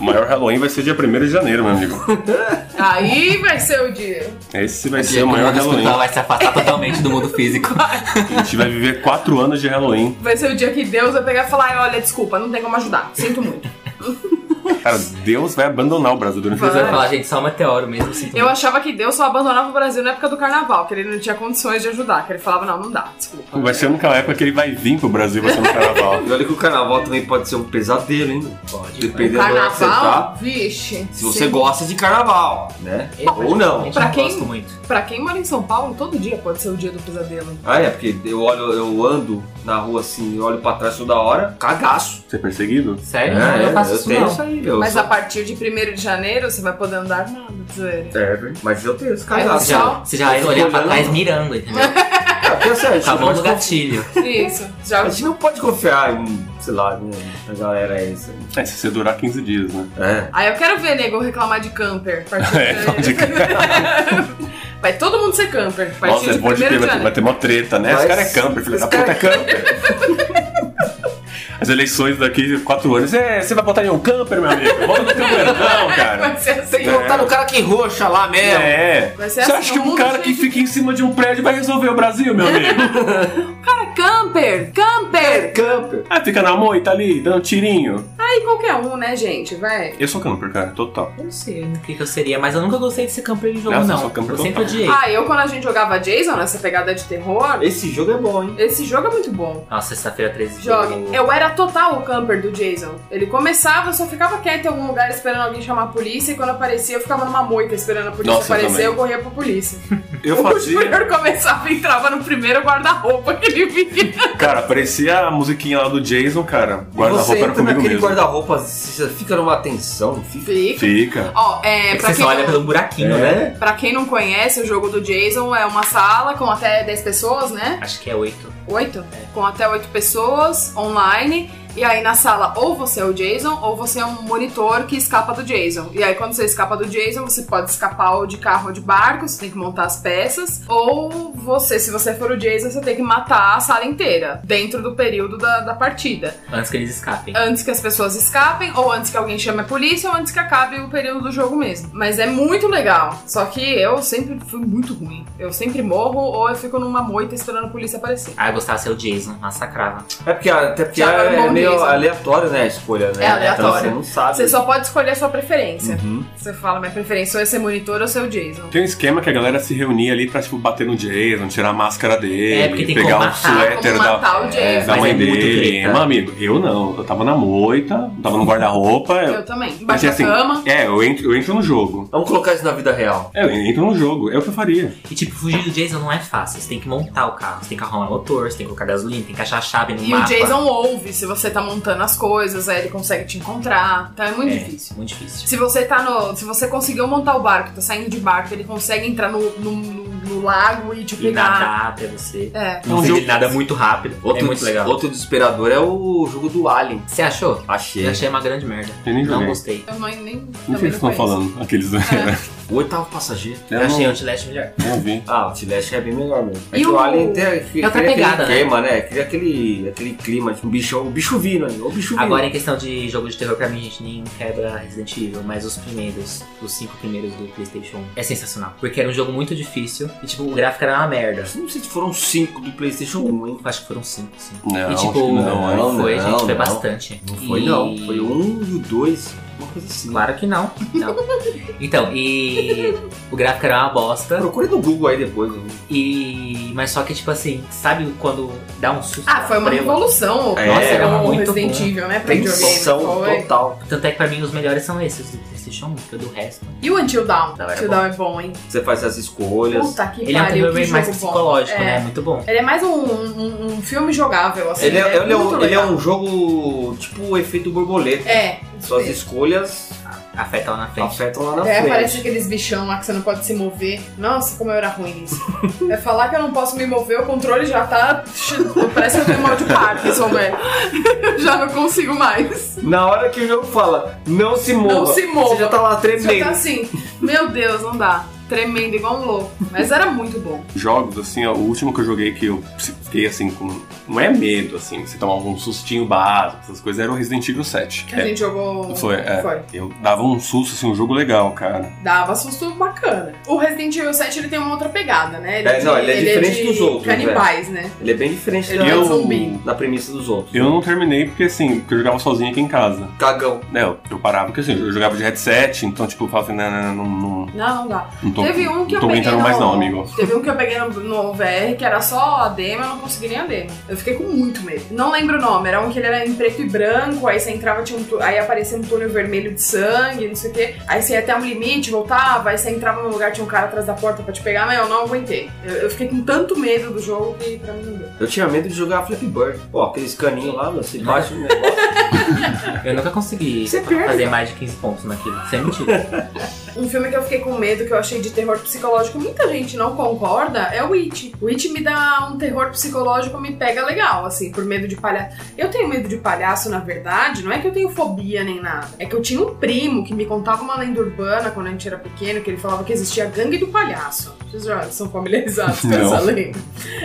[SPEAKER 1] O maior Halloween vai ser dia 1 de janeiro, meu amigo.
[SPEAKER 2] Aí vai ser o dia.
[SPEAKER 1] Esse vai
[SPEAKER 4] é
[SPEAKER 1] ser o maior
[SPEAKER 3] O mundo
[SPEAKER 1] Halloween.
[SPEAKER 3] espiritual vai se afastar totalmente do mundo físico.
[SPEAKER 1] A gente vai viver quatro anos de Halloween.
[SPEAKER 2] Vai ser o dia que Deus vai pegar e falar: "Ai, olha, desculpa, não tem como ajudar. Sinto muito.
[SPEAKER 1] Cara, Deus vai abandonar o Brasil durante
[SPEAKER 2] Vai.
[SPEAKER 1] esse
[SPEAKER 3] Você vai
[SPEAKER 1] ano.
[SPEAKER 3] falar, gente, só um meteoro mesmo. Assim,
[SPEAKER 2] Eu achava que Deus só abandonava o Brasil na época do carnaval, que ele não tinha condições de ajudar, que ele falava, não, não dá, desculpa.
[SPEAKER 1] Vai ser a única época que ele vai vir pro Brasil, vai ser no carnaval.
[SPEAKER 4] E olha que o carnaval também pode ser um pesadelo, hein?
[SPEAKER 3] Pode,
[SPEAKER 4] Dependendo do lugar que você tá.
[SPEAKER 2] Carnaval, vixe.
[SPEAKER 4] Se você
[SPEAKER 2] Sim.
[SPEAKER 4] gosta de carnaval, né? Ou não.
[SPEAKER 2] Pra quem-
[SPEAKER 3] gosto muito.
[SPEAKER 2] Pra quem mora em São Paulo, todo dia pode ser o dia do pesadelo.
[SPEAKER 4] Ah, é, porque eu olho, eu ando na rua assim, eu olho pra trás toda hora, cagaço.
[SPEAKER 1] Ser perseguido?
[SPEAKER 3] Sério?
[SPEAKER 4] é,
[SPEAKER 3] não, eu faço
[SPEAKER 4] eu
[SPEAKER 3] isso
[SPEAKER 4] tenho
[SPEAKER 3] não.
[SPEAKER 4] isso aí, meu.
[SPEAKER 2] Mas
[SPEAKER 4] Eu
[SPEAKER 2] a partir de 1 de janeiro, você vai poder andar nada, zoeira.
[SPEAKER 4] sou- É, velho. Mas eu tenho esse
[SPEAKER 2] Mas
[SPEAKER 4] cagaço.
[SPEAKER 3] Você já,
[SPEAKER 2] Só-
[SPEAKER 3] você já
[SPEAKER 4] Eu
[SPEAKER 3] olha
[SPEAKER 4] fico
[SPEAKER 3] pra
[SPEAKER 4] olhando.
[SPEAKER 3] trás mirando, entendeu?
[SPEAKER 4] É, porque, assim, a gente não
[SPEAKER 3] Acabou
[SPEAKER 4] pode
[SPEAKER 3] no
[SPEAKER 4] confiar-
[SPEAKER 3] gatilho.
[SPEAKER 2] Isso. Já
[SPEAKER 4] A gente não pode confiar em, sei lá, né, a galera é isso. aí.
[SPEAKER 1] É, se você durar 15 dias, né?
[SPEAKER 4] É.
[SPEAKER 2] Aí eu quero ver nego reclamar de camper. a partir de
[SPEAKER 1] É,
[SPEAKER 2] janeiro.
[SPEAKER 1] de
[SPEAKER 2] (laughs) Vai todo mundo ser camper. A partir
[SPEAKER 1] Nossa, é
[SPEAKER 2] de
[SPEAKER 1] bom de
[SPEAKER 2] 1
[SPEAKER 1] ter, vai ter,
[SPEAKER 2] de
[SPEAKER 1] vai
[SPEAKER 2] janeiro.
[SPEAKER 1] ter mó treta, né?
[SPEAKER 4] Mas-
[SPEAKER 1] Esse cara é camper, filho
[SPEAKER 4] esse
[SPEAKER 1] da puta
[SPEAKER 4] cara
[SPEAKER 1] é camper. As eleições daqui quatro anos. É, você vai botar em um camper, meu amigo? Volta no camper,
[SPEAKER 2] (laughs)
[SPEAKER 1] não, cara.
[SPEAKER 2] Vai ser
[SPEAKER 4] Tem que
[SPEAKER 3] É.
[SPEAKER 2] assim.
[SPEAKER 4] botar no cara que roxa lá mesmo.
[SPEAKER 1] É.
[SPEAKER 2] Vai ser
[SPEAKER 1] Você
[SPEAKER 2] assim,
[SPEAKER 1] acha que
[SPEAKER 2] o
[SPEAKER 1] um
[SPEAKER 2] mundo
[SPEAKER 1] cara
[SPEAKER 2] cheio
[SPEAKER 1] que
[SPEAKER 2] de-
[SPEAKER 1] fica em cima de um prédio vai resolver o Brasil, meu
[SPEAKER 2] (laughs)
[SPEAKER 1] amigo?
[SPEAKER 2] Cara, camper! Camper!
[SPEAKER 4] Camper.
[SPEAKER 1] ah, fica na moita ali, dando tirinho.
[SPEAKER 2] Aí qualquer um, né, gente? Vai.
[SPEAKER 1] Eu sou camper, cara, total.
[SPEAKER 3] Eu não sei o que, que eu seria, mas eu nunca gostei de ser camper de jogo,
[SPEAKER 1] Nossa, eu
[SPEAKER 3] não.
[SPEAKER 1] sou camper
[SPEAKER 3] Eu sempre
[SPEAKER 1] total.
[SPEAKER 3] odiei.
[SPEAKER 2] Ah, eu quando a gente jogava Jason, nessa pegada de terror,
[SPEAKER 4] Esse jogo é bom, hein?
[SPEAKER 2] esse jogo é muito bom.
[SPEAKER 3] Nossa, sexta-feira 13
[SPEAKER 2] Joguem. Eu é era total o camper do Jason. Ele começava, eu só ficava quieto em algum lugar esperando alguém chamar a polícia, e quando aparecia, eu ficava numa moita esperando a polícia
[SPEAKER 1] Nossa, eu
[SPEAKER 2] aparecer,
[SPEAKER 1] também.
[SPEAKER 2] eu, corria pra polícia.
[SPEAKER 1] Eu
[SPEAKER 2] (laughs) O
[SPEAKER 1] fazia.
[SPEAKER 2] Júnior começava e entrava no primeiro guarda-roupa que ele via.
[SPEAKER 1] Cara, parecia a musiquinha lá do Jason, cara.
[SPEAKER 4] você
[SPEAKER 1] Guarda-roupa era
[SPEAKER 4] entra
[SPEAKER 1] comigo
[SPEAKER 4] naquele
[SPEAKER 1] mesmo.
[SPEAKER 4] guarda-roupa, você fica numa tensão, fica.
[SPEAKER 2] Fica.
[SPEAKER 1] Fica.
[SPEAKER 2] Ó, é,
[SPEAKER 3] É que
[SPEAKER 2] pra
[SPEAKER 3] você
[SPEAKER 2] quem
[SPEAKER 3] só olha
[SPEAKER 2] não-
[SPEAKER 3] pelo buraquinho, né?
[SPEAKER 4] É.
[SPEAKER 2] Pra quem não conhece, o jogo do Jason é uma sala com até 10 pessoas, né?
[SPEAKER 3] Acho que é 8.
[SPEAKER 2] Oito? Com até oito pessoas online. E aí na sala, ou você é o Jason, ou você é um monitor que escapa do Jason. E aí quando você escapa do Jason, você pode escapar ou de carro ou de barco, você tem que montar as peças. Ou você, se você for o Jason, você tem que matar a sala inteira, dentro do período da, da partida.
[SPEAKER 3] Antes que eles escapem.
[SPEAKER 2] Antes que as pessoas escapem, ou antes que alguém chame a polícia, ou antes que acabe o período do jogo mesmo. Mas é muito legal. Só que eu sempre fui muito ruim. Eu sempre morro, ou eu fico numa moita esperando a polícia aparecer.
[SPEAKER 3] Ah, eu gostava de ser o Jason, massacrava.
[SPEAKER 4] É porque até porque
[SPEAKER 2] Já vai no
[SPEAKER 4] é
[SPEAKER 2] bom
[SPEAKER 4] meio
[SPEAKER 2] Jason.
[SPEAKER 4] aleatório, né? A escolha, né?
[SPEAKER 2] É aleatório.
[SPEAKER 4] Então você não sabe.
[SPEAKER 2] Você só pode escolher a sua preferência.
[SPEAKER 4] Uhum.
[SPEAKER 2] Você fala, minha preferência ou é ser monitor ou ser o Jason.
[SPEAKER 1] Tem um esquema que a galera se reunia ali pra, tipo, bater no Jason, tirar a máscara
[SPEAKER 3] É,
[SPEAKER 1] dele,
[SPEAKER 3] porque tem
[SPEAKER 1] pegar
[SPEAKER 3] como
[SPEAKER 1] um
[SPEAKER 3] matar,
[SPEAKER 1] suéter
[SPEAKER 2] Como
[SPEAKER 1] da,
[SPEAKER 2] matar o Jason.
[SPEAKER 1] da
[SPEAKER 3] mas
[SPEAKER 1] mãe
[SPEAKER 3] é muito
[SPEAKER 1] dele.
[SPEAKER 3] treta.
[SPEAKER 1] Mas, amigo, eu não. Eu tava na moita, tava no guarda-roupa. eu-
[SPEAKER 2] Eu também. Embaixo
[SPEAKER 1] Mas,
[SPEAKER 2] da
[SPEAKER 1] assim,
[SPEAKER 2] cama.
[SPEAKER 1] é, eu entro, eu entro no jogo.
[SPEAKER 4] Vamos colocar isso na vida real.
[SPEAKER 1] É, eu entro no jogo. É o que eu faria.
[SPEAKER 3] E tipo, fugir do Jason não é fácil. Você tem que montar o carro, você tem que arrumar motor, você tem que colocar gasolina, tem que achar a chave no
[SPEAKER 2] E
[SPEAKER 3] mapa.
[SPEAKER 2] o Jason ouve se você tá montando as coisas, aí ele consegue te encontrar. Então é muito
[SPEAKER 3] é
[SPEAKER 2] difícil.
[SPEAKER 3] Muito difícil.
[SPEAKER 2] Se você tá no. Se você conseguiu montar o barco, tá saindo de barco, ele consegue entrar no, no, no- no lago e te
[SPEAKER 3] E
[SPEAKER 2] pegar.
[SPEAKER 3] nadar até você.
[SPEAKER 2] É.
[SPEAKER 3] Não
[SPEAKER 1] um
[SPEAKER 3] sei
[SPEAKER 1] jogo-
[SPEAKER 3] ele nada muito rápido. é muito
[SPEAKER 4] des-
[SPEAKER 3] legal.
[SPEAKER 4] Outro desesperador é o jogo do Alien.
[SPEAKER 3] Você achou?
[SPEAKER 4] Achei.
[SPEAKER 3] Eu achei uma grande merda.
[SPEAKER 1] Eu nem
[SPEAKER 3] Não
[SPEAKER 1] joguei.
[SPEAKER 3] gostei.
[SPEAKER 2] Eu não, nem.
[SPEAKER 1] Não sei o
[SPEAKER 2] também
[SPEAKER 1] que vocês estão
[SPEAKER 2] conheço.
[SPEAKER 1] falando. Aqueles.
[SPEAKER 2] É.
[SPEAKER 4] O oitavo passageiro.
[SPEAKER 3] Eu,
[SPEAKER 4] não-
[SPEAKER 3] achei o Outlast melhor.
[SPEAKER 1] Não vi.
[SPEAKER 4] Ah, o Tileste é bem melhor mesmo.
[SPEAKER 2] E
[SPEAKER 4] É que
[SPEAKER 2] o-
[SPEAKER 4] o Alien tem, cria
[SPEAKER 3] outra
[SPEAKER 4] aquele
[SPEAKER 3] pegada, né?
[SPEAKER 4] clima, né? Cria aquele, aquele clima, tipo, um bicho, um bicho vindo aí, um bicho vindo.
[SPEAKER 3] Agora, em questão de jogo de terror, pra mim, gente, nem quebra Resident Evil, mas os primeiros, os cinco primeiros do PlayStation 1 é sensacional. Porque era um jogo muito difícil e, tipo, o gráfico era uma merda.
[SPEAKER 4] Não sei se foram cinco do Playstation 1, hein?
[SPEAKER 3] Eu acho que foram cinco, sim.
[SPEAKER 1] Não,
[SPEAKER 3] e, tipo,
[SPEAKER 1] acho que não,
[SPEAKER 4] não,
[SPEAKER 3] foi,
[SPEAKER 4] não,
[SPEAKER 3] gente, foi
[SPEAKER 4] não.
[SPEAKER 3] bastante.
[SPEAKER 4] Não foi
[SPEAKER 3] E-
[SPEAKER 4] não, foi um e o dois, uma coisa assim.
[SPEAKER 3] Claro que não. não. Então, e o gráfico era uma bosta.
[SPEAKER 4] Procure no Google aí depois. né?
[SPEAKER 3] E. Mas só que, tipo assim, sabe quando dá um susto?
[SPEAKER 2] Ah, foi uma
[SPEAKER 3] Prego?
[SPEAKER 2] revolução.
[SPEAKER 4] É,
[SPEAKER 2] Nossa,
[SPEAKER 4] era
[SPEAKER 2] o
[SPEAKER 3] muito
[SPEAKER 2] Resident
[SPEAKER 3] bom.
[SPEAKER 2] Evil, né? Pra videogame.
[SPEAKER 4] Tensão
[SPEAKER 2] Foi.
[SPEAKER 4] total.
[SPEAKER 3] Tanto é que pra mim os melhores são esses do PlayStation 1, porque o do resto.
[SPEAKER 2] E o Until Dawn?
[SPEAKER 3] Não, era
[SPEAKER 2] Until
[SPEAKER 3] bom.
[SPEAKER 2] Dawn é bom, hein?
[SPEAKER 4] Você faz as escolhas.
[SPEAKER 2] Puta que
[SPEAKER 3] Ele é um
[SPEAKER 2] pariu, que
[SPEAKER 3] terror
[SPEAKER 2] jogo
[SPEAKER 3] mais
[SPEAKER 2] bom.
[SPEAKER 3] psicológico,
[SPEAKER 2] É.
[SPEAKER 3] né? Muito bom.
[SPEAKER 2] Ele é mais um, um- um filme jogável, assim.
[SPEAKER 4] Ele é, ele é
[SPEAKER 2] muito
[SPEAKER 4] um, ele é
[SPEAKER 2] legal.
[SPEAKER 4] um jogo tipo o efeito borboleta.
[SPEAKER 2] É, isso
[SPEAKER 4] Suas
[SPEAKER 2] mesmo.
[SPEAKER 4] escolhas
[SPEAKER 3] Afeta lá na frente.
[SPEAKER 4] afetam lá na
[SPEAKER 2] É,
[SPEAKER 4] frente.
[SPEAKER 2] parece aqueles bichão lá que você não pode se mover. Nossa, como eu era ruim nisso. é falar que eu não posso me mover, o controle já tá. Parece que eu tenho mal de Parkinson, velho. já não consigo mais.
[SPEAKER 4] Na hora que o jogo fala, não se mova.
[SPEAKER 2] Não se mova.
[SPEAKER 4] Você já tá lá
[SPEAKER 2] Você tá
[SPEAKER 4] tremendo.
[SPEAKER 2] assim, meu Deus, não dá. Tremendo igual um louco. Mas era muito bom.
[SPEAKER 1] Jogos, assim, ó, o último que eu joguei que eu fiquei assim com. Não é medo, assim, você tomava um sustinho básico, essas coisas, era o Resident Evil 7.
[SPEAKER 4] É.
[SPEAKER 2] Que a gente jogou.
[SPEAKER 1] Foi, é.
[SPEAKER 2] Foi.
[SPEAKER 1] Eu dava um susto, assim, um jogo legal, cara.
[SPEAKER 2] Dava susto bacana. O Resident Evil 7 ele tem uma outra pegada, né?
[SPEAKER 4] É, não, ele é diferente
[SPEAKER 2] de
[SPEAKER 4] dos outros,
[SPEAKER 2] Canibais, né?
[SPEAKER 4] Ele é bem diferente
[SPEAKER 2] Ele
[SPEAKER 4] da,
[SPEAKER 2] é um
[SPEAKER 1] eu,
[SPEAKER 2] zumbi.
[SPEAKER 4] da premissa dos outros.
[SPEAKER 1] eu não terminei porque, assim, porque eu jogava sozinho aqui em casa.
[SPEAKER 4] Cagão.
[SPEAKER 1] Né, eu, eu parava, porque assim, eu jogava de headset, então, tipo, eu falava assim, não, não, não, não,
[SPEAKER 2] Não, não dá.
[SPEAKER 1] não tô,
[SPEAKER 2] Teve um que
[SPEAKER 1] não
[SPEAKER 2] eu
[SPEAKER 1] tô
[SPEAKER 2] peguei.
[SPEAKER 1] aguentando
[SPEAKER 2] no...
[SPEAKER 1] mais não, amigo.
[SPEAKER 2] Teve um que eu peguei no, no VR que era só a demo, eu não consegui nem a demo. Eu fiquei com muito medo. Não lembro o nome, era um que ele era em preto e branco, aí você entrava, tinha um tu- aí aparecia um túnel vermelho de sangue, não sei o quê. Aí você ia até um limite, voltava, aí você entrava num lugar, tinha um cara atrás da porta pra te pegar, mas eu não aguentei. Eu, eu fiquei com tanto medo do jogo que pra mim não deu.
[SPEAKER 4] Eu tinha medo de jogar Flappy Bird. Pô, aqueles caninhos lá, meu, você bate no
[SPEAKER 2] (laughs)
[SPEAKER 4] negócio.
[SPEAKER 3] Eu nunca consegui
[SPEAKER 2] é
[SPEAKER 4] Você perde.
[SPEAKER 3] fazer mais de 15 pontos naquilo. Sem (laughs) mentira.
[SPEAKER 2] Um filme que eu fiquei com medo, que eu achei de terror psicológico, muita gente não concorda, é o It. O It me dá um terror psicológico, me pega legal, assim, por medo de palhaço. Eu tenho medo de palhaço, na verdade, não é que eu tenho fobia nem nada. É que eu tinha um primo que me contava uma lenda urbana quando a gente era pequeno, que ele falava que existia a gangue do palhaço. Vocês já são familiarizados com
[SPEAKER 1] Não.
[SPEAKER 2] essa lenda?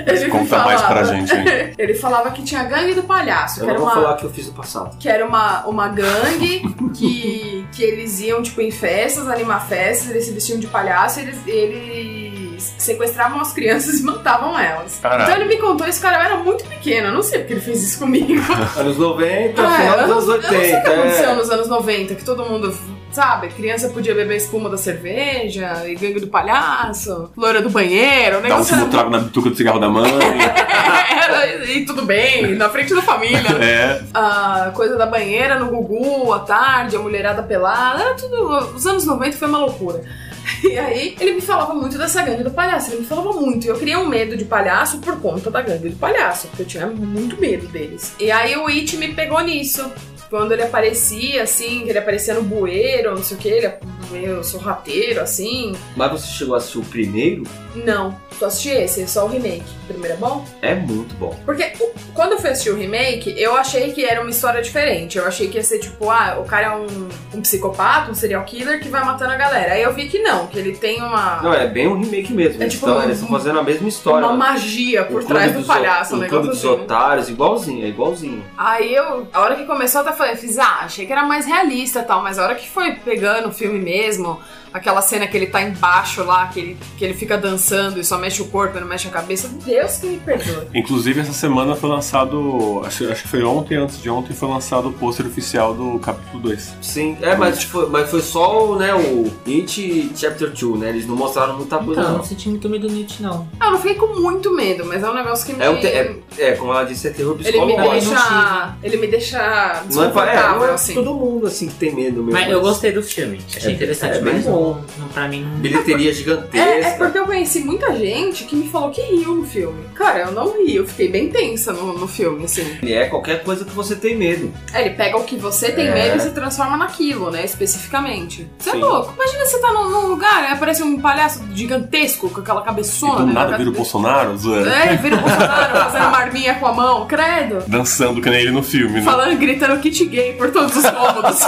[SPEAKER 2] Ele me
[SPEAKER 1] Conta mais pra
[SPEAKER 2] né?
[SPEAKER 1] gente,
[SPEAKER 2] (laughs)
[SPEAKER 1] hein?
[SPEAKER 2] Ele falava que tinha a gangue do palhaço,
[SPEAKER 4] Eu
[SPEAKER 2] que
[SPEAKER 4] não
[SPEAKER 2] era
[SPEAKER 4] vou
[SPEAKER 2] uma
[SPEAKER 4] falar o que eu fiz no passado.
[SPEAKER 2] que era uma, uma gangue que, que eles iam, tipo, em festas, animar festas, eles se vestiam de palhaço e eles, eles sequestravam as crianças (laughs) e matavam elas.
[SPEAKER 1] Caralho.
[SPEAKER 2] Então ele me contou isso, cara, eu era muito pequena, eu não sei porque ele fez isso comigo.
[SPEAKER 4] (laughs) Anos 90,
[SPEAKER 2] Ah,
[SPEAKER 4] Então, final
[SPEAKER 2] eu
[SPEAKER 4] dos
[SPEAKER 2] não-
[SPEAKER 4] anos
[SPEAKER 2] Eu não sei o
[SPEAKER 4] 80.
[SPEAKER 2] que aconteceu
[SPEAKER 4] é.
[SPEAKER 2] nos anos 90, que todo mundo, sabe, criança podia beber espuma da cerveja, e gangue do palhaço, loira do banheiro, o
[SPEAKER 1] Dá um
[SPEAKER 2] negócio
[SPEAKER 1] último trago na bituca do cigarro da
[SPEAKER 2] (laughs)
[SPEAKER 1] mãe.
[SPEAKER 2] era... (laughs) era- E tudo bem, na frente da família, né?
[SPEAKER 1] é.
[SPEAKER 2] a coisa da banheira no Gugu, à tarde, a mulherada pelada, era tudo. Os anos 90 foi uma loucura. (laughs) E aí, ele me falava muito dessa gangue do palhaço, ele me falava muito. E eu criei um medo de palhaço por conta da gangue do palhaço, porque eu tinha muito medo deles. E aí o It me pegou nisso. Quando ele aparecia, assim, que ele aparecia no bueiro, não sei o que, ele é meio sorrateiro, assim.
[SPEAKER 4] Mas você chegou a assistir o primeiro?
[SPEAKER 2] Não, só assisti esse, só o remake. O primeiro é bom?
[SPEAKER 4] É muito bom.
[SPEAKER 2] Porque o- quando eu fui assistir o remake, eu achei que era uma história diferente. Eu achei que ia ser tipo, ah, o cara é um, um psicopata, um serial killer que vai matando a galera. Aí eu vi que não, que ele tem uma,
[SPEAKER 4] Não, é bem um remake mesmo.
[SPEAKER 2] Ah. É
[SPEAKER 4] eles
[SPEAKER 2] tipo
[SPEAKER 4] tão-
[SPEAKER 2] um-
[SPEAKER 4] eles estão fazendo a mesma história. né?
[SPEAKER 2] uma magia por
[SPEAKER 4] O
[SPEAKER 2] trás
[SPEAKER 4] Clube
[SPEAKER 2] do
[SPEAKER 4] dos
[SPEAKER 2] palhaço,
[SPEAKER 4] O
[SPEAKER 2] um
[SPEAKER 4] Clube
[SPEAKER 2] negócio
[SPEAKER 4] dos
[SPEAKER 2] assim.
[SPEAKER 4] otários, igualzinho, é igualzinho.
[SPEAKER 2] Aí eu, a hora que começou, eu até falei, fiz, ah, achei que era mais realista e tal, mas a hora que foi pegando o filme mesmo, aquela cena que ele tá embaixo lá, que ele, que ele fica dançando e só mexe o corpo e não mexe a cabeça, Deus que me perdoe.
[SPEAKER 1] Inclusive, essa semana foi lançado. Acho, acho que foi ontem, antes de ontem, foi lançado o pôster oficial do capítulo 2.
[SPEAKER 4] Sim, é, mas foi, mas foi só o, né, o It Chapter 2, né? Eles não mostraram muita coisa,
[SPEAKER 3] Então, eu não
[SPEAKER 4] não.
[SPEAKER 3] senti muito medo do Nietzsche, não.
[SPEAKER 2] Ah, eu não fiquei com muito medo, mas é um negócio que me...
[SPEAKER 4] É, um te- é, é, como ela disse, é terror
[SPEAKER 2] Ele me
[SPEAKER 4] psicológico.
[SPEAKER 2] deixa. Ele me deixa
[SPEAKER 4] Não é, pra- é, não
[SPEAKER 2] desconfortável,
[SPEAKER 4] é
[SPEAKER 2] assim.
[SPEAKER 4] todo mundo assim que tem medo mesmo.
[SPEAKER 3] Mas eu gostei do filme. Achei
[SPEAKER 4] É-
[SPEAKER 3] interessante,
[SPEAKER 4] é bem
[SPEAKER 3] mas
[SPEAKER 4] bom.
[SPEAKER 3] não, pra mim não.
[SPEAKER 4] Bilheteria
[SPEAKER 2] É, é
[SPEAKER 4] gigantesca.
[SPEAKER 2] porque eu conheci muita gente que me falou que riu no filme. Cara, eu não ri, eu fiquei bem tensa no, no filme, assim.
[SPEAKER 4] Ele é qualquer coisa que você tem medo.
[SPEAKER 2] É, ele pega o que você tem
[SPEAKER 4] É.
[SPEAKER 2] medo e se transforma naquilo, né? Especificamente. Você é
[SPEAKER 4] Sim.
[SPEAKER 2] louco. Imagina você tá num, num lugar, aí aparece um palhaço gigantesco com aquela
[SPEAKER 1] E
[SPEAKER 2] cabeçona.
[SPEAKER 1] do
[SPEAKER 2] né?
[SPEAKER 1] nada vira o Bolsonaro,
[SPEAKER 2] (laughs)
[SPEAKER 1] zoando.
[SPEAKER 2] É, vira o Bolsonaro fazendo marminha com a mão, credo.
[SPEAKER 1] Dançando que nem ele no filme, né?
[SPEAKER 4] (laughs)
[SPEAKER 2] Falando, gritando kit gay por todos os cômodos.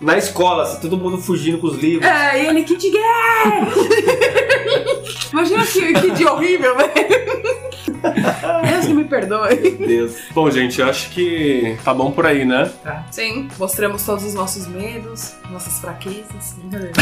[SPEAKER 4] na escola, assim, todo mundo fugindo com os livros.
[SPEAKER 2] É, e ele, Kid Gay! (laughs) Imagina que, que dia horrível, velho. Deus que me perdoe.
[SPEAKER 4] Meu Deus.
[SPEAKER 1] Bom, gente, acho que tá bom por aí, né?
[SPEAKER 2] Sim, mostramos todos os nossos medos, nossas fraquezas. Brincadeira.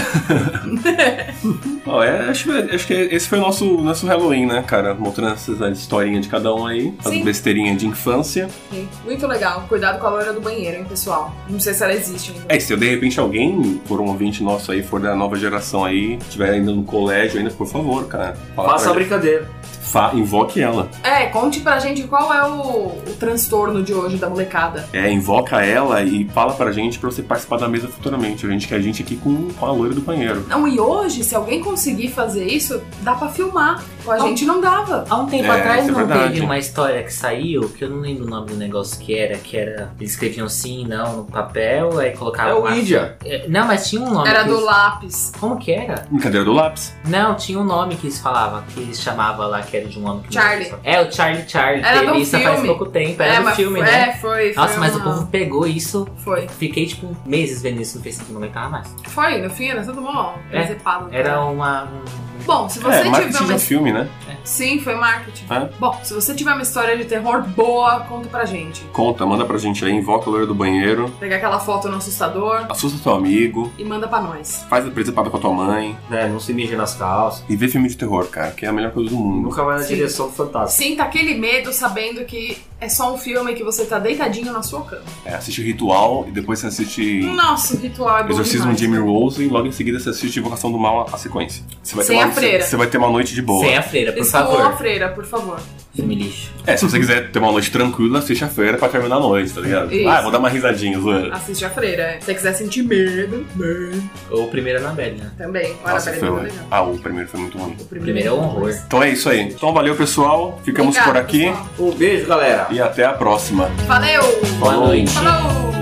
[SPEAKER 1] Ó, é, acho, acho que esse foi o nosso, nosso Halloween, né, cara? Mostrando essa historinha de cada um aí, as
[SPEAKER 2] Sim.
[SPEAKER 1] besteirinhas de infância.
[SPEAKER 2] Sim, Muito legal. Cuidado com a loira do banheiro, hein, pessoal. Não sei se ela existe ainda.
[SPEAKER 1] É, e se de repente alguém, por um ouvinte nosso aí, for da nova geração aí, tiver ainda no colégio ainda, por favor, cara. fala
[SPEAKER 4] Faça a
[SPEAKER 1] pra ele.
[SPEAKER 4] brincadeira.
[SPEAKER 1] Fa- Invoque ela.
[SPEAKER 2] É, conte pra gente qual é o, o transtorno de hoje da molecada.
[SPEAKER 1] É, invoca ela e fala pra gente pra você participar da mesa futuramente. A gente quer a gente aqui com, com a loira do banheiro.
[SPEAKER 2] Não, e hoje, se alguém conseguir fazer isso, dá pra filmar. Com a
[SPEAKER 3] Não.
[SPEAKER 2] gente não dava.
[SPEAKER 3] Há um tempo
[SPEAKER 1] É,
[SPEAKER 3] atrás
[SPEAKER 1] isso é
[SPEAKER 3] não
[SPEAKER 1] verdade.
[SPEAKER 3] teve uma história que saiu, que eu não lembro o nome do negócio que era, que era. Eles escreviam sim e não no papel, aí colocavam.
[SPEAKER 4] É o
[SPEAKER 3] uma-
[SPEAKER 4] Idia.
[SPEAKER 3] É, Não, mas tinha um nome.
[SPEAKER 2] Era
[SPEAKER 3] que
[SPEAKER 2] do
[SPEAKER 3] eles-
[SPEAKER 2] lápis.
[SPEAKER 3] Como que era?
[SPEAKER 1] Brincadeira do lápis.
[SPEAKER 3] Não, tinha um nome que eles falavam, que eles chamavam lá, que era de um homem que não
[SPEAKER 2] Charlie.
[SPEAKER 3] era só- É, o Charlie Charlie.
[SPEAKER 2] Era
[SPEAKER 3] teve
[SPEAKER 2] do
[SPEAKER 3] isso faz
[SPEAKER 2] filme.
[SPEAKER 3] pouco tempo, era do
[SPEAKER 2] mas
[SPEAKER 3] filme,
[SPEAKER 2] foi,
[SPEAKER 3] né?
[SPEAKER 2] É, foi. foi
[SPEAKER 3] Nossa, mas o
[SPEAKER 2] uma-
[SPEAKER 3] povo pegou isso.
[SPEAKER 2] Foi.
[SPEAKER 3] Fiquei, tipo, meses vendo isso no Facebook, não aguentava mais.
[SPEAKER 2] Foi, no fim era tudo bom. Era
[SPEAKER 3] É,
[SPEAKER 2] zepado.
[SPEAKER 3] Era uma. um-
[SPEAKER 2] Bom, se
[SPEAKER 1] é,
[SPEAKER 2] você tiver
[SPEAKER 1] marketing de
[SPEAKER 2] uma.
[SPEAKER 1] um filme, né?
[SPEAKER 2] Sim, foi marketing.
[SPEAKER 1] É.
[SPEAKER 2] Bom, se você tiver uma história de terror boa, conta pra gente.
[SPEAKER 1] Conta, manda pra gente aí, invoca a loira do banheiro,
[SPEAKER 2] Pegar aquela foto no assustador
[SPEAKER 1] assusta teu amigo,
[SPEAKER 2] e manda pra nós.
[SPEAKER 1] faz a presepada com a tua mãe
[SPEAKER 4] É, não se mija nas calças.
[SPEAKER 1] e vê filme de terror, cara, que é a melhor coisa do mundo.
[SPEAKER 4] Nunca vai na
[SPEAKER 2] Sim.
[SPEAKER 4] direção do fantasma.
[SPEAKER 2] Sinta aquele medo sabendo que é só um filme que você tá deitadinho na sua cama.
[SPEAKER 1] É, assiste o Ritual e depois você assiste
[SPEAKER 2] Nossa, o ritual é bom
[SPEAKER 1] Exorcismo
[SPEAKER 2] demais.
[SPEAKER 1] de Jimmy Rose e logo em seguida você assiste Invocação do Mal a sequência. Você vai,
[SPEAKER 2] Sem
[SPEAKER 1] ter
[SPEAKER 2] a
[SPEAKER 1] uma,
[SPEAKER 2] freira.
[SPEAKER 1] você vai ter uma noite de boa.
[SPEAKER 3] Sem a freira, por
[SPEAKER 2] Excluam a
[SPEAKER 3] favor.
[SPEAKER 2] freira, por favor.
[SPEAKER 3] Filme lixo.
[SPEAKER 1] É, se você quiser ter uma noite tranquila, assiste a freira pra terminar a noite, tá ligado?
[SPEAKER 2] Isso.
[SPEAKER 1] Ah, vou dar uma risadinha, zoeira.
[SPEAKER 2] Assiste a freira. é. Se você quiser sentir medo, medo,
[SPEAKER 3] Ou o primeiro Anabelle, né?
[SPEAKER 2] também. Olha,
[SPEAKER 1] Nossa,
[SPEAKER 2] peraí,
[SPEAKER 1] foi
[SPEAKER 2] tá
[SPEAKER 1] ruim.
[SPEAKER 2] legal.
[SPEAKER 1] Ah, o primeiro foi muito ruim.
[SPEAKER 2] O
[SPEAKER 3] O primeiro é um horror.
[SPEAKER 1] Então é isso aí. Então valeu, pessoal. Ficamos
[SPEAKER 2] Obrigada,
[SPEAKER 1] por aqui
[SPEAKER 2] pessoal.
[SPEAKER 4] Um beijo, galera.
[SPEAKER 1] e até a próxima.
[SPEAKER 2] Valeu!
[SPEAKER 3] Boa noite.
[SPEAKER 2] Falou!